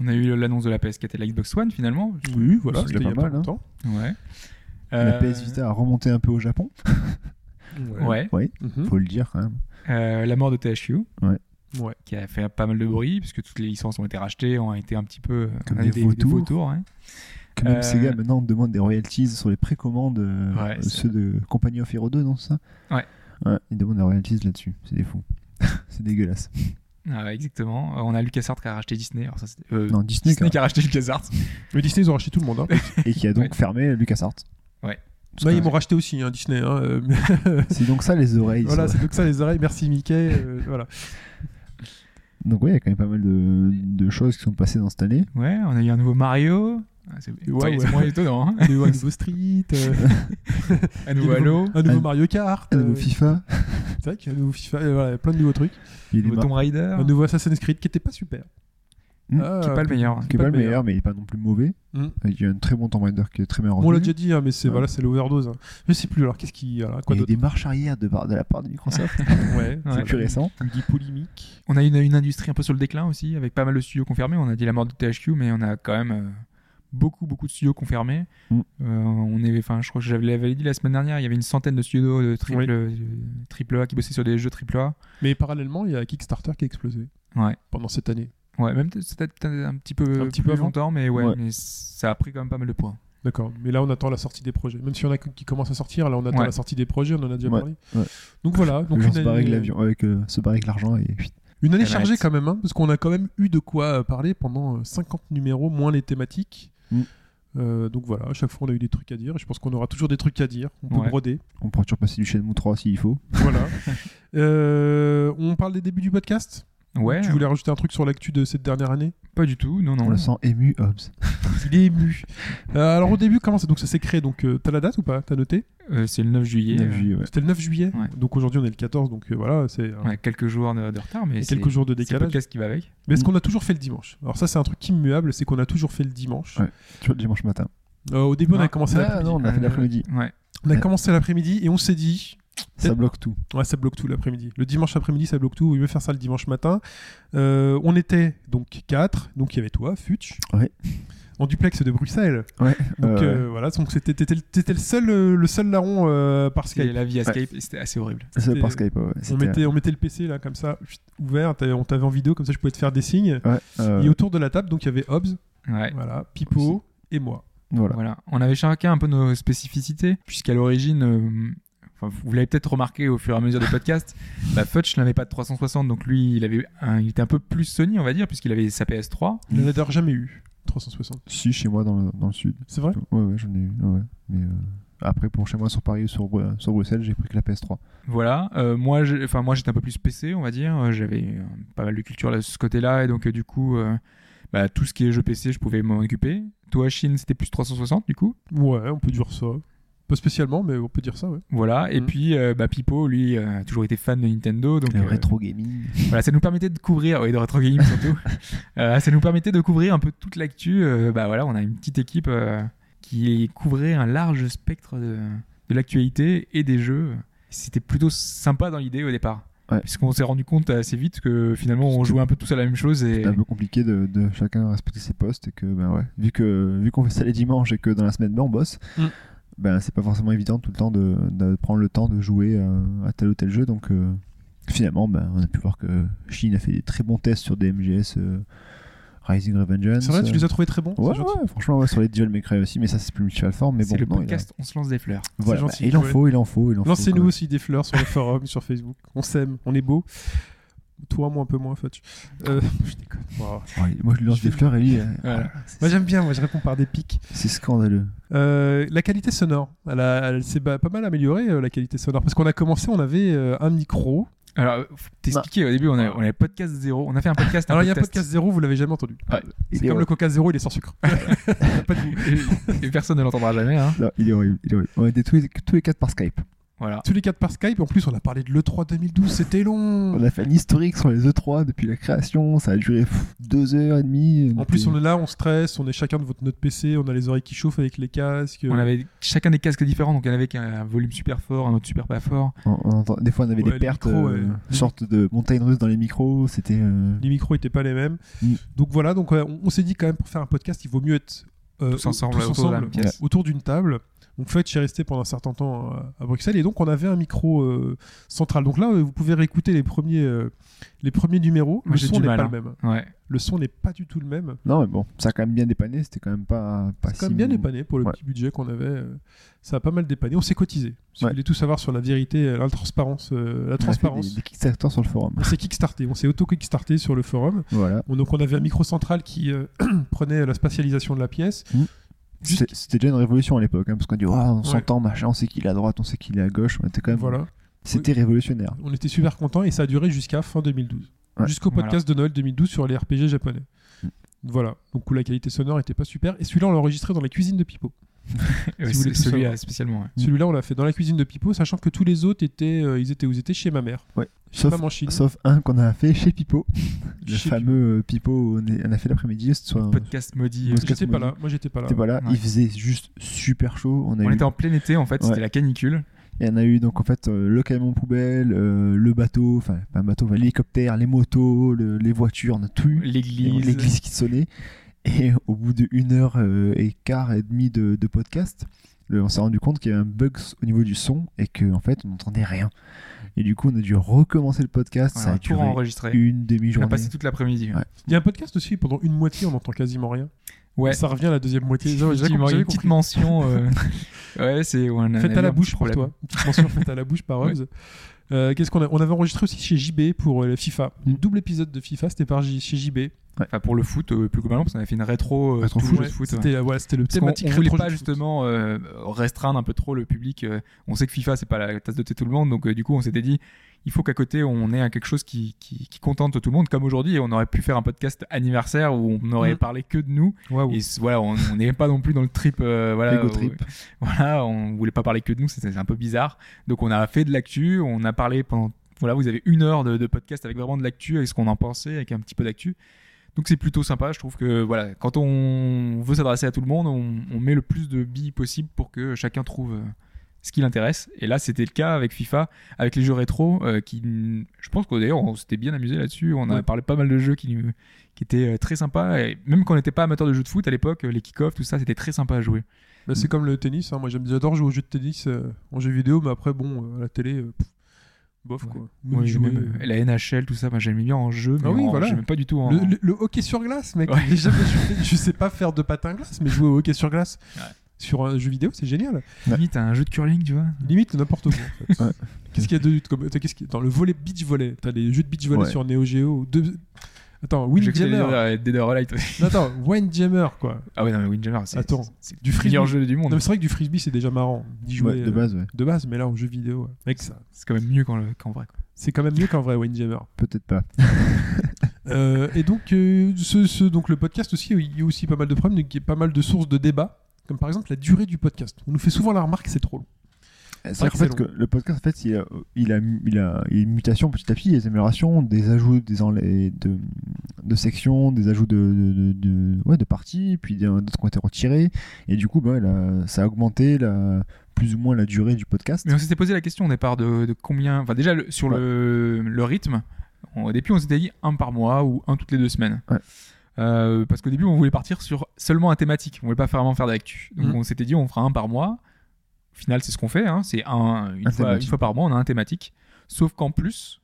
D: On a eu l'annonce de la PS4 et de la Xbox One finalement.
C: Oui, voilà,
E: C'est
C: c'était il y
E: déjà
C: a
E: pas
C: pas
E: mal, hein.
C: longtemps.
D: Ouais.
E: La
D: Euh,
E: PS Vita a remonté un peu au Japon, hein.
D: Ouais.
C: Mhm.
E: faut le dire quand même.
D: Euh, la mort de THQ.
E: Ouais.
C: Ouais.
D: Qui a fait pas mal de bruit, puisque toutes les licences ont été rachetées, ont été un petit peu. euh,
E: Comme
D: avec
E: des vautours.
D: hein.
E: Que même
D: Euh,
E: Sega maintenant on demande des royalties sur les précommandes, euh,
D: Ouais,
E: euh,
D: c'est-
E: ceux de Compagnie of Hero 2, non c'est ça
D: Ouais.
E: ouais. Ils demandent des royalties là-dessus, c'est des fous. c'est dégueulasse.
D: Ah ouais, exactement. Euh, On a LucasArts qui a racheté Disney. Alors ça, c'est- euh,
E: Non, Disney,
D: Disney qui a racheté LucasArts.
C: Mais Disney, ils ont racheté tout le monde. hein.
E: quoi. et qui a donc
D: Ouais.
E: fermé LucasArts.
D: Ouais.
E: Parce
C: Bah,
E: que
C: ils m'ont racheté aussi, hein, Disney. hein, euh, mais
E: C'est donc ça les oreilles.
C: voilà,
E: ça.
C: c'est donc ça les oreilles. Merci Mickey. euh, voilà.
E: Donc ouais, il y a quand même pas mal de, de choses qui sont passées dans cette année.
D: Ouais, on a eu un nouveau Mario. Ah, c'est
C: Ouais,
D: ouais,
C: ouais.
D: c'est moins étonnant. hein.
C: Un nouveau Rainbow Street, euh,
D: Un nouveau
C: des
D: Halo.
C: un nouveau
E: Un-
C: Mario Kart.
E: Un nouveau
C: euh,
E: FIFA,
C: C'est vrai qu'il y a un nouveau FIFA. euh, voilà, plein de nouveaux trucs.
D: Un
E: il est
D: nouveau
E: mar-
D: Tomb Raider.
C: Un nouveau Assassin's Creed qui était pas super.
E: Mm,
C: Ah,
D: Ah. Qui est pas le meilleur.
E: qui est pas, le meilleur, mais il est pas non plus mauvais.
C: Mm.
E: Il y a un très bon Tomb Raider qui est très bien
C: Bon,
E: rendu.
C: on l'a déjà dit, hein, mais c'est
E: Ouais.
C: voilà, c'est l'overdose. hein. Je sais plus. Alors, qu'est-ce qui, voilà, quoi
E: il y a eu
C: d'autre
E: des marches arrière de, par- de la part de Microsoft,
C: Ouais.
E: c'est
D: Ouais.
E: plus récent.
C: Guy polémique.
D: On a une, une industrie un peu sur le déclin aussi, avec pas mal de studios confirmés. On a dit la mort de THQ, mais on a quand même euh, beaucoup, beaucoup de studios confirmés.
E: Mm.
D: Euh, on est, enfin, je crois que je l'avais dit la semaine dernière, il y avait une centaine de studios de triple,
C: Oui.
D: euh, triple A qui bossaient sur des jeux triple A.
C: Mais parallèlement, il y a Kickstarter qui a explosé
D: Ouais.
C: pendant cette année.
D: Ouais, même peut-être- c'est peut-être un petit peu,
C: Un petit peu
D: plus
C: avant.
D: longtemps, mais ouais,
E: Ouais.
D: mais ça a pris quand même pas mal de points.
C: D'accord. Mais là, on attend la sortie des projets. Même si on a qui commence à sortir, là, on attend
D: Ouais.
C: la sortie des projets. On en a déjà
E: Ouais,
C: parlé.
E: ouais.
C: Donc voilà. Donc
E: Donc
C: une
E: se barrer avec
C: année,
E: l'avion, avec, euh, se barrer avec l'argent et
C: une année
D: Elle
C: chargée
D: arrête.
C: quand même, hein, parce qu'on a quand même eu de quoi euh, parler pendant euh, 50 numéros, moins les thématiques.
E: Mm.
C: Euh, donc voilà, à chaque fois on a eu des trucs à dire. et Je pense qu'on aura toujours des trucs à dire. On peut
D: Ouais.
C: broder.
E: on pourra toujours passer du Shenmue 3 s'il faut.
C: Voilà. Euh, on parle des débuts du podcast.
D: Eh Ouais,
C: Tu voulais rajouter un truc sur l'actu de cette dernière année
D: pas du tout, non, non.
E: On le sent ému, Hobbs.
C: Il est ému. Euh, alors au début, comment ça, donc ça s'est créé Donc euh, t'as la date ou pas T'as noté
D: Euh, c'est le 9 juillet.
E: Il a
D: euh,
E: vu, ouais.
C: C'était le 9 juillet.
D: Ouais.
C: Donc aujourd'hui on est le 14. Donc euh, voilà, c'est un-
D: on a quelques jours de, de retard, mais c'est
C: quelques jours de
D: c'est le
C: décalage.
D: podcast qui va avec.
C: Mais est-ce qu'on a toujours fait le dimanche Alors ça c'est un truc immuable, c'est qu'on a toujours fait le dimanche.
E: Ouais. Tu vois, le dimanche matin.
C: Euh, au début on a
D: Ah,
C: commencé
E: Ah
C: l'après-midi.
E: non, on a fait
D: Euh,
E: l'après-midi.
D: Ouais.
C: On a
E: Ouais.
C: commencé l'après-midi et on s'est dit,
E: Ça bloque tout.
C: ouais, ça bloque tout l'après-midi. Le dimanche après-midi, ça bloque tout. Il mieux faire ça le dimanche matin. Euh, on était donc quatre. Donc il y avait toi, Futch.
E: Ouais.
C: En duplex de Bruxelles.
E: Ouais.
C: Donc
E: euh,
C: euh, voilà, donc c'était t'étais le- t'étais le seul, euh, le seul larron euh, par
D: C'était
C: Skype.
D: la vie à
E: Ouais.
D: Skype, et c'était assez horrible.
E: c'est
C: c'était-
E: par Skype, ouais.
C: On
E: C'était-
C: mettait, on mettait le PC là comme ça, chut, ouvert. t'avais- On t'avait en vidéo comme ça, je pouvais te faire des signes.
E: Ouais, euh,
C: Et autour de la table, donc il y avait Hobbs,
D: Ouais.
C: voilà, Pipo et moi.
E: Voilà.
D: Voilà. On avait chacun un peu nos spécificités, puisqu'à l'origine, euh, enfin, vous l'avez peut-être remarqué au fur et à mesure des podcasts, bah, Fudge n'avait pas de 360, donc lui, il, avait un- il était un peu plus Sony, on va dire, puisqu'il avait sa PS3.
C: Il n'en a d'ailleurs jamais eu, 360.
E: Si, chez moi, dans le, dans le sud.
C: C'est vrai
E: Ouais, ouais, j'en ai eu. ouais. Mais euh, après, pour chez moi, sur Paris ou sur, Bru- euh, sur Bruxelles, j'ai pris que la PS3.
D: Voilà. Euh, moi, j'ai- enfin, moi, j'étais un peu plus PC, on va dire. Euh, J'avais euh, pas mal de culture de ce côté-là, et donc euh, du coup, euh, bah, tout ce qui est jeu PC, je pouvais m'en occuper. Toi, Chine, c'était plus 360, du coup.
C: Ouais, on peut dire ça. Pas spécialement, mais on peut dire ça, ouais.
D: Voilà. Et
C: Mhm.
D: puis, euh, bah, Pipo, lui, euh, a toujours été fan de Nintendo, donc
E: Le
D: euh,
E: rétro gaming.
D: Voilà, ça nous permettait de couvrir, et de rétro gaming surtout, Euh, ça nous permettait de couvrir un peu toute l'actu. Euh, bah voilà, on a une petite équipe euh, qui couvrait un large spectre de, de l'actualité et des jeux. C'était plutôt sympa dans l'idée au départ.
E: Ouais.
D: Puisqu'on s'est rendu compte assez vite que finalement on jouait un peu tous à la même chose et
E: C'était un peu compliqué de, de chacun respecter ses postes et que, ben ouais, vu que vu qu'on fait ça les dimanches et que dans la semaine, ben, on bosse,
C: Mm.
E: ben c'est pas forcément évident tout le temps de, de prendre le temps de jouer euh, à tel ou tel jeu. Donc euh, finalement, ben, on a pu voir que Chine a fait des très bons tests sur des MGS euh, Rising Revengeance.
C: C'est vrai, tu les
E: euh,
C: as trouvés très bons
E: Ouais,
C: c'est gentil.
E: ouais, franchement, ouais, sur les Duel May Cry aussi, mais ça c'est plus Multival Form. Mais
D: c'est
E: bon,
D: le
E: non, il a-
D: podcast On se lance des fleurs.
E: Voilà,
C: C'est
E: bah,
C: gentil,
E: il en
C: ouais.
E: faut, il en faut, il en faut.
C: Lancez-nous
E: quand
C: aussi des fleurs sur le forum, sur Facebook. On s'aime, on est beau. Toi, moi, un peu moins, Fudge. Euh, je déconne. Wow.
E: même. Ouais, moi, je lui lance des fleurs et lui, euh,
D: Voilà.
C: Moi, j'aime bien, moi, je réponds par des pics.
E: c'est scandaleux.
C: Euh, la qualité sonore, elle, a- elle s'est ba- pas mal améliorée, euh, la qualité sonore. Parce qu'on a commencé, on avait euh, un micro.
D: Alors, faut t'expliquer, au début on a, on avait podcast zéro, on a fait un podcast. un
C: Alors, il y a un
D: peu de test.
C: podcast zéro, vous l'avez jamais entendu.
D: Ouais.
C: C'est comme le Coca zéro, il est sans sucre.
D: Pas de- et personne ne l'entendra jamais. hein.
E: Non, il est horrible, il est horrible. On était tous les, tous les quatre par Skype.
D: Voilà.
C: Tous les quatre par Skype. En plus, on a parlé de l'E3 2012, c'était long.
E: On a fait un historique sur les E3 depuis la création, ça a duré pff, deux heures et demie.
C: En plus, on est là, on stresse, on est chacun de votre, notre PC, on a les oreilles qui chauffent avec les casques.
D: On avait chacun des casques différents, donc il y en avait qui avaient un volume super fort, un autre super pas fort.
E: On- on entend- Des fois, on avait
C: Ouais,
E: des
C: les
E: pertes,
C: micros,
E: euh,
C: ouais.
E: une sorte de montagne russe dans les micros, c'était. euh,
C: Les micros n'étaient pas les mêmes.
E: Mm.
C: Donc voilà, donc euh, on, on s'est dit quand même pour faire un podcast, il vaut mieux être euh,
D: Tous ensemble,
C: tous
D: autour de la
C: ensemble,
D: même pièce.
C: autour d'une table. Donc Fudge est resté pendant un certain temps euh, à Bruxelles et donc on avait un micro euh, central. Donc là, euh, vous pouvez réécouter les premiers, euh, les premiers numéros.
D: Moi,
C: le
D: j'ai
C: son
D: du
C: n'est
D: mal,
C: pas
D: hein.
C: le même.
D: Ouais.
C: Le son n'est pas du tout le même.
E: Non, mais bon, ça a quand même bien dépanné, c'était quand même pas, pas
C: C'est quand
E: si-
C: même bien dépanné pour le
E: Ouais.
C: petit budget qu'on avait. euh, Ça a pas mal dépanné. On s'est cotisé. Si
E: Ouais.
C: vous voulez tout savoir sur la vérité, euh, la transparence, euh, la
E: On a fait
C: transparence.
E: Des, des Kickstarter sur le forum.
C: On s'est kickstarté, on s'est auto-kickstarté sur le forum.
E: Voilà.
C: On- Donc on avait un micro central qui euh, prenait la spatialisation de la pièce. Juste-
E: Mmh. C'est- C'était déjà une révolution à l'époque, hein, parce qu'on dit, Ah, on
C: Ouais.
E: s'entend, machin, on sait qu'il est à droite, on sait qu'il est à gauche, on était quand même.
C: Voilà.
E: C'était révolutionnaire.
C: On était super contents et ça a duré jusqu'à fin 2012.
E: Ouais.
C: Jusqu'au podcast de Noël 2012 sur les RPG japonais.
E: Mm.
C: Voilà. Donc où la qualité sonore était pas super. Et celui-là, on l'a enregistré dans la cuisine de Pipo.
D: Ouais,
C: Si vous voulez
D: c'est-
C: tout
D: celui-là
C: savoir.
D: spécialement. ouais.
E: Mm.
C: Celui-là, on l'a fait dans la cuisine de Pipo, sachant que tous les autres étaient, euh, ils étaient où Ils étaient chez ma mère.
E: Ouais.
C: Chez
E: Sauf-
C: maman Chine.
E: Sauf un qu'on a fait chez Pipo. Le
C: Chez-
E: fameux euh, Pipo, où on, est- on a fait l'après-midi. c'était sur un-
D: Podcast maudit.
E: Moi,
D: euh,
E: podcast
C: J'étais pas
E: maudit.
C: là. Moi, j'étais pas là.
E: C'était pas là.
D: Ouais.
E: Il faisait juste super chaud. On, a
D: On
E: eu,
D: était en plein été en fait,
E: Ouais.
D: c'était la canicule.
E: Et on a eu donc en fait euh, le camion poubelle, euh, le bateau, enfin pas un bateau, enfin, l'hélicoptère, les motos, le- les voitures, on a tout eu. Et on-
D: L'église.
E: L'église qui sonnait. Et au bout de une heure euh, et quart et demie de, de podcast, le- on s'est rendu compte qu'il y avait un bug s- au niveau du son et qu'en en fait on n'entendait rien. Et du coup on a dû recommencer le podcast.
D: Voilà,
E: ça a
D: tout
E: duré
D: enregistré.
E: une
D: On
E: demi-journée.
D: a passé toute l'après-midi.
E: Ouais.
C: Il y a un podcast aussi, pendant une moitié, on n'entend quasiment rien.
D: Ouais.
C: Ça revient à la deuxième moitié. J'avais- j'avais
D: Effectivement, il y a
C: compris.
D: une petite mention. euh, ouais, c'est. on en a
C: Faites
D: eu
C: à la
D: un
C: bouche
D: petit
C: pour
D: problème.
C: toi. Une petite mention faite à la bouche par Hobbs. Euh, Qu'est-ce qu'on a On avait enregistré aussi chez JB pour euh, FIFA.
E: Mm.
C: Double épisode de FIFA, c'était par J- chez JB.
D: Enfin, pour le foot, euh, plus globalement, parce qu'on a fait une rétro. euh,
E: Rétro
D: tout le
E: foot,
D: jeu
C: Ouais,
D: de foot. ouais.
C: C'était la- voilà, c'était le
D: Parce qu'on-
C: thématique.
D: on voulait
C: rétro
D: pas
C: du foot.
D: justement euh, restreindre un peu trop le public. euh, on sait que FIFA c'est pas la tasse de thé tout le monde, donc euh, du coup on s'était dit il faut qu'à côté on ait un- quelque chose qui, qui, qui contente tout le monde. Comme aujourd'hui, on aurait pu faire un podcast anniversaire où on n'aurait
C: Mhm.
D: parlé que de nous.
C: Waouh.
D: Et c- voilà, on on n'est pas non plus dans le trip. euh, voilà,
E: Ego
D: euh,
E: trip.
D: voilà, on voulait pas parler que de nous, c'était un peu bizarre. Donc on a fait de l'actu, on a parlé pendant. Voilà, vous avez une heure de, de podcast avec vraiment de l'actu, avec ce qu'on en pensait, avec un petit peu d'actu. Donc c'est plutôt sympa, je trouve que voilà, quand on veut s'adresser à tout le monde, on, on met le plus de billes possible pour que chacun trouve euh, ce qui l'intéresse. Et là, c'était le cas avec FIFA, avec les jeux rétro, euh, qui, je pense qu'au d'ailleurs, on s'était bien amusé là-dessus. On a
C: Ouais.
D: parlé pas mal de jeux qui, nous- qui étaient euh, très sympas. Et même quand on n'était pas amateur de jeux de foot à l'époque, euh, les kick-offs, tout ça, c'était très sympa à jouer.
C: Bah,
D: Mm.
C: c'est comme le tennis. hein. Moi, j'aime- j'adore jouer aux jeux de tennis euh, en jeu vidéo, mais après, bon, euh, à la télé, euh, pff,
D: bof
C: Ouais.
D: quoi.
C: Nous,
D: Moi,
C: on y
D: je-
C: jouait,
D: même,
C: euh,
D: euh, la NHL, tout ça, moi j'aimais bien en jeu, mais
C: Ah oui,
D: en-
C: voilà.
D: j'aimais pas du tout en.
C: Le, le- le hockey sur glace, mec.
D: Ouais.
C: J'ai jamais joué- je sais pas faire de patin glace, mais jouer au hockey sur glace
D: Ouais.
C: sur un jeu vidéo, c'est génial.
D: Limite un jeu de curling, tu vois.
C: Limite n'importe quoi. en fait.
E: Ouais.
C: Qu'est-ce qu'il y a de comme t'as- qu'est-ce qui- dans le volet beach volley T'as les jeux de beach volley
E: Ouais.
C: sur Neo Geo. deux- Attends, Windjammer.
D: euh, Dead or Alive.
C: Non, attends, Windjammer quoi.
D: Ah ouais, non, mais Windjammer, c'est.
C: Attends,
D: c'est- c'est
C: du
D: le meilleur
C: frisbee.
D: jeu du
C: Non,
D: monde.
C: mais c'est vrai que du frisbee c'est déjà marrant d'y jouer
E: Ouais, de
C: euh,
E: base, ouais.
C: de base, mais là en jeu vidéo, ouais. mec, ça-
D: C'est quand même mieux qu'en le- qu'en vrai. quoi.
C: c'est quand même mieux qu'en vrai Windjammer.
E: Peut-être pas.
C: Euh, et donc, euh, ce, ce- donc le podcast aussi, il y a aussi pas mal de problèmes, donc il y a pas mal de sources de débats, comme par exemple la durée du podcast. On nous fait souvent la remarque, c'est trop long.
E: C'est
C: vrai
E: vrai
C: que
E: qu'en
C: c'est
E: fait, que le podcast, en fait, il a, euh, il, a, il, a, il y a une mutation petit à petit, il y a des améliorations, des ajouts des enlè- de, de sections, des ajouts de, de, de, de- ouais, de parties, puis des- d'autres qui ont été retirés. Et du coup, bah, ouais, la- ça a augmenté la, plus ou moins la durée du podcast.
D: Mais on s'était posé la question au départ de, de combien. Enfin, déjà, le- sur le, le rythme, on- au début, on s'était dit un par mois ou un toutes les deux semaines.
E: Ouais.
D: Euh, parce qu'au début, on voulait partir sur seulement un thématique. On voulait pas vraiment faire d'actu. Donc,
E: Mm.
C: Mhm.
D: on s'était dit, on fera un par mois. Au final, c'est ce qu'on fait. hein. C'est un, une,
E: Un
D: fois,
E: thématique.
D: une fois par mois, on a un thématique. Sauf qu'en plus,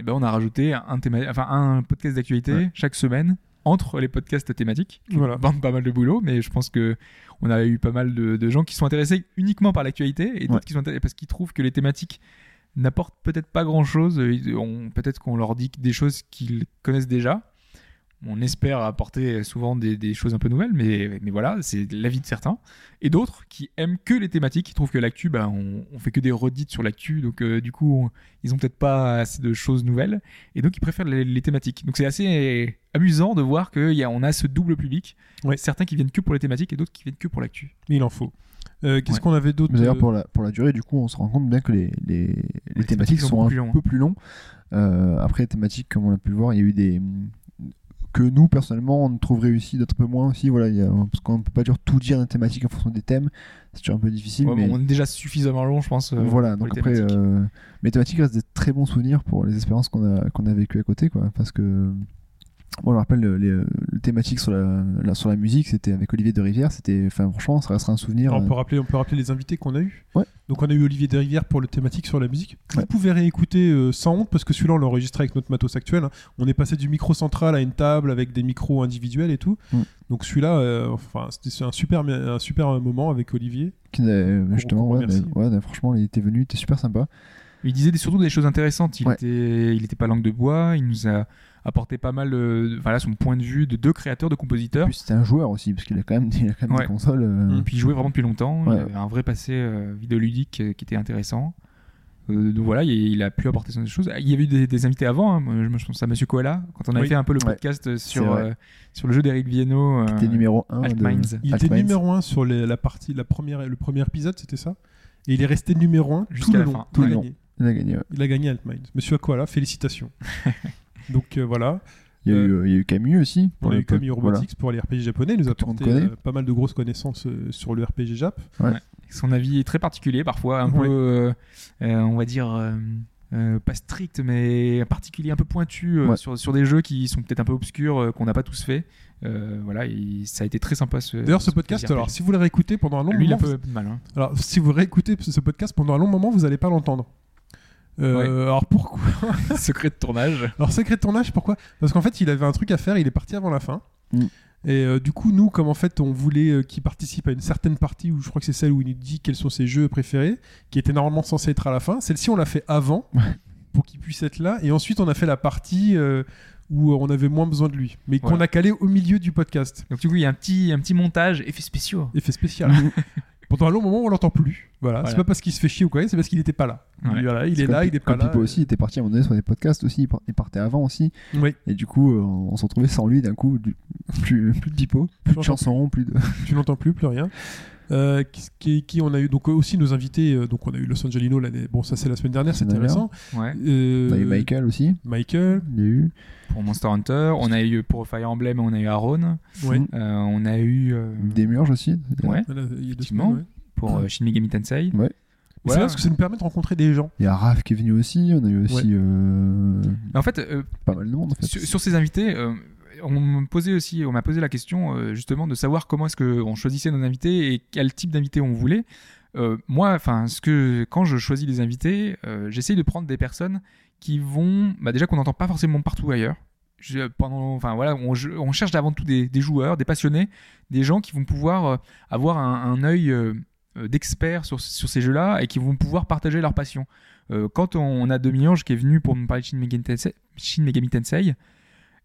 D: eh ben, on a rajouté un, théma- enfin, un podcast d'actualité
E: Ouais.
D: chaque semaine entre les podcasts thématiques.
C: Voilà.
D: bande pas mal de boulot, mais je pense que on a eu pas mal de, de gens qui sont intéressés uniquement par l'actualité et d'autres
E: Ouais.
D: qui sont intéressés parce qu'ils trouvent que les thématiques n'apportent peut-être pas grand-chose. euh, ils- on- Peut-être qu'on leur dit des choses qu'ils connaissent déjà. On espère apporter souvent des, des choses un peu nouvelles, mais, mais voilà, c'est l'avis de certains. Et d'autres qui aiment que les thématiques, qui trouvent que l'actu, bah, on, on fait que des redites sur l'actu, donc euh, du coup, on- ils ont peut-être pas assez de choses nouvelles, et donc ils préfèrent les, les thématiques. Donc c'est assez amusant de voir qu'on a ce double public
C: Ouais.
D: certains qui viennent que pour les thématiques et d'autres qui viennent que pour l'actu.
C: Mais il en faut. Euh, Qu'est-ce
D: Ouais.
C: qu'on avait d'autre
E: Mais D'ailleurs,
C: euh,
E: pour la, pour la durée, du coup, on se rend compte bien que les, les, les
D: thématiques
E: thématiques
D: sont
E: sont
D: beaucoup
E: un
D: plus longues.
E: peu plus longues. Euh, après, les thématiques, comme on a pu le voir, il y a eu des. que nous, personnellement, on trouve réussi, d'autres un peu moins aussi. Voilà, il y a- parce qu'on ne peut pas dire tout dire dans thématique en fonction des thèmes. C'est toujours un peu difficile.
D: Ouais,
E: mais...
D: bon, on est déjà suffisamment long, je pense. euh,
E: voilà,
D: pour
E: donc
D: les
E: après,
D: thématiques.
E: euh, mes thématiques restent des très bons souvenirs pour les expériences qu'on a, qu'on a vécues à côté, quoi. Parce que, moi, je me rappelle, le- les, euh, les thématiques sur la, la- sur la musique, c'était avec Olivier de Rivière, c'était, enfin, franchement, ça restera un souvenir.
C: on,
E: euh,
C: peut rappeler, on peut rappeler les invités qu'on a eu.
E: Ouais.
C: Donc on a eu Olivier Derivière pour le thématique sur la musique. que Vous
E: Ouais.
C: pouvez réécouter euh, sans honte parce que celui-là on l'a enregistré avec notre matos actuel. hein. On est passé du micro central à une table avec des micros individuels et tout.
E: Mm.
C: Donc celui-là, euh, enfin c'était c'est un super, un super moment avec Olivier.
E: qui n'a- euh, justement,
C: gros
E: ouais,
C: merci.
E: mais- ouais, mais franchement, il était venu, il était super sympa.
D: Il disait des- surtout des choses intéressantes. Il,
E: Ouais.
D: était, il était pas langue de bois, il nous a apporté pas mal, euh, voilà, son point de vue de deux créateurs, de
E: En
D: compositeurs.
E: plus, c'était un joueur aussi, parce qu'il a quand même, il a quand même
D: Ouais.
E: des consoles. euh,
C: Mm.
D: Et puis il jouait vraiment depuis longtemps.
E: Ouais.
D: Il avait un vrai passé euh, vidéoludique euh, qui était intéressant. Euh, donc voilà, il, il a pu apporter des choses. Il y avait eu des, des invités avant. hein. Moi, je me- je pense à Monsieur Koala quand on avait
C: Oui.
D: fait un peu le
E: Ouais.
D: podcast sur
E: vrai.
D: euh, sur le jeu d'Eric Viennot.
E: qui était
D: euh,
E: numéro 1
D: Altminds.
E: de
C: Il
E: Altminds.
C: était numéro 1 sur les- la partie, la première, le premier épisode, c'était ça Et il est resté numéro 1 tout
D: Jusqu'à
C: le
D: la
C: long.
D: fin.
C: tout
E: Ouais.
C: l'année.
E: Il a gagné. ouais.
C: Il a gagné Altmind. Monsieur Aquala, félicitations. Donc euh, voilà,
E: Il y a
C: Euh,
E: eu, euh, il y a eu Camus aussi.
C: on a
E: le
C: eu Camille
E: pop- voilà.
C: Robotics pour les RPG japonais, il nous a
E: Tout le monde
C: apporté
E: connaît.
C: euh, pas mal de grosses connaissances euh, sur le RPG Jap.
D: son avis est très particulier parfois un
C: Ouais.
D: peu euh, euh, on va dire euh, euh, pas strict mais particulier un peu pointu euh,
E: Ouais.
D: sur, sur des jeux qui sont peut-être un peu obscurs euh, qu'on n'a pas tous fait Euh, voilà et ça a été très sympa ce
C: D'ailleurs, ce podcast,
D: petit
C: alors
D: RPG.
C: si vous le réécoutez pendant un long
D: lui il a
C: moment,
D: un peu mal hein.
C: alors si vous réécoutez ce podcast pendant un long moment, vous n'allez pas l'entendre. Euh,
D: Ouais.
C: Alors pourquoi
D: secret de tournage
C: Alors secret de tournage, pourquoi Parce qu'en fait, il avait un truc à faire, il est parti avant la fin.
E: Mm.
C: Et euh, du coup, nous, comme en fait, on voulait euh, qu'il participe à une certaine partie où je crois que c'est celle où il nous dit quels sont ses jeux préférés, qui était normalement censé être à la fin. Celle-ci, on l'a fait avant
E: Ouais.
C: pour qu'il puisse être là. Et ensuite, on a fait la partie euh, où on avait moins besoin de lui, mais qu'on
D: Voilà.
C: a calé au milieu du podcast.
D: donc du coup il y a un petit un petit montage effets spéciaux
C: Effet spécial.
E: Mm.
C: Pendant un long moment, on l'entend plus. Voilà.
D: Voilà.
C: C'est pas parce qu'il se fait chier ou quoi, c'est parce qu'il n'était pas là.
D: Ouais.
C: Voilà, il
E: C'est
C: est
E: comme
C: là,
E: Pi-
C: il est pas
E: comme
C: là. euh.
E: Pipo aussi, il était parti à un moment donné sur des podcasts aussi, il par- il partait avant aussi.
C: Oui.
E: Et du coup, euh, on se retrouvait sans lui d'un coup, du- plus, plus de pipo, plus de chansons, plus de.
C: tu n'entends plus, plus rien. Euh, qui, qui- qui on a eu donc euh, aussi nos invités euh, donc on a eu Los Angelino l'année bon ça c'est la semaine dernière
E: La
C: c'est
E: semaine dernière.
C: intéressant
D: ouais
C: Euh,
E: On bah, a eu Michael aussi,
C: Michael
E: il y a eu.
D: pour Monster Hunter on a eu pour Fire Emblem on a eu Aaron
C: ouais
E: Mm.
D: Euh, on a eu euh,
E: Démurge aussi.
D: ouais
C: Voilà, il y a deux
D: Effectivement.
C: semaines, ouais.
D: pour euh, Shin Megami Tensei
C: C'est
E: Ouais.
D: Voilà.
C: bien parce que ça nous permet de rencontrer des gens
E: Il y a Raph qui est venu aussi, on a eu aussi
C: Ouais.
E: euh,
D: Mais en fait euh,
E: pas mal de monde en fait.
D: Sur, sur ces invités, euh, on me posait aussi, on m'a posé la question euh, justement de savoir comment est-ce qu'on choisissait nos invités et quel type d'invité on voulait. euh, moi, enfin, ce que quand je choisis des invités, euh, j'essaye de prendre des personnes qui vont, bah, déjà qu'on n'entend pas forcément partout ailleurs. Je- pendant, enfin voilà, on, je- on cherche avant tout des, des joueurs, des passionnés, des gens qui vont pouvoir euh, avoir un, un œil euh, euh, d'expert sur, sur ces jeux-là et qui vont pouvoir partager leur passion. Euh, quand on, on a Demi-Ange qui est venu pour me parler de Shin Megami Tensei, Shin Megami Tensei,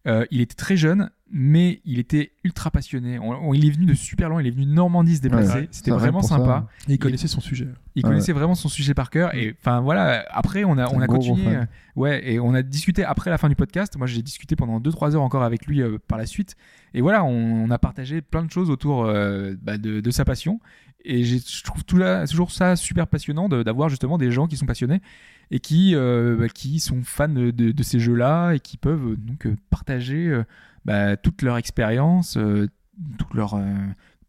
D: euh, il était très jeune, mais il était ultra passionné. On- on- il est venu de super loin, il est venu de Normandie se déplacer.
E: Ouais,
D: C'était
E: ça, rien
D: vraiment
E: que pour ça. hein.
D: sympa.
C: Et il
D: Il-
C: connaissait son sujet.
D: Il
E: Ouais.
D: connaissait vraiment son sujet par cœur. Et enfin voilà, après on a, on
E: Un
D: a
E: gros, gros
D: continué.
E: fan.
D: euh, ouais, et on a discuté après la fin du podcast. Moi j'ai discuté pendant 2-3 heures encore avec lui euh, par la suite. Et voilà, on, on a partagé plein de choses autour euh, bah, de, de sa passion. Et j'ai- je trouve tout là, toujours ça super passionnant de- d'avoir justement des gens qui sont passionnés et qui, euh, bah, qui sont fans de, de ces jeux-là et qui peuvent euh, donc euh, partager euh, bah, toute leur expérience, euh, toute leur. euh,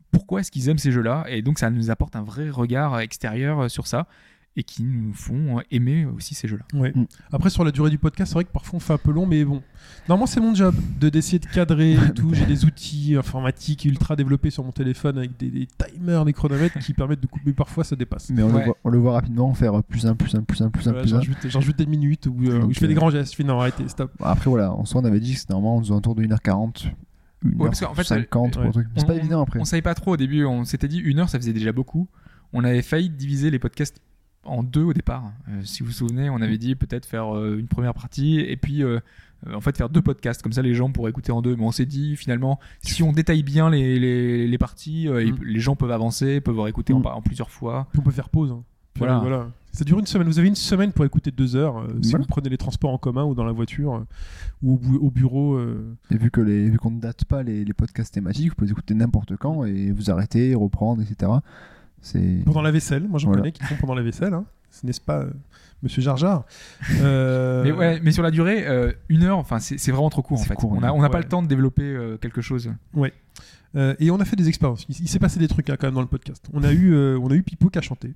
D: pourquoi est-ce qu'ils aiment ces jeux-là Et donc ça nous apporte un vrai regard extérieur euh, sur ça et qui nous font euh, aimer aussi ces jeux-là.
C: Ouais.
E: Mm.
C: Après, sur la durée du podcast, c'est vrai que parfois on fait un peu long, mais bon. Normalement, c'est mon job de d'essayer de cadrer et tout. J'ai des outils informatiques ultra développés sur mon téléphone avec des, des timers, des chronomètres qui permettent de couper. Parfois, ça dépasse.
E: Mais on,
D: Ouais.
E: le voit, on le voit rapidement faire plus un, plus un, plus un, plus un,
C: Voilà,
E: plus un.
C: J'ajoute j'ajoute des minutes où, euh, où
E: Donc,
C: je fais des
E: euh,
C: grands gestes. Je fais non, arrêtez, stop.
E: Bon, Après, voilà, en soi, on avait dit que c'était normalement aux alentours de 1h40, 1h50
D: Ouais, parce qu'en fait,
E: pour un
C: ouais.
E: truc. Mais C'est
D: On-
E: pas évident après.
D: On savait pas trop au début, on s'était dit une heure, ça faisait déjà beaucoup. On avait failli diviser les podcasts en deux au départ. Euh, si vous vous souvenez, on avait dit peut-être faire euh, une première partie et puis euh, euh, en fait faire deux podcasts. Comme ça, les gens pourraient écouter en deux. Mais on s'est dit finalement, si on détaille bien les, les, les parties, euh,
C: Mm.
D: les gens peuvent avancer, peuvent réécouter en,
E: Mm.
D: par- en plusieurs fois.
C: Puis on peut faire pause. hein. Puis,
D: Voilà.
C: euh, Ça dure une semaine. Vous avez une semaine pour écouter deux heures. euh, Si
E: Voilà.
C: vous prenez les transports en commun ou dans la voiture euh, ou au, bu- au bureau. euh,
E: Et vu que les- vu qu'on ne date pas les, les podcasts thématiques, vous pouvez les écouter n'importe quand et vous arrêter, reprendre, etc. C'est.
C: pendant la vaisselle. Moi, j'en
E: Voilà.
C: connais qui font pendant la vaisselle. hein. Ce N'est-ce pas, euh, monsieur Jarjar Euh,
D: Mais, ouais, mais sur la durée, euh, une heure, enfin c'est c'est vraiment trop court en
E: C'est
D: fait.
E: court,
D: on n'a on a pas
C: ouais.
D: le temps de développer euh, quelque chose.
C: Euh, et on a fait des expériences. Il, il s'est passé des trucs hein, quand même dans le podcast. On a eu, euh, on a eu Pipo qui a chanté.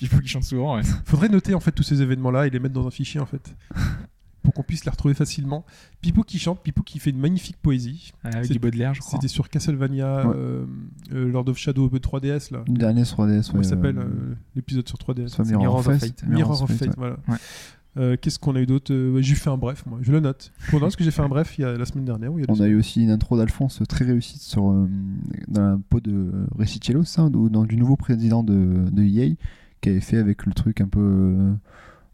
D: Il faut qu'ils chantent souvent. ouais.
C: Faudrait noter en fait tous ces événements-là et les mettre dans un fichier en fait, pour qu'on puisse les retrouver facilement. Pipo qui chante, Pipo qui fait une magnifique poésie.
D: Avec
C: C'est-
D: du Baudelaire, je crois.
C: C'était sur Castlevania,
E: Ouais.
C: euh, euh, Lord of Shadow 3DS là.
E: Une dernière sur 3DS.
C: Comment
E: ouais,
C: il s'appelle
E: euh,
C: euh, l'épisode sur 3DS
E: c'est Mirror of Fate.
C: Mirror, of Fate, voilà.
D: Ouais.
C: Euh, Qu'est-ce qu'on a eu d'autre Euh, ouais, J'ai fait un bref, moi. Je le note. Je note parce que j'ai fait un bref il y a, la semaine dernière. ou il y a deux
E: On a eu aussi une intro d'Alphonse très réussite sur, euh, dans la peau de Recicello, ça, ou dans, du nouveau président de, de EA, qui avait fait avec le truc un peu. euh,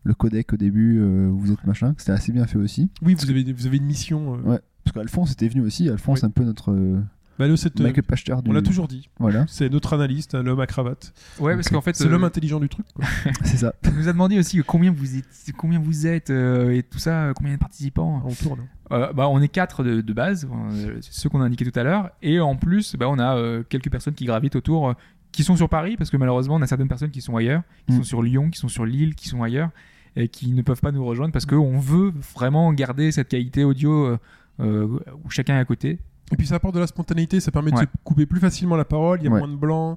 E: le codec au début, euh, vous êtes machin. C'était assez bien fait aussi.
C: Oui, vous avez, vous avez une mission. euh,
E: Ouais. Parce qu'Alphonse était venu aussi. Alphonse,
C: Oui.
E: un peu notre euh,
C: bah, le, cette, euh,
E: Michael Pachter du.
C: on l'a toujours dit.
E: Voilà,
C: C'est notre analyste, hein, l'homme à cravate.
D: Ouais, parce qu'en fait,
C: C'est l'homme
D: euh,
C: intelligent du truc. quoi.
E: c'est ça.
D: il nous a demandé aussi combien vous êtes, combien vous êtes euh, et tout ça, euh, combien de participants.
C: On tourne. hein.
D: Euh, bah, on est quatre de, de base, euh, c'est ceux qu'on a indiqués tout à l'heure, et en plus, bah, on a euh, quelques personnes qui gravitent autour, euh, qui sont sur Paris, parce que malheureusement, on a certaines personnes qui sont ailleurs, qui
E: Mm.
D: sont sur Lyon, qui sont sur Lille, qui sont ailleurs, et qui ne peuvent pas nous rejoindre parce qu'on veut vraiment garder cette qualité audio euh, euh, où chacun est à côté.
C: Et puis ça apporte de la spontanéité, ça permet
D: Ouais.
C: de se couper plus facilement la parole, il y a
E: Ouais.
C: moins de blanc,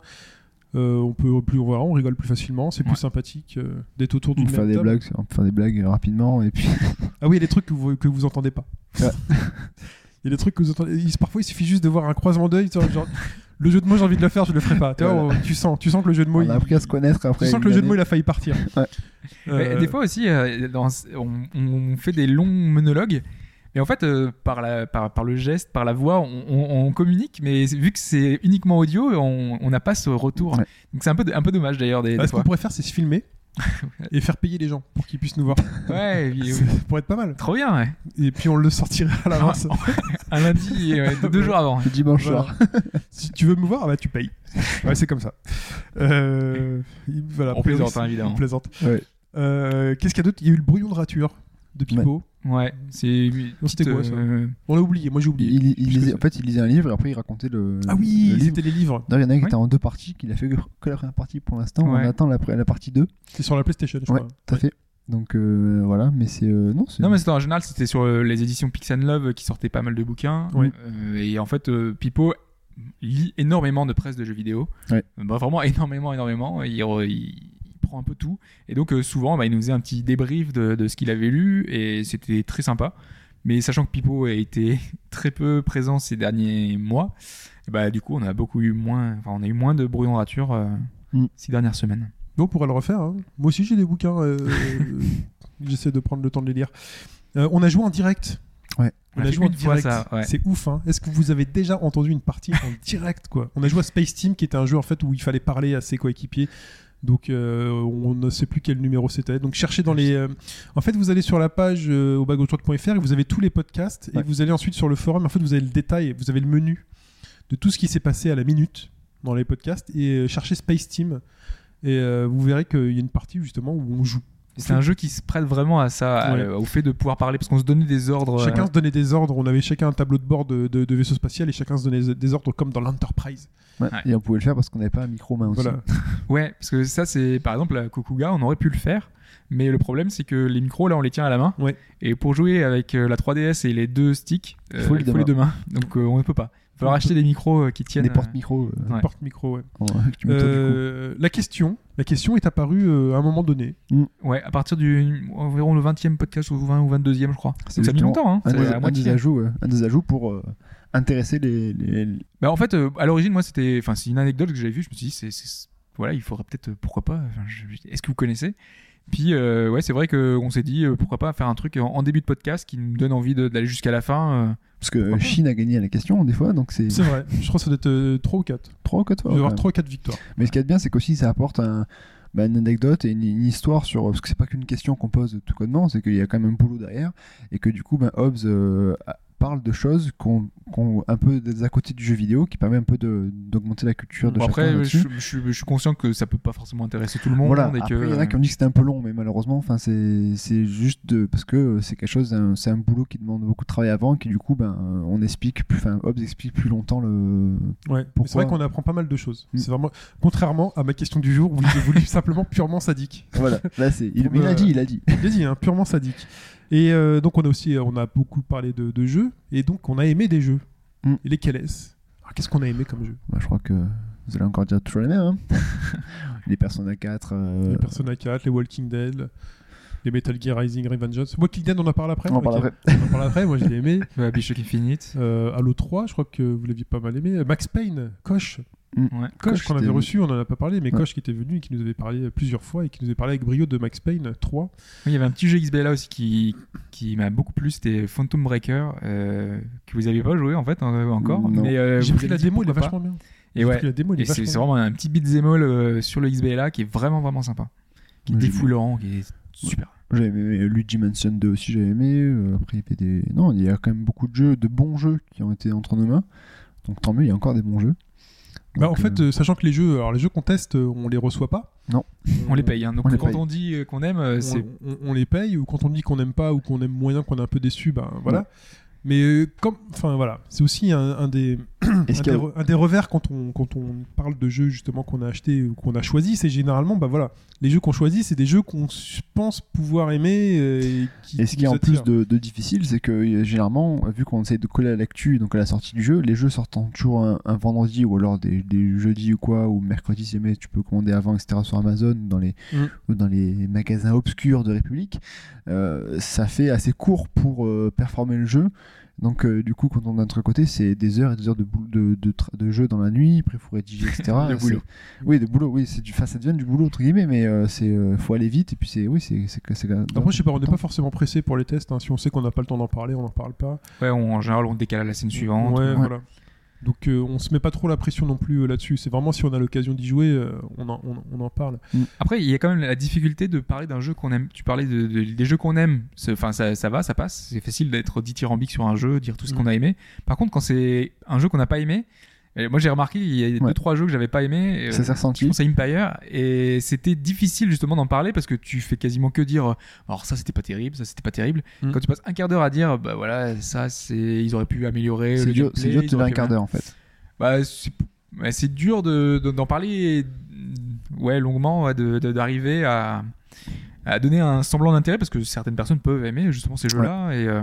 C: euh, on peut plus voilà, on rigole plus facilement, c'est plus
D: Ouais.
C: sympathique euh, d'être autour
E: On
C: d'une
E: peut faire
C: même
E: des
C: table.
E: blagues, on peut faire des blagues rapidement et puis
C: Ah oui, il y a des trucs que vous, que vous entendez pas.
E: Ouais.
C: il y a des trucs que vous entendez. il- parfois, il suffit juste de voir un croisement d'œil, tu vois, genre, le jeu de mots, j'ai envie de le faire, je le ferai pas. Tu, vois, on- tu sens, tu sens que le jeu de mots,
E: on a
C: il-
E: appris à se connaître
C: tu
E: après.
C: sens
E: une
C: que le jeu de mots,
E: année.
C: il a failli partir.
E: Ouais.
C: Euh,
D: Et Des fois aussi, euh, dans- on, on fait des longs monologues. Et en fait, euh, par, la, par, par le geste, par la voix, on, on- on communique, mais vu que c'est uniquement audio, on on n'a pas ce retour.
E: Ouais.
D: Donc c'est un peu, un peu dommage d'ailleurs des, des
C: bah, ce qu'on
D: fois.
C: pourrait faire, c'est se filmer et faire payer les gens pour qu'ils puissent nous voir.
D: Ouais, et puis-
C: Ça pourrait être pas mal.
D: trop bien, ouais.
C: Et puis on le sortirait à l'avance.
D: Oh, Un lundi, et, ouais, deux- deux jours avant.
E: Le dimanche
C: Voilà.
E: soir.
C: si tu veux me voir, ah bah tu payes. Ouais, c'est comme ça. Euh, il- voilà,
D: On plaisante, hein,
C: On
D: évidemment.
C: plaisante.
E: Ouais.
C: Euh, Qu'est-ce qu'il y a d'autre Il y a eu le brouillon de rature de Pipo.
D: Ouais, c'est une
C: Non, c'était
D: petite,
C: quoi, ça
D: euh,
C: On l'a oublié, moi j'ai oublié.
E: Il, il
C: Qu'est-ce que
E: lisait-
C: c'est
E: en fait, il lisait un livre et après il racontait le.
C: Ah oui,
E: le livre.
C: c'était les livres.
E: D'ailleurs, il y en a un qui
D: Oui.
E: était en deux parties, qu'il a fait que que la première partie pour l'instant.
D: Ouais.
E: On attend la, la partie 2.
C: C'est sur la PlayStation, je
E: Ouais,
C: crois.
E: tout à fait. Donc euh, voilà, mais c'est. euh, non, c'est.
D: Non, mais c'était en général, c'était sur euh, les éditions Pix and Love euh, qui sortaient pas mal de bouquins.
C: Oui.
D: Euh, et en fait, euh, Pipo lit énormément de presse de jeux vidéo.
E: Ouais.
D: Euh, bah, vraiment énormément, énormément. Il, re- il- il prend un peu tout. Et donc, euh, souvent, bah, il nous faisait un petit débrief de, de ce qu'il avait lu et c'était très sympa. Mais sachant que Pipo a été très peu présent ces derniers mois, bah, du coup, on a beaucoup eu moins, enfin, on a eu moins de brouillon rature. euh,
E: Mm.
D: ces dernières semaines.
C: Bon, on pourrait le refaire. hein. Moi aussi, j'ai des bouquins. euh, euh, J'essaie de prendre le temps de les lire. Euh, on a joué en direct.
E: Ouais.
C: On,
D: On a
C: a,
D: fait
C: joué en
D: une fois
C: direct.
D: ça, ouais.
C: C'est ouf. hein. Est-ce que vous avez déjà entendu une partie en direct quoi On a joué à Space Team, qui était un jeu en fait où il fallait parler à ses coéquipiers. Donc euh, on ne sait plus quel numéro c'était. Donc cherchez dans les. euh, En fait, vous allez sur la page euh, au bagautroite.fr et vous avez tous les podcasts et
E: Ouais.
C: vous allez ensuite sur le forum. En fait, vous avez le détail, vous avez le menu de tout ce qui s'est passé à la minute dans les podcasts et euh, cherchez Space Team et euh, vous verrez qu'il y a une partie justement où on joue.
D: C'est un jeu qui se prête vraiment à ça, à-
C: Ouais.
D: euh, au fait de pouvoir parler, parce qu'on se donnait des ordres. euh,
C: Chacun se donnait des ordres. On avait chacun un tableau de bord de, de- de vaisseau spatial et chacun se donnait des ordres comme dans l'Enterprise.
E: Ouais,
D: Ouais.
E: Et on pouvait le faire parce qu'on n'avait pas un micro main aussi.
C: Voilà.
D: Ouais, parce que ça, c'est par exemple la Kokuga, on aurait pu le faire, mais le problème, c'est que les micros, là, on les tient à la main.
C: Ouais.
D: Et pour jouer avec euh, la 3DS et les deux sticks, euh, il faut, les, deux mains. Donc euh, on ne peut pas. Il va falloir
C: On
D: acheter des micros euh, qui tiennent.
E: Des
D: euh,
E: porte-micros euh,
D: Ouais.
C: Porte micro. Ouais.
E: en- que tu mets toi, du coup.
C: Euh, la question, la question est apparue euh, à un moment donné.
D: euh, Ouais, à partir du environ le 20e podcast ou 20 ou 22e, je crois.
E: C'est
D: Donc, ça a mis
E: exactement
D: longtemps, hein.
E: un,
D: C'est
E: des,
D: la
E: un
D: moitié.
E: des ajouts, ouais. un des ajouts pour euh, intéresser les, les- les-
D: Bah en fait, euh, à l'origine, moi, c'était, enfin, c'est une anecdote que j'avais vue. Je me suis dit, c'est, c'est- voilà, il faudrait peut-être, euh, pourquoi pas. enfin, je- je- Est-ce que vous connaissez Puis, euh, ouais, c'est vrai que on s'est dit, euh, pourquoi pas faire un truc en, en début de podcast qui nous donne envie de- d'aller jusqu'à la fin. euh.
E: parce que euh, Chine a gagné à la question des fois, donc c'est
C: C'est vrai. Je crois que ça doit être euh, trois ou quatre.
E: 3 ou 4
C: Il
E: fois.
C: doit y avoir
E: quand même.
C: trois ou quatre victoires.
E: Mais ce qu'il y a de bien, c'est qu'aussi ça apporte un- bah, une anecdote et une, une histoire sur. Parce que c'est pas qu'une question qu'on pose tout connement, c'est qu'il y a quand même un boulot derrière. Et que du coup, bah, Hobbes euh, a- parle de choses qu'on, qu'on- un peu des à côté du jeu vidéo qui permet un peu de, d'augmenter la culture de
D: Bon,
E: chacun.
D: après,
E: là-dessus.
D: je, je- je suis conscient que ça peut pas forcément intéresser tout le monde
E: Voilà,
D: et
E: après,
D: que.
E: il y en a qui ont dit que c'était un peu long, mais malheureusement, enfin, c'est, c'est juste de- parce que euh, c'est quelque chose, un- c'est un boulot qui demande beaucoup de travail avant, qui du coup, ben, euh, on explique, plus- enfin, Hobbes explique plus longtemps le.
C: Ouais. Mais C'est
E: Pourquoi
C: vrai qu'on apprend pas mal de choses.
E: Mm.
C: C'est vraiment contrairement à ma question du jour où j'ai voulu simplement purement sadique.
E: Voilà, là, c'est. Il,
C: Pour
E: mais il a
C: me-
E: dit, il a dit.
C: Je l'ai dit, hein, purement sadique. Et euh, donc on a aussi, on a beaucoup parlé de, de jeux et donc on a aimé des jeux.
E: Mm.
C: Et lesquels est-ce Alors, Qu'est-ce qu'on a aimé comme jeu
E: Bah, je crois que vous allez encore dire toujours les mêmes. hein. les Persona 4. euh,
C: Les Persona 4, les Walking Dead, les Metal Gear Rising Revengeance. Walking Dead, on en parle après
E: On en parle
C: Ok.
E: après.
C: On en parle après, moi je l'ai aimé.
D: Euh, Bioshock Infinite.
C: Euh, Halo 3, je crois que vous l'aviez pas mal aimé. Euh, Max Payne, Koch,
D: Ouais.
C: Koch qu'on avait
E: c'était-
C: reçu, on en a pas parlé, mais
E: Ouais.
C: Koch qui était venu et qui nous avait parlé plusieurs fois et qui nous avait parlé avec brio de Max Payne 3.
D: Oui, il y avait un petit jeu XBLA aussi qui, qui m'a beaucoup plu, c'était Phantom Breaker, euh, que vous n'avez pas joué en fait en- encore.
E: Non.
D: Mais, euh,
C: J'ai
D: vous
C: pris
D: avez
C: la
D: dit
C: démo, il est
D: pourquoi
C: vachement bien.
D: pas. Et
C: J'ai
D: ouais,
C: pris la démo, il
D: Et
C: est
D: c'est c'est
C: vachement
D: vraiment un petit beat'em all euh, sur le XBLA qui est vraiment vraiment sympa, qui est
E: Ouais, j'ai-
D: défoulant, qui est super.
E: J'avais aimé euh, Luigi Mansion 2 aussi, j'avais aimé. euh, après, il y avait des. Non, il y a quand même beaucoup de jeux, de bons jeux qui ont été entre nos mains. Donc tant mieux, il y a encore des bons jeux.
C: Bah, en
E: Donc,
C: fait,
E: euh,
C: euh, sachant que les jeux, alors les jeux qu'on teste, euh, on les reçoit pas.
E: Non.
D: On les paye. hein. Donc
E: On les
D: quand
E: paye.
D: on dit euh, qu'on aime, euh,
C: On,
D: c'est
C: on- on les paye ou quand on dit qu'on n'aime pas ou qu'on aime moyen, qu'on est un peu déçu, bah voilà. Mais euh, comme, enfin voilà, c'est aussi un, un des un
E: est-ce qu'il
C: des,
E: y a-
C: re- un des revers quand on quand on parle de jeux justement qu'on a acheté ou qu'on a choisi, c'est généralement bah voilà, les jeux qu'on choisit, c'est des jeux qu'on s- pense pouvoir aimer euh, et qui
E: Et ce qui est
C: nous
E: en plus
C: attirent.
E: de, de difficile, c'est que euh, généralement, vu qu'on essaie de coller à l'actu, donc à la sortie du jeu, les jeux sortant toujours un, un vendredi ou alors des, des jeudis ou quoi, ou mercredi si jamais tu peux commander avant, etc. sur Amazon dans les,
C: Mm.
E: ou dans les magasins obscurs de République, euh, ça fait assez court pour euh, performer le jeu. Donc euh, du coup, quand on est de l'autre côté, c'est des heures et des heures de, boul- de, de, tra- de jeu dans la nuit, après faut rédiger, etc.
D: De boulot.
E: C'est- Oui, de boulot, oui, c'est du, enfin, ça devient du boulot entre guillemets, mais euh, c'est euh, faut aller vite et puis c'est, oui, c'est, c'est, c'est,
C: Après, je sais pas, on n'est pas forcément pressé pour les tests. hein. Si on sait qu'on n'a pas le temps d'en parler, on n'en parle pas.
D: ouais, on- en général on décale à la scène suivante.
C: Ouais,
E: Ouais.
C: voilà. Donc euh, on se met pas trop la pression non plus euh, là-dessus. C'est vraiment si on a l'occasion d'y jouer, euh, on, en, on, on en parle.
D: Après, il y a quand même la difficulté de parler d'un jeu qu'on aime. Tu parlais de- de- des jeux qu'on aime. C'est- Enfin, ça, ça va, ça passe. C'est facile d'être dithyrambique sur un jeu, dire tout ce
C: Mm.
D: qu'on a aimé. Par contre, quand c'est un jeu qu'on n'a pas aimé, et moi j'ai remarqué il y a
E: Ouais.
D: deux trois jeux que j'avais pas aimé. euh,
E: ça
D: Je
E: s'est ressenti.
D: pense à Empire et c'était difficile justement d'en parler parce que tu fais quasiment que dire euh, alors ça c'était pas terrible ça c'était pas terrible
C: Mm.
D: quand tu passes un quart d'heure à dire bah voilà ça c'est ils auraient pu améliorer
E: C'est
D: le
E: dur,
D: gameplay,
E: c'est dur de
D: ils auraient
E: tenir un
D: pu-
E: quart d'heure en fait.
D: bah, c'est ouais, c'est dur de- de- d'en parler et, ouais longuement ouais, de- de- d'arriver à à donner un semblant d'intérêt parce que certaines personnes peuvent aimer justement ces jeux là et euh,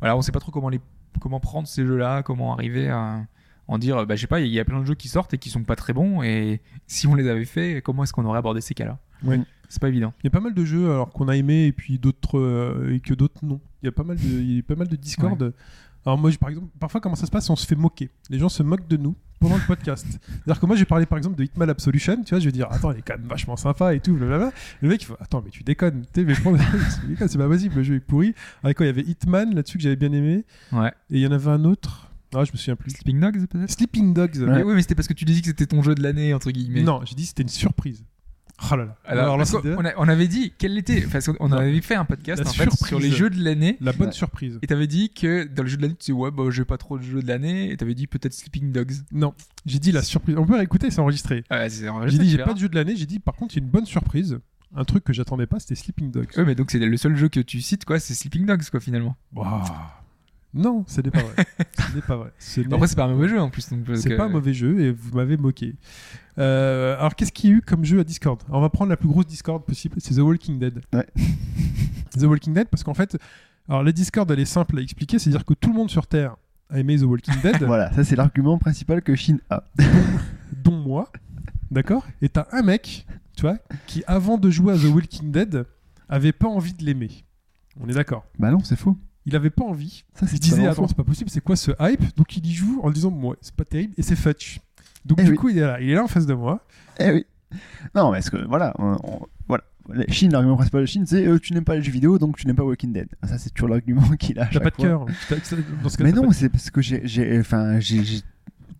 D: voilà on sait pas trop comment les comment prendre ces jeux là comment arriver à en dire bah je sais pas il y a plein de jeux qui sortent et qui sont pas très bons et si on les avait fait comment est-ce qu'on aurait abordé ces cas là
C: Ouais.
D: c'est pas évident
C: Il y a pas mal de jeux alors qu'on a aimé et puis d'autres euh, et que d'autres non. Il y a pas mal de, il y a eu pas mal de Discord Alors moi, je- par exemple, parfois, comment ça se passe On se fait moquer. Les gens se moquent de nous pendant le podcast. C'est-à-dire que moi, j'ai parlé par exemple de Hitman Absolution, tu vois, je vais dire, attends, il est quand même vachement sympa et tout, blablabla. Le mec, il faut, attends, mais tu déconnes, tu sais, mais prends- tu déconnes, c'est pas possible, le jeu est pourri. Avec quoi Il y avait Hitman là-dessus que j'avais bien aimé,
D: Ouais.
C: et il y en avait un autre, ah, je me souviens plus.
D: Sleeping Dogs, peut-être
C: Sleeping Dogs.
D: Mais Oui, mais c'était parce que tu disais que c'était ton jeu de l'année, entre guillemets.
C: Non, j'ai dit, c'était une surprise. Oh là là.
D: Alors,
C: Alors, là,
D: parce qu'on-
C: c'était
D: on, a- on avait dit quel était. Parce qu'on on
C: Non.
D: avait fait un podcast
C: La
D: en fait, sur les
C: surprise.
D: jeux de l'année.
C: la bonne
E: Ouais.
C: surprise.
D: Et t'avais dit que dans le jeu de l'année, tu disais ouais, bah j'ai pas trop de jeux de l'année. Et t'avais dit peut-être Sleeping Dogs.
C: Non, j'ai dit la surprise. On peut réécouter, c'est enregistré.
D: Ah, c'est- en vrai,
C: J'ai
D: ça,
C: dit,
D: tu
C: j'ai
D: verras.
C: pas de jeu de l'année, j'ai dit, par contre, il y a une bonne surprise. Un truc que j'attendais pas, c'était Sleeping Dogs.
D: Ouais, mais donc c'est le seul jeu que tu cites, quoi, c'est Sleeping Dogs, quoi, finalement.
C: Ouah. Non, ce n'est pas vrai. ce n'est pas vrai. Ce n'est-
D: Après, c'est pas un mauvais jeu en plus. donc, euh, parce
C: c'est
D: que-
C: pas un mauvais jeu et vous m'avez moqué. Euh, alors, qu'est-ce qu'il y a eu comme jeu à Discord Alors, On va prendre la plus grosse Discord possible, c'est The Walking Dead.
E: Ouais.
C: The Walking Dead, parce qu'en fait, alors la Discord, elle est simple à expliquer, c'est-à-dire que tout le monde sur Terre a aimé The Walking Dead,
E: Voilà, ça c'est l'argument principal que Chine a.
C: dont moi, d'accord Et t'as un mec, tu vois, qui avant de jouer à The Walking Dead, avait pas envie de l'aimer. On est d'accord
E: Bah non, c'est faux.
C: Il avait pas envie,
E: Ça c'est
C: Il disait,
E: totalement
C: attends,
E: faux.
C: c'est pas possible, c'est quoi ce hype Donc il y joue en disant, ouais, c'est pas terrible, et c'est fetch. Donc
E: Eh
C: du
E: oui.
C: coup, il est là, il est là en face de moi.
E: Eh oui. Non, mais parce que voilà, on- on- voilà. La Chine, l'argument principal de Chine, c'est euh, tu n'aimes pas les jeux vidéo, donc tu n'aimes pas Walking Dead. Ah, Ça c'est toujours l'argument qu'il a. à
C: T'as
E: chaque
C: pas de
E: fois.
C: cœur. T'as- t'as- dans ce cas,
E: Mais
C: t'as
E: non,
C: pas
E: c'est parce que j'ai, j'ai- enfin, j'ai, j'ai-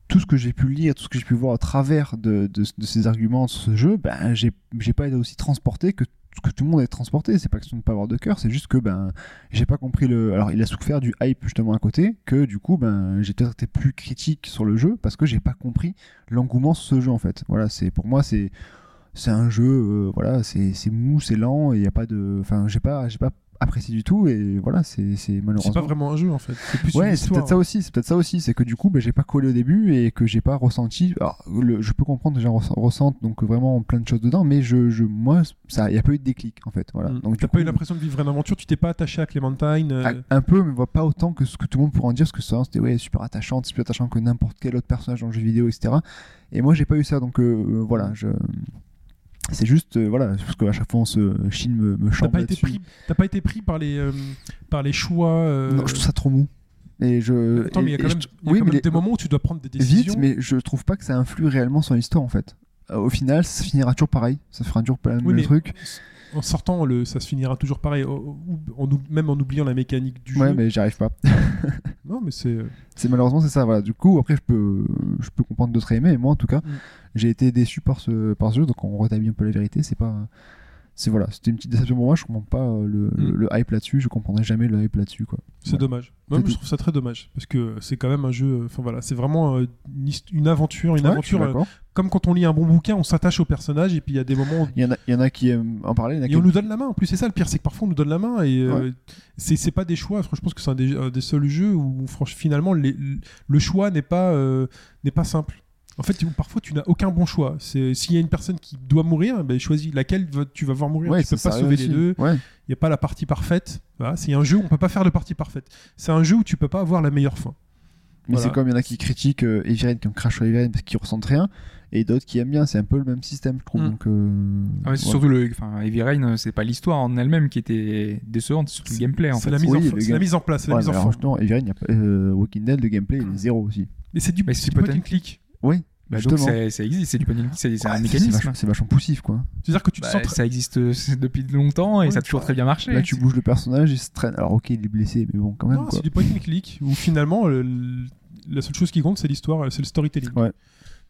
E: tout ce que j'ai pu lire, tout ce que j'ai pu voir à travers de, de- de ces arguments sur ce jeu, ben, j'ai, j'ai pas été aussi transporté que que tout le monde est transporté, c'est pas question de pas avoir de cœur, c'est juste que ben j'ai pas compris le. Alors il a souffert du hype justement à côté, que du coup ben j'ai peut-être été plus critique sur le jeu parce que j'ai pas compris l'engouement sur ce jeu en fait. Voilà, c'est pour moi c'est c'est un jeu, euh, voilà, c'est c'est mou, c'est lent, et il y a pas de, enfin j'ai pas j'ai pas apprécié du tout et voilà c'est c'est
C: de-
E: malheureusement.
C: C'est pas vraiment un jeu en fait. C'est plus une
E: Ouais, c'est
C: histoire.
E: peut-être ça aussi. C'est peut-être ça aussi. C'est que du coup, ben, j'ai pas collé au début et que j'ai pas ressenti. Alors, le- je peux comprendre que j'en ressens- ressente donc vraiment plein de choses dedans, mais je, je moi, ça, il y a pas eu de déclic en fait. Voilà.
C: Mm.
E: Donc
C: T'as
E: du
C: pas eu
E: coup,
C: l'impression de vivre une aventure, tu t'es pas attaché à Clémentine. euh,
E: un- un peu, mais pas autant que ce que tout le monde pourrait en dire, parce que ça, c'était ouais, super attachante, c'est plus attachant que n'importe quel autre personnage dans le jeu vidéo, etc. Et moi, j'ai pas eu ça, donc euh, euh, voilà, je. C'est juste, euh, voilà, parce qu'à chaque fois, on se chine me, me
C: T'as
E: chambre
C: pas, été
E: là-dessus.
C: pris, t'as pas été pris par les, euh, par les choix. euh,
E: Non, je trouve ça trop mou. Et je.
C: Attends, mais il y a
E: et-
C: quand
E: et
C: même,
E: je-
C: il y a
E: oui,
C: quand
E: mais
C: même
E: les-
C: des moments où tu dois prendre des décisions.
E: vite, mais je trouve pas que ça influe réellement sur l'histoire en fait. Euh, Au final, ça finira toujours pareil, ça fera toujours plein de
C: Oui, mais
E: trucs.
C: en sortant, le, ça se finira toujours pareil, ou- ou- en ou- même en oubliant la mécanique du
E: Ouais,
C: jeu.
E: mais j'y arrive pas.
C: Non, mais c'est.
E: C'est malheureusement c'est ça. Voilà. Du coup, après, je peux, je peux comprendre d'autres aimés, mais moi en tout cas,
C: Mm.
E: j'ai été déçu par ce, par ce jeu. Donc on rétablit un peu la vérité. C'est pas, c'est voilà, c'était une petite déception pour moi. Je comprends pas euh, le, le-
C: Mm.
E: le hype là-dessus. Je comprendrai jamais le hype là-dessus quoi.
C: C'est
E: Ouais.
C: dommage. Moi,
E: C'est
C: je
E: tout.
C: trouve ça très dommage parce que c'est quand même un jeu. Enfin voilà, c'est vraiment euh, une, hist- une aventure, une
E: Ouais, je suis
C: aventure. euh,
E: d'accord.
C: comme quand on lit un bon bouquin, on s'attache au personnage et puis il y a des moments.
E: Il y en a, il y en a qui aiment en parler. il y en a
C: Et
E: qui
C: on
E: aiment-
C: nous donne la main. En plus, c'est ça le pire, c'est que parfois on nous donne la main et euh, c'est c'est pas des choix. Franchement, je pense que c'est un des, un des seuls jeux où franchement, finalement, les- le choix n'est pas euh, n'est pas simple. En fait, tu- parfois tu n'as aucun bon choix. C'est- S'il y a une personne qui doit mourir, ben, choisis laquelle va- tu vas voir mourir.
E: Ouais,
C: tu peux
E: ça
C: pas
E: sert à
C: sauver
E: rien
C: les
E: aussi.
C: deux.
E: Ouais.
C: Il n'y a pas la partie parfaite. Voilà, c'est un jeu où on peut pas faire de partie parfaite. C'est un jeu où tu peux pas avoir la meilleure fin.
E: Mais
C: Voilà.
E: c'est comme il y en a qui critiquent euh, Eviren, qui crachent sur Eviren parce qu'ils ressentent rien, et d'autres qui aiment bien. C'est un peu le même système, je trouve.
C: Mm.
E: Donc, euh,
D: Ah ouais, c'est
E: voilà.
D: surtout le. Enfin, Heavy Rain, euh, c'est pas l'histoire en elle-même qui était décevante, c'est surtout le gameplay en
C: C'est
D: fait.
C: la, mise en
E: Oui,
C: fo-
E: le
C: c'est la
E: game-
C: mise en place, c'est la
E: Ouais,
C: mise en
E: mais alors,
C: forme.
E: justement, Eviren, il y a pas- euh, Walking Dead, le gameplay, il est zéro aussi.
C: Mais c'est du,
D: Mais
C: c'est
D: c'est
C: du point
D: peut-être-
C: and click.
D: Bah, donc
E: justement.
D: ça, ça existe, c'est du panier, c'est c'est
E: Ouais,
D: un
E: c'est- C'est
D: mécanisme.
E: vachement, c'est vachement poussif, quoi.
C: C'est-à-dire que tu te
D: Bah,
C: sens très-
D: ça existe euh, c'est depuis longtemps et
C: Ouais.
D: ça a toujours très bien marché.
E: Là, tu bouges le personnage, il se traîne. Alors, ok, il est blessé, mais bon, quand même.
C: Non,
E: quoi.
C: c'est du point and click où finalement le- le- la seule chose qui compte c'est l'histoire, euh, c'est le storytelling.
E: Ouais.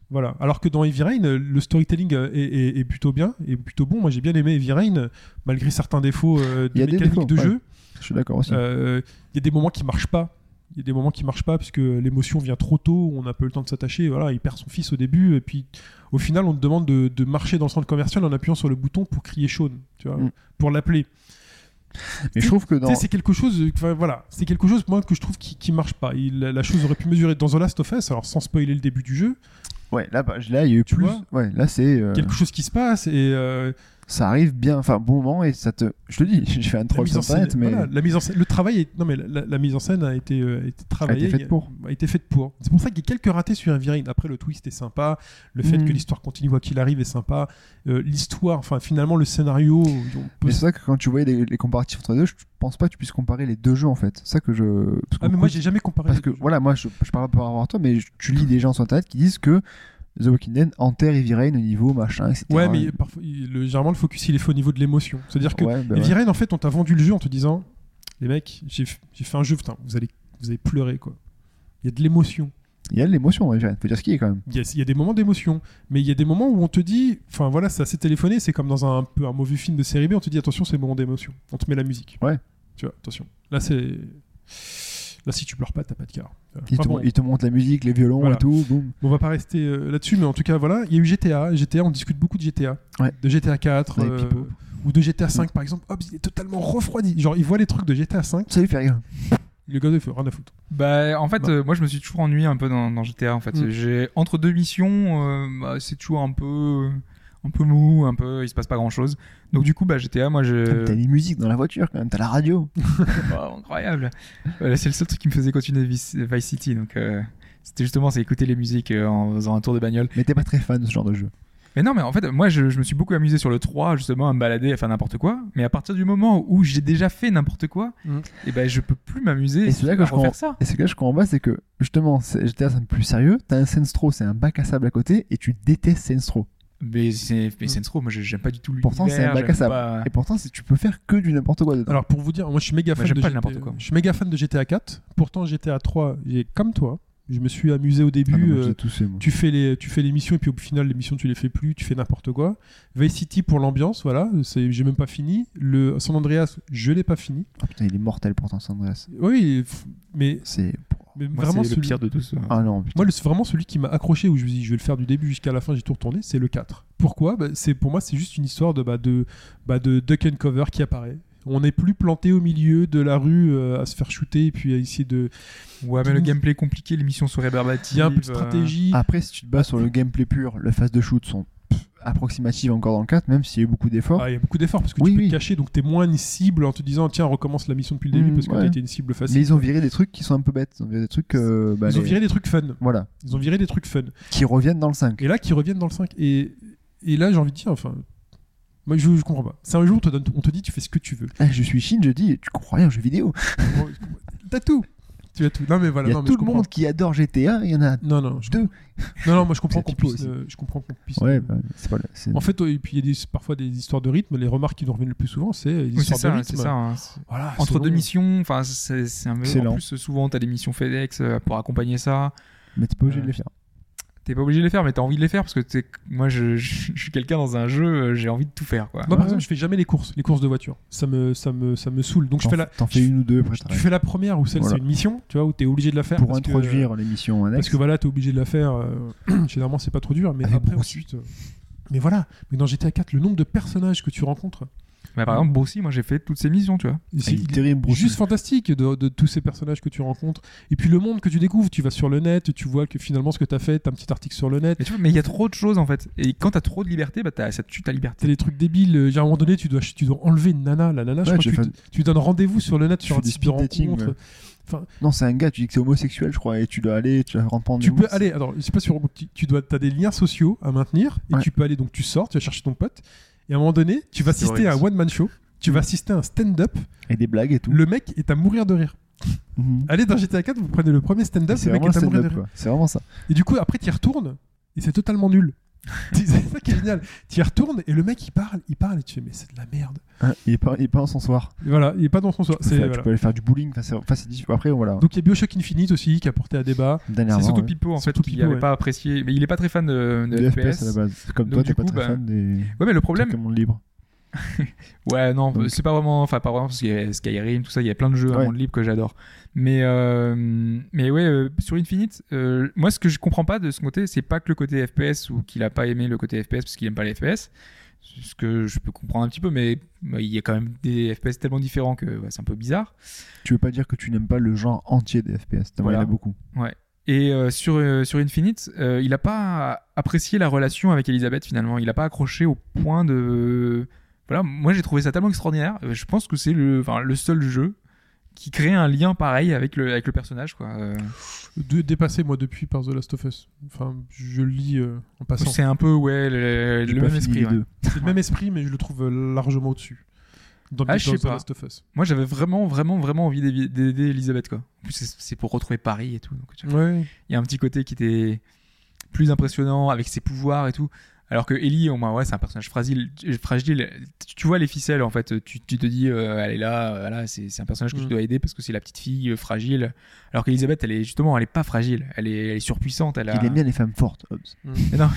C: Voilà. Alors que dans Heavy Rain, euh, le storytelling euh, est, est- est plutôt bien, est plutôt bon. Moi, j'ai bien aimé Heavy Rain, euh, malgré certains défauts euh,
E: Il y
C: de
E: a des
C: mécanique
E: défauts,
C: de
E: ouais.
C: jeu.
E: Je suis d'accord aussi.
C: Euh, Il y a des moments qui marchent pas. Il y a des moments qui marchent pas parce que l'émotion vient trop tôt, on n'a pas eu le temps de s'attacher. Voilà, il perd son fils au début et puis au final on te demande de, de marcher dans le centre commercial en appuyant sur le bouton pour crier Sean, tu vois,
E: Mm.
C: pour l'appeler.
E: mais je trouve que
C: Tu
E: dans.
C: sais, c'est quelque chose, euh, enfin, voilà, c'est quelque chose moi que je trouve qui, qui marche pas. Il- la chose aurait pu mesurer dans The Last of Us, alors sans spoiler le début du jeu,
E: Ouais, là, bah, là, il y a eu
C: Tu
E: plus.
C: vois
E: Ouais, là, c'est. euh,
C: quelque chose qui se passe et euh,
E: ça arrive bien, enfin bon moment et ça te, je te dis, j'ai fait un troll
C: mise en
E: sur internet,
C: scène-
E: mais
C: voilà, la mise en scène- le travail, est- non mais la, la- la mise en scène a été, euh, a été travaillée,
E: faite pour.
C: a été faite pour. C'est pour ça qu'il y a quelques ratés sur un viril. Après le twist est sympa, le fait
E: Mhm.
C: que l'histoire continue quoi qu'il arrive est sympa, Euh, l'histoire, enfin finalement le scénario, on peut-
E: mais c'est ça que quand tu voyais les, les comparatifs entre les deux, je pense pas que tu puisses comparer les deux jeux en fait. C'est ça que je, parce
C: ah mais
E: qu'au
C: moi
E: coup,
C: j'ai jamais comparé.
E: parce
C: les
E: que
C: deux jeux.
E: voilà, moi je, je parle pas par rapport à toi, mais je- tu lis des gens sur internet qui disent que The Walking Dead enterre Heavy Rain au niveau machin, etc.
C: Ouais, mais parfois, il- le- généralement le focus il est fait au niveau de l'émotion. C'est-à-dire que
E: Ouais, bah
C: Heavy
E: ouais.
C: Rain, en fait, on t'a vendu le jeu en te disant Les mecs, j'ai f- j'ai fait un jeu, putain, vous allez, vous allez pleurer, quoi. Il y a de l'émotion.
E: il y a de l'émotion, Heavy Rain. Faut dire ce qu'il est quand même.
C: Il y, a, il y a des moments d'émotion, mais il y a des moments où on te dit, enfin voilà, c'est assez téléphoné, c'est comme dans un, un peu un mauvais film de série B, on te dit attention, c'est le moment d'émotion. On te met la musique.
E: Ouais.
C: Tu vois, attention. Là, c'est. Là, si tu pleures pas, t'as pas de cœur. Voilà.
E: Il,
C: Enfin,
E: te,
C: Ah bon,
E: il te montre la musique, les violons
C: Voilà.
E: et tout. Boum.
C: on va pas rester euh, là-dessus, mais en tout cas, voilà, il y a eu GTA. GTA, on discute beaucoup de GTA.
E: Ouais.
C: De GTA 4
E: Avec
C: euh,
E: Pipo.
C: ou de GTA 5, par exemple. Hobbs, il est totalement refroidi. Genre, il voit les trucs de GTA 5,
E: Ça lui fait rire.
C: le gars de feu, rien à foutre.
D: Bah, en fait,
C: Bah.
D: euh, moi, je me suis toujours ennuyé un peu dans, dans GTA. En fait,
C: Mm.
D: j'ai entre deux missions, euh, bah, c'est toujours un peu, un peu mou, un peu, il se passe pas grand chose. Donc du coup, bah GTA, moi, je,
E: T'as les musiques dans la voiture quand même, t'as la radio.
D: Oh, incroyable. Voilà, c'est le seul truc qui me faisait continuer Vice, Vice City. Donc, euh, c'était justement, c'est écouter les musiques euh, en faisant un tour de bagnole.
E: Mais t'es pas très fan de ce genre de jeu.
D: Mais non, mais en fait, moi, je, je me suis beaucoup amusé sur le 3, justement, à me balader, à faire n'importe quoi. Mais à partir du moment où j'ai déjà fait n'importe quoi,
C: Mhm.
D: et ben, je peux plus m'amuser
E: Mm. Et c'est là que
D: à
E: je
D: refaire ça.
E: Et ce que je comprends pas, c'est que justement, c'est- GTA c'est un peu plus sérieux. T'as un Sensro, c'est un bac à sable à côté, et tu détestes Sensro.
D: Mais c'est mais
C: Mhm.
D: Saints Row, moi, j'ai- j'aime pas du tout l'univers.
E: Mm. Pourtant, c'est un bac à
D: j'aime
E: sable.
D: pas-
E: Et pourtant, c'est- tu peux faire que du n'importe quoi dedans.
C: Ah. Alors pour vous dire, moi je suis méga
D: Moi,
C: fan
D: j'aime
C: de
D: pas le
C: GTA,
D: n'importe quoi.
C: Je suis méga fan de GTA 4. Pourtant GTA 3, j'ai comme toi, je me suis amusé au
E: Ah non,
C: début.
E: moi, je
C: euh,
E: les ai tous fait, moi.
C: tu fais les tu fais les missions et puis au final les missions tu les fais plus, tu fais n'importe quoi. Vice City pour l'ambiance, voilà, c'est j'ai même pas fini. Le San Andreas, je l'ai pas fini.
E: Ah putain, il est mortel pourtant, San Andreas.
C: Oui, f- mais,
E: C'est.
C: mais
D: Moi,
C: vraiment
D: c'est le
C: celui-
D: pire de tous. hein.
E: Ah non, putain.
C: Moi, le- vraiment celui qui m'a accroché où je me dis je vais le faire du début jusqu'à la fin, j'ai tout retourné, c'est le 4. Pourquoi Bah, C'est pour moi c'est juste une histoire de bah, de bah, de duck and cover qui apparaît. On n'est plus planté au milieu de la rue euh, à se faire shooter et puis à essayer de
D: Ouais, mais le gameplay est compliqué, les missions sont rébarbatives.
C: Il y a un peu de
D: euh,
C: stratégie.
E: Après, si tu te bats sur le gameplay pur, les phases de shoot sont pff, approximatives encore dans le 4, même s'il y a eu beaucoup d'efforts.
C: Ah, il y a beaucoup d'efforts parce que
E: Oui,
C: tu peux
E: oui.
C: te cacher, donc t'es moins une cible en te disant tiens, recommence la mission depuis le début
E: Mm,
C: parce que
E: ouais.
C: t'as été une cible facile.
E: mais ils ont viré des trucs qui sont un peu bêtes. Ils ont viré des trucs. euh, bah,
C: Ils ont
E: les-
C: viré des trucs fun.
E: Voilà.
C: Ils ont viré des trucs fun.
E: Qui reviennent dans le 5.
C: Et là, qui reviennent dans le 5. Et, et là, j'ai envie de dire, enfin, moi je, je comprends pas. C'est un jour, on te, donne- on te dit tu fais ce que tu veux.
E: Ah, je suis Shin, je dis, tu comprends rien aux jeux vidéo.
C: Bon, t'as tout. Tu as tout. Ah, Non, mais voilà.
E: il y a
C: non, mais
E: tout
C: je
E: le monde
C: comprends.
E: qui adore GTA, il y en a
C: Non, non, je,
E: deux.
C: non, non, moi je comprends
E: C'est
C: qu'on
E: typo
C: puisse.
E: aussi.
C: euh, je comprends qu'on puisse.
E: Ouais, bah, c'est pas. c'est-
C: En fait, et puis il y a des- parfois des histoires de rythme. Les remarques qui nous reviennent le plus souvent, c'est les
D: Oui, c'est
C: histoires de
D: ça,
C: rythme.
D: c'est ça. hein.
C: Voilà,
D: entre
C: c'est
D: deux
C: long.
D: missions, enfin c'est c'est un
E: C'est
D: peu en
E: lent.
D: plus souvent t'as des missions FedEx euh, pour accompagner ça.
E: Mais t'es pas obligé
D: Euh,
E: de les faire.
D: T'es pas obligé de les faire, mais t'as envie de les faire parce que t'es- moi je, je- je suis quelqu'un dans un jeu, euh, j'ai envie de tout faire quoi.
C: Moi, par
E: Ouais.
C: exemple, je fais jamais les courses, les courses de voiture. Ça me, ça me, ça me saoule. Donc, je
E: T'en-
C: fais la,
E: T'en fais une ou deux après,
C: Tu
E: t'arrêtes.
C: fais la première où celle
E: Voilà.
C: c'est une mission, tu vois, où t'es obligé de la faire.
E: Pour
C: parce que- euh,
E: introduire l'émission
C: parce
E: annexe.
C: que voilà, t'es obligé de la faire. euh, généralement, c'est pas trop dur, mais
E: Avec
C: après,
E: Bruce.
C: ensuite. euh, mais voilà, mais dans GTA 4, le nombre de personnages que tu rencontres,
D: Bah, par exemple, Brossy, moi j'ai fait toutes ces missions, tu vois.
E: Ah,
C: c'est
E: il est terrible, Bruce.
C: juste fantastique de, de tous ces personnages que tu rencontres. Et puis le monde que tu découvres, tu vas sur le net, tu vois que finalement ce que t'as fait, t'as un petit article sur le net.
D: Mais tu vois, mais il y a trop de choses en fait. Et quand t'as trop de liberté, bah t'as- ça tue ta liberté.
C: T'as des trucs débiles. euh, À un moment donné, tu dois, tu dois enlever une nana. La nana, je
E: Ouais,
C: crois que
E: j'ai
C: tu,
E: fait-
C: te- tu lui donnes rendez-vous sur le net,
E: Tu
C: sur un
E: fais des
C: site de
E: speed dating,
C: rencontre.
E: ouais. Non, c'est un gars, tu dis que t'es homosexuel, je crois, et tu dois aller, tu vas rentrer en
C: Tu peux aller, alors je sais pas si on- tu, tu dois, as des liens sociaux à maintenir et
E: Ouais.
C: tu peux aller donc tu sors, tu vas chercher ton pote et à un moment donné tu vas
D: C'est
C: assister à un
D: horrible.
C: one man show, tu vas assister à un stand-up,
E: Et des blagues et tout.
C: le mec est à mourir de rire.
E: Mhm.
C: Allez dans GTA 4, vous prenez le premier
D: Ah,
C: stand-up,
E: C'est
C: le mec
E: vraiment
C: est à
E: stand-up,
C: mourir de rire.
E: quoi. C'est vraiment ça.
C: Et du coup après tu y retournes et c'est totalement nul. c'est ça qui est génial. Tu y retournes et le mec il parle, il parle et tu fais mais c'est de la merde.
E: Hein, il, est pas, il est pas dans son soir.
C: Et voilà, il est pas dans son soir.
E: Tu peux,
C: C'est-
E: faire, tu
C: voilà.
E: peux aller faire du bowling. Enfin, c'est- enfin, c'est diff- Après, voilà.
C: Donc il y a Bioshock Infinite aussi qui a porté à débat.
E: Dernièrement,
D: C'est surtout
E: ouais.
D: Pipo en fait
C: Surtout
D: qui
C: Pipo,
D: avait
C: ouais.
D: pas apprécié. Mais il est pas très fan de, de
E: Des
D: FPS.
E: FPS à la base. Comme
D: Donc,
E: toi,
D: du
E: t'es pas
D: coup,
E: très
D: bah,
E: fan des.
D: Ouais, mais le
E: Problème.
D: problème,
E: monde libre.
D: Ouais, non,
E: Donc-
D: c'est pas vraiment, enfin pas vraiment parce qu'il y a Skyrim, tout ça, il y a plein de jeux à
E: Ouais.
D: monde libre que j'adore. Mais euh, mais ouais, euh, sur Infinite, euh, moi ce que je comprends pas de ce côté, c'est pas que le côté FPS ou qu'il a pas aimé le côté FPS parce qu'il aime pas les FPS, ce que je peux comprendre un petit peu, mais bah, il y a quand même des FPS tellement différents que ouais, c'est un peu bizarre.
E: Tu veux pas dire que tu n'aimes pas le genre entier des FPS. T'en
D: Voilà.
E: il y en a beaucoup.
D: Et euh, sur, euh, sur Infinite, euh, il n'a pas apprécié la relation avec Elisabeth finalement. Il n'a pas accroché au point de. Voilà, moi j'ai trouvé ça tellement extraordinaire. Euh, Je pense que c'est le, enfin, le seul jeu qui crée un lien pareil avec le, avec le personnage. Quoi. Euh,
C: De, dépassé, moi, depuis par The Last of Us. Enfin, je le lis euh, en passant.
D: c'est un peu ouais, le,
E: J'ai
D: le même
E: pas fini
D: esprit.
E: les
D: ouais.
E: deux.
C: C'est le même esprit, mais je le trouve euh, largement au-dessus. Dans,
D: Ah,
C: dans
D: je sais
C: The
D: pas.
C: Last of Us.
D: Moi j'avais vraiment, vraiment, vraiment envie d'aider- d'aider Elisabeth. Quoi. En plus, c'est c'est pour retrouver Paris et tout. donc, tu vois.
C: Ouais.
D: Il y a un petit côté qui était plus impressionnant avec ses pouvoirs et tout. Alors que Ellie, au moins, ouais, c'est un personnage fragile. fragile. Tu- Tu vois les ficelles, en fait. Tu, tu te dis, euh, elle est là, euh, voilà, c'est c'est un personnage que tu
C: Mm.
D: dois aider parce que c'est la petite fille euh, fragile. Alors qu'Elisabeth, elle est justement, elle est pas fragile. Elle est, elle est surpuissante. Elle a...
E: Il aime bien les femmes fortes, Hobbes.
D: Mais non,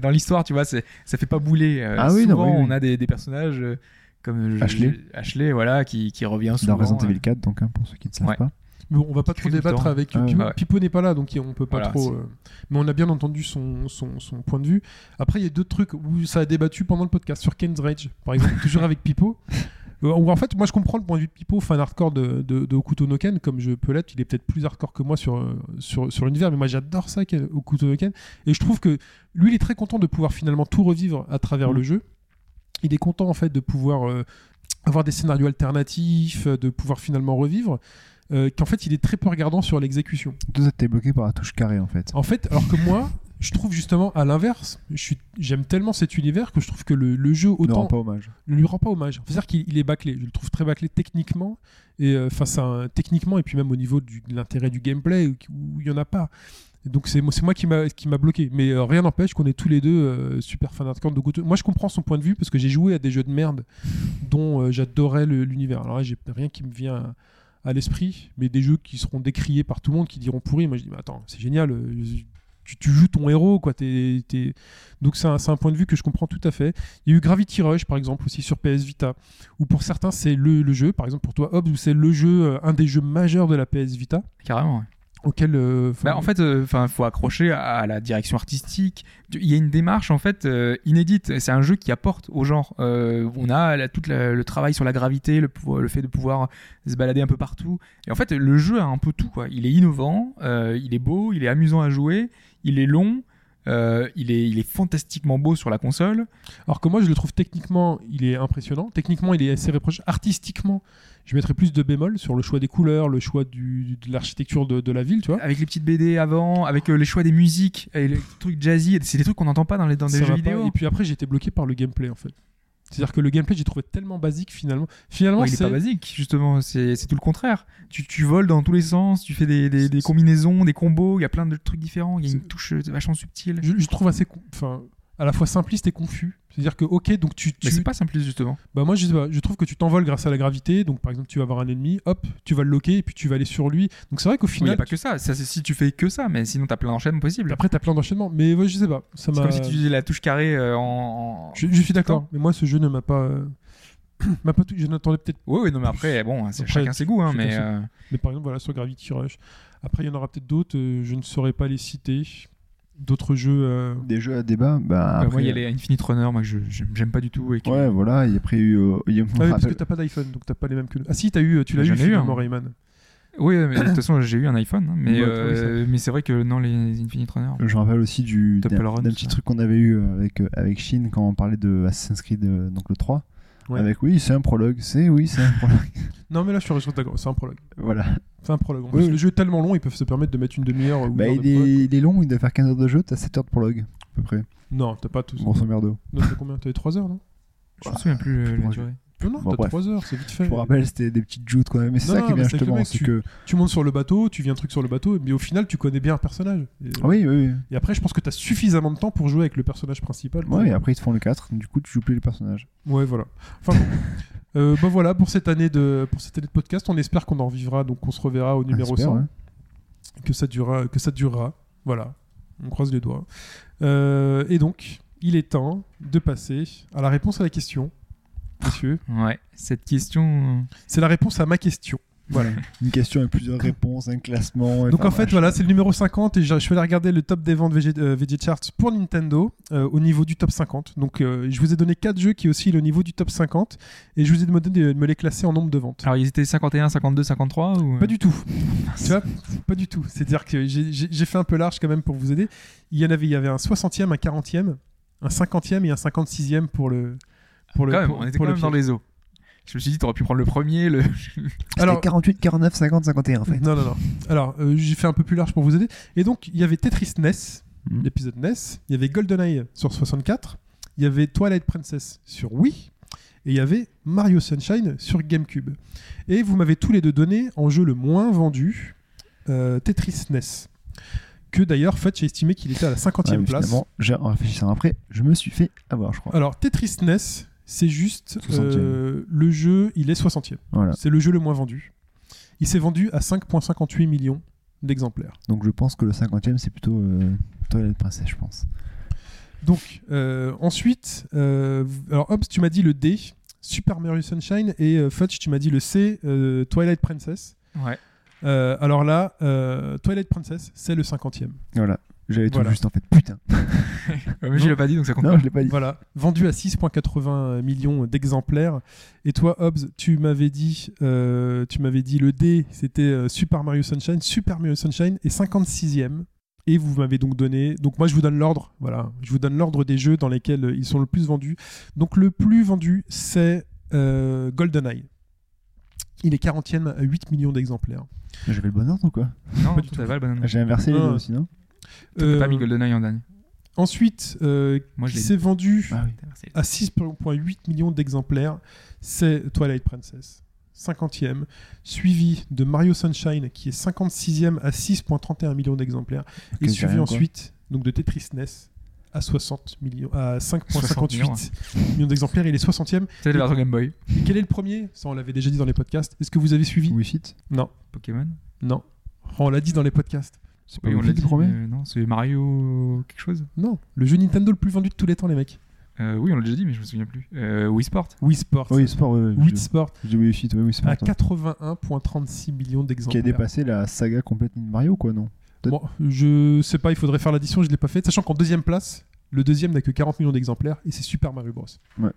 D: dans l'histoire, tu vois, c'est- ça fait pas bouler. Euh,
E: Ah oui, non,
D: souvent,
E: oui, oui.
D: on a des, des personnages euh, comme je-
E: Ashley.
D: je- Ashley, voilà, qui, qui revient souvent.
E: Dans Resident
D: euh,
E: Evil 4, donc, hein, pour ceux qui ne savent
D: Ouais.
E: pas.
C: Mais bon, on va pas
D: Qui crie
C: trop
D: tout le
C: débattre
D: temps.
C: avec
E: Ah,
C: Pipo.
D: ouais.
C: Pipo n'est pas là, donc on peut pas
D: Voilà,
C: trop.
D: c'est-
C: euh, Mais on a bien entendu son, son, son point de vue. Après, il y a d'autres trucs où ça a débattu pendant le podcast sur Ken's Rage, par exemple, toujours avec Pipo. Euh, où en fait, moi je comprends le point de vue de Pipo, fan hardcore de, de, de Hokuto no Ken, comme je peux l'être. Il est peut-être plus hardcore que moi sur, euh, sur, sur l'univers, mais moi j'adore ça, Ken- Hokuto no Ken. Et je trouve que lui, il est très content de pouvoir finalement tout revivre à
D: Mm.
C: travers le jeu. Il est content en fait de pouvoir euh, avoir des scénarios alternatifs, euh, de pouvoir finalement revivre. euh, qu'en fait, il est très peu regardant sur l'exécution.
E: Tout ça, t'es bloqué par la touche carrée, en fait.
C: En fait, alors que moi, je trouve justement à l'inverse, je suis- j'aime tellement cet univers que je trouve que le, le jeu
E: Ne rend
C: autant
E: pas hommage.
C: ne lui rend pas hommage. C'est-à-dire qu'il il est bâclé. Je le trouve très bâclé techniquement et euh, face à un- techniquement et puis même au niveau du- de l'intérêt du gameplay où où il y en a pas. Donc c'est moi- c'est moi qui m'a qui m'a bloqué. Mais euh, rien n'empêche qu'on est tous les deux euh, super fans hardcore de Goto. Moi je comprends son point de vue parce que j'ai joué à des jeux de merde dont euh, j'adorais le- l'univers. Alors là j'ai rien qui me vient à, à l'esprit, mais des jeux qui seront décriés par tout le monde, qui diront pourri. Moi je dis mais attends c'est génial. euh, tu, tu joues ton héros quoi. T'es- t'es- Donc c'est un- c'est un point de vue que je comprends tout à fait. Il y a eu Gravity Rush, par exemple, aussi sur PS Vita, où pour certains, c'est le, le jeu, par exemple pour toi, Hobbs, où c'est le jeu, euh, un des jeux majeurs de la PS Vita,
D: Carrément. ouais.
C: auquel. euh, enfin,
D: Bah, en fait, enfin, faut accrocher à la direction artistique. Il y a une démarche en fait euh, inédite. C'est un jeu qui apporte au genre. Euh, on a la- tout la- le travail sur la gravité, le, pouvoir- le fait de pouvoir se balader un peu partout. Et en fait, le jeu a un peu tout. Quoi. Il est innovant, euh, il est beau, il est amusant à jouer, il est long. euh, il, est, il est fantastiquement beau sur la console.
C: Alors que moi, je le trouve techniquement, il est impressionnant. Techniquement, il est assez réproche. Artistiquement, je mettrais plus de bémol sur le choix des couleurs, le choix du, de l'architecture de, de la ville, tu vois.
D: Avec les petites BD avant, avec euh, les choix des musiques, et les trucs jazzy. C'est des trucs qu'on n'entend pas dans les, dans des
C: Ça
D: jeux
C: va
D: vidéo.
C: pas. Et puis après, j'étais bloqué par le gameplay, en fait. C'est-à-dire que le gameplay, j'ai trouvé tellement basique finalement. Finalement,
D: Ouais, il est
C: c'est.
D: pas basique, justement, c'est c'est tout le contraire. Tu, tu voles dans tous les sens, tu fais des, des- des combinaisons, des combos, il y a plein de trucs différents, il y a une
C: C'est-
D: touche euh, vachement subtile.
C: je, je trouve assez. con- Enfin, à la fois simpliste et confus. C'est-à-dire que, ok, donc tu.
D: Mais
C: tu-
D: c'est pas simpliste, justement.
C: Bah moi je sais pas, je trouve que tu t'envoles grâce à la gravité, donc par exemple tu vas avoir un ennemi, hop, tu vas le loquer et puis tu vas aller sur lui. Donc c'est vrai qu'au
D: Il n'y a
C: final,
D: pas que ça. ça c'est si tu fais que ça, mais sinon t'as plein d'enchaînements possibles.
C: après bah, t'as plein d'enchaînements, mais ouais, je sais pas, ça
D: C'est
C: m'a...
D: comme si tu faisais la touche carrée euh, en. en-
C: Je, je suis d'accord, mais moi ce jeu ne m'a pas... euh, m'a pas tout- Je n'attendais peut-être...
D: Ouais, ouais, non, mais après, bon, c'est
C: Après,
D: chacun ses goûts, hein,
C: c'est
D: mais.
C: comme ça.
D: euh,
C: Mais par exemple voilà, sur Gravity Rush. Après il y en aura peut-être d'autres, euh, je ne saurais pas les citer. D'autres jeux... euh,
E: Des jeux à débat, bah.
D: bah,
E: après,
D: moi, il y a les Infinite Runner, moi, que je- j'aime j'aime pas du tout. Et que-
E: Ouais, voilà, et après, il y a eu. euh, il y a-
C: Ah oui, parce que
E: rappelle-
C: t'as pas d'iPhone, donc t'as pas les mêmes que nous. Ah si, t'as eu, tu l'as
D: J'en
C: eu,
D: ai eu un,
C: finalement,
D: moi.
C: Rayman.
D: Oui, mais de toute façon, j'ai eu un iPhone, hein, mais,
C: Ouais,
D: euh, mais c'est vrai que non, les Infinite Runner.
E: Je me rappelle aussi du
D: Temple
E: d'un
D: Run,
E: d'un petit
D: ça.
E: truc qu'on avait eu avec, euh, avec Shin quand on parlait de Assassin's Creed, euh, donc le 3.
C: Ouais.
E: Avec oui, c'est un prologue, c'est oui, c'est un prologue.
C: Non mais là je suis resté d'accord, c'est un prologue.
E: voilà.
C: C'est un prologue. En
E: Oui,
C: plus,
E: oui.
C: Le jeu est tellement long, ils peuvent se permettre de mettre une demi-heure ou
E: Bah,
C: une heure
E: il,
C: de prologue.
E: est, il est long, il doit faire 15 heures de jeu, t'as 7 heures de prologue, à peu près.
C: Non, t'as pas tout ça.
E: Grosso merdo.
C: Non, t'as combien T'avais 3 heures, non
D: Je me souviens plus euh, la
E: Moi, je-
D: durée.
C: Non, non,
E: Bon,
C: t'as
E: bref.
C: 3 heures, c'est vite fait.
E: Je vous rappelle, c'était des petites joutes quand même, mais c'est
C: Non,
E: ça
C: non,
E: qui est
C: mais
E: bien
C: c'est que le
E: justement.
C: mec,
E: C'est que.
C: Tu montes sur le bateau, tu viens un truc sur le bateau, mais au final, tu connais bien un personnage. Et, euh,
E: Ah Oui, oui, oui.
C: et après, je pense que t'as suffisamment de temps pour jouer avec le personnage principal.
E: Ouais, et après ils te font le 4, du coup tu joues plus le personnage.
C: Ouais, voilà. Enfin, bon. Euh, bah voilà pour cette année de pour cette année de podcast on espère qu'on en revivra donc on se reverra au numéro
E: J'espère,
C: 100
E: ouais.
C: que ça durera que ça durera voilà on croise les doigts Euh, et donc il est temps de passer à la réponse à la question monsieur
D: Ouais, cette question. euh,
C: c'est la réponse à ma question Voilà.
E: Une question avec plusieurs réponses, un classement. et
C: Donc
E: enfin,
C: en fait,
E: bref.
C: voilà, c'est le numéro 50 et je je suis allé regarder le top des ventes VG, euh, VG Charts pour Nintendo euh, au niveau du top 50. Donc euh, je vous ai donné 4 jeux qui oscillent au niveau du top 50 et je vous ai demandé de, de me les classer en nombre de ventes.
D: Alors, ils étaient 51, 52, 53 ou... euh,
C: Pas du tout. tu vois, pas du tout. C'est-à-dire que j'ai- j'ai j'ai fait un peu large quand même pour vous aider. Il y en avait, il y avait un 60e, un 40e, un 50e et un 56e pour le. Pour
D: Ah, Quand
C: le,
D: même,
C: pour,
D: on était
C: pour
D: quand
C: le
D: même dans
C: pied.
D: les eaux. Je me suis dit, t'aurais pu prendre le premier, le...
E: C'était
C: Alors-
E: 48, 49, 50, 51 en fait.
C: Non, non, non. Alors, euh, j'ai fait un peu plus large pour vous aider. Et donc, il y avait Tetris NES,
E: Mhm.
C: l'épisode NES. Il y avait GoldenEye sur 64. Il y avait Twilight Princess sur Wii. Et il y avait Mario Sunshine sur GameCube. Et vous m'avez tous les deux donné en jeu le moins vendu, euh, Tetris NES. Que d'ailleurs, Fudge a estimé qu'il était à la 50e
E: Ouais, mais
C: place.
E: finalement, j'ai- en réfléchissant après, je me suis fait avoir, je crois.
C: Alors, Tetris NES, c'est juste
E: 60e.
C: euh, le jeu, il est 60e.
E: Voilà.
C: C'est le jeu le moins vendu. Il s'est vendu à 5,58 millions d'exemplaires.
E: Donc je pense que le 50ème, c'est plutôt euh, Toilette Princess, je pense.
C: Donc, euh, ensuite, euh, alors Hobbs, tu m'as dit le D, Super Mario Sunshine, et euh, Fudge, tu m'as dit le C, euh, Twilight Princess.
D: Ouais.
C: Euh, alors là, euh, Twilight Princess, c'est le 50e.
E: Voilà. J'avais tout
C: Voilà.
E: juste en fait. Putain.
D: Mais je l'ai pas dit, donc ça compte
E: Non,
D: pas.
E: je l'ai pas dit.
C: Voilà, vendu à 6,80 millions d'exemplaires. Et toi, Hobbs, tu m'avais dit, euh, tu m'avais dit le D, c'était euh, Super Mario Sunshine. Super Mario Sunshine est 56e. Et vous m'avez donc donné. Donc moi, je vous donne l'ordre. Voilà, je vous donne l'ordre des jeux dans lesquels euh, ils sont le plus vendus. Donc le plus vendu, c'est euh, GoldenEye. Il est 40e à 8 millions d'exemplaires.
E: J'avais le bon ordre ou quoi
D: Non,
C: pas du
D: tout à fait, le banane.
E: J'ai inversé les
C: Non.
E: deux aussi, non
D: T'as pas
C: Euh,
D: mis GoldenEye en dernier.
C: ensuite, euh,
D: Moi, je
C: qui
D: l'ai
C: s'est vendu
E: Ah oui.
D: Putain, merci.
C: à 6,8 millions d'exemplaires, c'est Twilight Princess, 50e, suivi de Mario Sunshine qui est 56e à 6,31 millions d'exemplaires, et
E: Ok, c'est
C: suivi
E: rien, quoi.
C: ensuite donc de Tetris NES à 60 millions, à
D: 60 millions,
C: 5,58 millions d'exemplaires. Il est 60e.
D: C'était la version Game Boy.
C: Et quel est le premier Ça, on l'avait déjà dit dans les podcasts. Est-ce que vous avez suivi
E: Wii Fit
C: Non,
D: Pokémon
C: non. Oh, on l'a dit dans les podcasts.
E: C'est
D: Oui, on
E: Wii
D: l'a
E: Fit,
D: dit.
E: le premier
D: mais Non, c'est Mario quelque chose
C: Non, le jeu Nintendo le plus vendu de tous les temps, les mecs.
D: Euh, Oui, on l'a déjà dit, mais je me souviens plus. Euh, Wii Sport
C: Wii Sport.
E: Oui, sport. ouais, ouais,
C: Wii
E: je-
C: Sport
E: je dis Wii Fit, ouais, Wii
D: Ah,
E: Sport.
C: à
E: ouais.
C: 81,36 millions
E: Qui a
C: d'exemplaires.
E: dépassé la saga complète de Mario, quoi, non
C: Bon, je sais pas, il faudrait faire l'addition, je l'ai pas fait. Sachant qu'en deuxième place, le deuxième n'a que 40 millions d'exemplaires et c'est Super Mario Bros.
E: Ouais.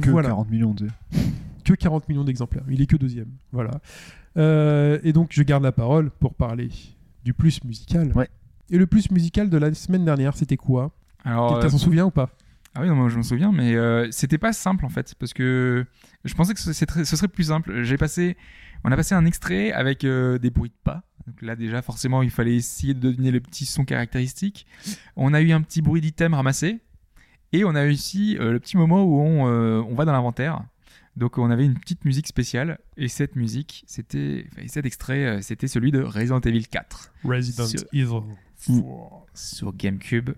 E: Que
C: voilà,
E: 40 millions, tu sais.
C: que 40 millions d'exemplaires. Il est que deuxième. Voilà. Euh, et donc, je garde la parole pour parler du plus musical.
E: Ouais.
C: Et le plus musical de la semaine dernière, c'était quoi
D: Alors,
C: Quelqu'un
D: euh,
C: s'en souvient ou pas
D: Ah oui, non, moi, je me souviens, mais euh, c'était pas simple en fait, parce que je pensais que ce, c'est très- ce serait plus simple. J'ai passé, on a passé un extrait avec euh, des bruits de pas. Donc là déjà, forcément, il fallait essayer de deviner les petits sons caractéristiques. On a eu un petit bruit d'item ramassé, et on a eu aussi euh, le petit moment où on, euh, on va dans l'inventaire. Donc on avait une petite musique spéciale, et cette musique, c'était, enfin, cet extrait, euh, c'était celui de Resident Evil 4
C: Resident
D: Sur-
C: Evil.
D: sur GameCube,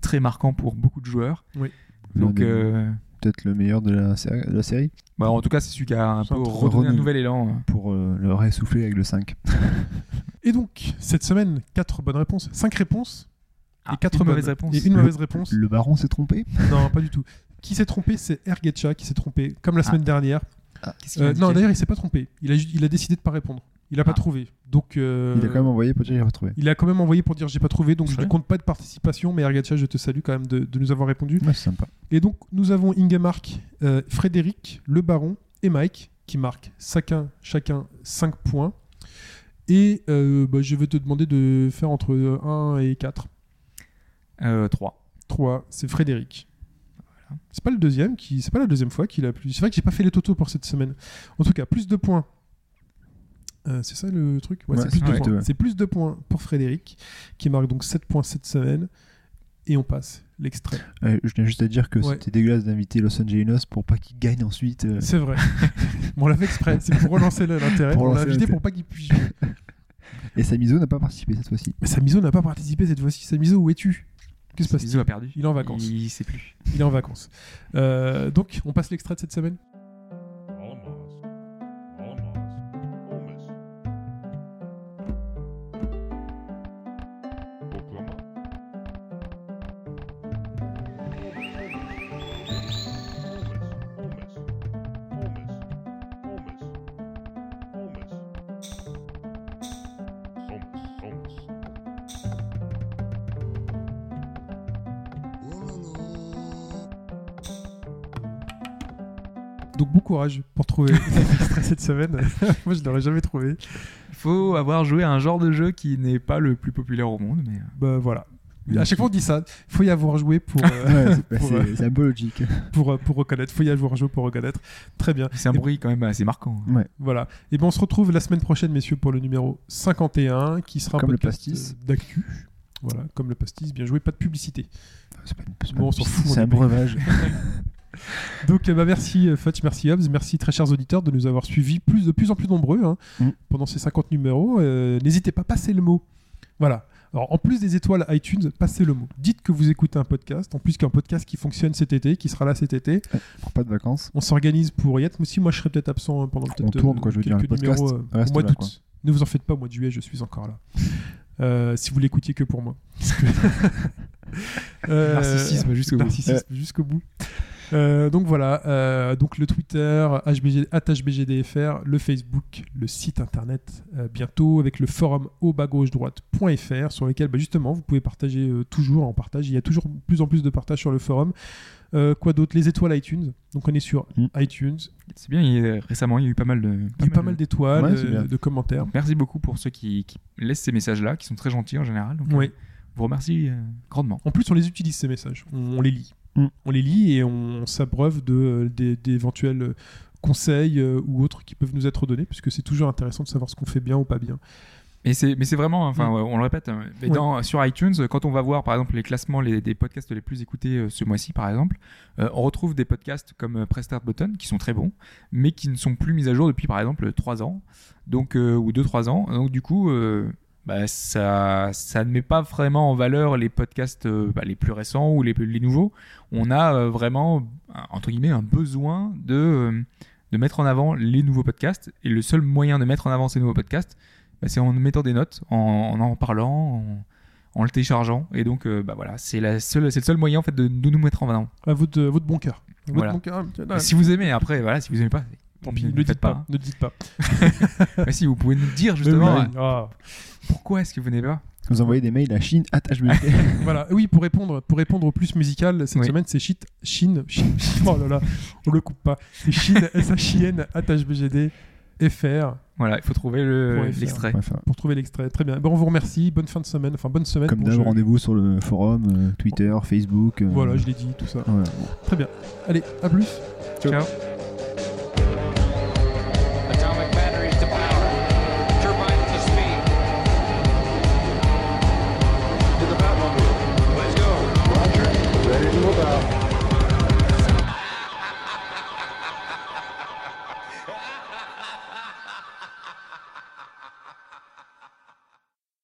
D: très marquant pour beaucoup de joueurs.
C: Oui.
D: Donc,
E: L'un des-
D: euh,
E: Peut-être le meilleur de la, sé- de la série
D: bah, en tout cas, c'est celui qui a un
E: C'est
D: peu
E: un truc
D: redonné un
E: renouvelé.
D: nouvel élan. hein.
E: pour euh, le ressouffler avec le 5.
C: Et donc, cette semaine, 4 bonnes réponses, 5 réponses
D: Ah,
C: et 4
D: une mauvaise réponse.
C: Et une
E: Le-
C: mauvaise réponse.
E: Le baron s'est trompé
C: Non, pas du tout. Qui s'est trompé C'est Ergetcha qui s'est trompé, comme la
D: Ah.
C: semaine dernière.
D: Qu'est-ce qu'il
C: Euh,
D: a
C: non,
D: indiqué
C: d'ailleurs, il s'est pas trompé. Il a, ju- il a décidé de pas répondre. Il a pas
D: Ah.
C: trouvé. Donc, euh,
E: Il a quand même envoyé pour dire qu'il a retrouvé.
C: il a quand même envoyé pour dire j'ai pas trouvé. Donc,
D: Très
C: je ne
D: bien.
C: compte pas de participation. Mais Ergacha, je te salue quand même de, de nous avoir répondu.
E: Ouais, c'est sympa.
C: Et donc, nous avons Ingemark, euh, Frédéric, Le Baron et Mike qui marquent chacun, chacun 5 points. Et euh, bah, je vais te demander de faire entre 1 et 4.
D: Euh, 3.
C: 3, c'est Frédéric. C'est pas le deuxième qui, c'est pas la deuxième fois qu'il a plus. C'est vrai que j'ai pas fait les totaux pour cette semaine. En tout cas, plus de points. Euh, c'est ça le truc Ouais,
E: Ouais,
C: c'est plus,
E: c'est
C: de
E: correct,
C: points.
E: ouais.
C: C'est plus de points pour Frédéric, qui marque donc 7 points cette semaine. Et on passe l'extrait.
E: Ouais, Euh, je tiens juste à dire que
C: Ouais.
E: c'était dégueulasse d'inviter Los Angeles pour pas qu'il gagne ensuite. euh,
C: C'est vrai. Bon, on l'a fait exprès, c'est pour relancer le- l'intérêt.
E: Pour
C: On l'a
E: relancer
C: invité
E: l'intérêt.
C: pour pas qu'il puisse jouer.
E: Et Samizo n'a pas participé cette fois-ci.
C: Mais Samizo n'a pas participé cette fois-ci. Samizo, où es-tu Qu'est-ce qui se passe
D: Bisous a perdu.
C: Il est en vacances.
D: Il sait plus.
C: Il est en vacances. Euh, donc, on passe l'extrait de cette semaine
G: Almost. Almost. Almost. Oklahoma. Almost. Almost. Almost. Almost. Almost.
C: Donc bon courage pour trouver cet extrait cette semaine. Moi, je l'aurais jamais trouvé.
D: Il faut avoir joué à un genre de jeu qui n'est pas le plus populaire au monde, mais euh,
C: Bah voilà. À chaque fois, on dit ça. Faut y avoir joué pour, euh,
E: Ouais, c'est bah,
C: pour,
E: c'est- c'est un peu logique.
C: pour, euh, pour reconnaître. Faut y avoir joué pour reconnaître. Très bien.
D: c'est un bruit quand même assez marquant. hein.
C: Voilà. Et ben on se retrouve la semaine prochaine, messieurs, pour le numéro 51, qui sera un
E: Comme le
C: podcast,
E: pastis.
C: euh, d'actu. Voilà, comme le pastis, bien joué, pas de publicité.
E: C'est pas une- c'est
C: Bon, on s'en
E: pas-
C: fout, on
E: c'est
C: est
E: un
C: payé.
E: breuvage.
C: Donc, euh, bah, merci euh, Fudge, merci Hobbs, merci très chers auditeurs de nous avoir suivis, plus, de plus en plus nombreux hein,
E: Mm.
C: pendant ces 50 numéros. Euh, N'hésitez pas, passez le mot. Voilà. Alors, en plus des étoiles iTunes, passez le mot. Dites que vous écoutez un podcast, en plus qu'un podcast qui fonctionne cet été, qui sera là cet été.
E: Pour pas de vacances.
C: On s'organise pour y être. Moi aussi, moi, je serai peut-être absent pendant peut-être
E: tourne,
C: euh,
E: quoi, je veux dire,
C: quelques
E: le podcast
C: numéros, euh, au
E: reste
C: mois
E: là,
C: d'août.
E: quoi.
C: Ne vous en faites pas, au mois de juillet, je suis encore là. Euh, si vous l'écoutiez que pour moi. Euh,
D: Narcissisme jusqu'au bout.
C: narcissisme jusqu'au bout. Euh, donc voilà, euh, donc le Twitter, HBG, at HBGDFR, le Facebook, le site internet, euh, bientôt avec le forum au bas gauche droite.fr sur lequel bah, justement vous pouvez partager euh, toujours en partage. Il y a toujours de plus en plus de partages sur le forum. Euh, quoi d'autre Les étoiles iTunes. Donc on est sur
E: Mm.
C: iTunes.
D: C'est bien, il y a- récemment, il y a eu pas mal de.
C: Il y a eu pas mal
D: de-
C: d'étoiles,
E: Ouais, c'est
C: euh,
E: bien.
C: de commentaires.
D: Donc, Merci beaucoup pour ceux qui, qui laissent ces messages-là, qui sont très gentils en général. Donc,
C: Oui.
D: euh, vous remercie euh, grandement.
C: En plus, on les utilise ces messages. On, on les lit.
E: Mm.
C: On les lit et on s'abreuve de euh, des- d'éventuels euh, conseils euh, ou autres qui peuvent nous être donnés, puisque c'est toujours intéressant de savoir ce qu'on fait bien ou pas bien.
D: Mais c'est, mais c'est vraiment, enfin, ouais, on le répète, hein, mais
C: Ouais.
D: dans- sur iTunes, quand on va voir par exemple les classements les- des podcasts les plus écoutés euh, ce mois-ci, par exemple, euh, on retrouve des podcasts comme euh, Press Start Button qui sont très bons, mais qui ne sont plus mis à jour depuis par exemple 3 ans, donc euh, ou 2-3 ans. Donc du coup, euh, bah, ça, ça ne met pas vraiment en valeur les podcasts euh, bah, les plus récents ou les, plus- les nouveaux. On a euh, vraiment un- entre guillemets un besoin de euh, de mettre en avant les nouveaux podcasts et le seul moyen de mettre en avant ces nouveaux podcasts bah, c'est en mettant des notes, en en, en parlant, en, en le téléchargeant. Et donc, euh, bah voilà, c'est la seule, c'est le seul moyen en fait de, de nous mettre en avant.
C: À votre, à votre bon cœur. À votre
D: Voilà. Bah
C: bon cœur, tiens, là,
D: Si vous aimez, après, voilà, si vous aimez pas,
C: Tant pis,
D: ne
C: ne
D: le
C: le dites
D: faites
C: pas.
D: pas.
C: Ne le dites pas.
D: bah, si vous pouvez nous dire justement
C: Mais oui,
D: euh,
C: ah.
D: pourquoi est-ce que vous n'aimez pas.
E: Vous envoyez des mails à Chine, at HBP.
C: Voilà, oui, pour répondre, pour répondre au plus musical, cette
D: Oui.
C: semaine, c'est shit, Chine, Chine, oh là là, on le coupe pas, c'est Chine, S-H-I-N, HBGD, FR,
D: Voilà, il faut trouver le-
C: Point fr.
D: l'extrait.
E: Enfin,
C: pour trouver l'extrait. Très bien, bon, on vous remercie, bonne fin de semaine, enfin bonne semaine.
E: Comme
C: bon,
E: d'hab,
C: je-
E: rendez-vous sur le forum, euh, Twitter, Facebook. euh,
C: Voilà, je l'ai dit, tout ça.
E: voilà.
C: Très bien, allez, à plus.
D: Ciao.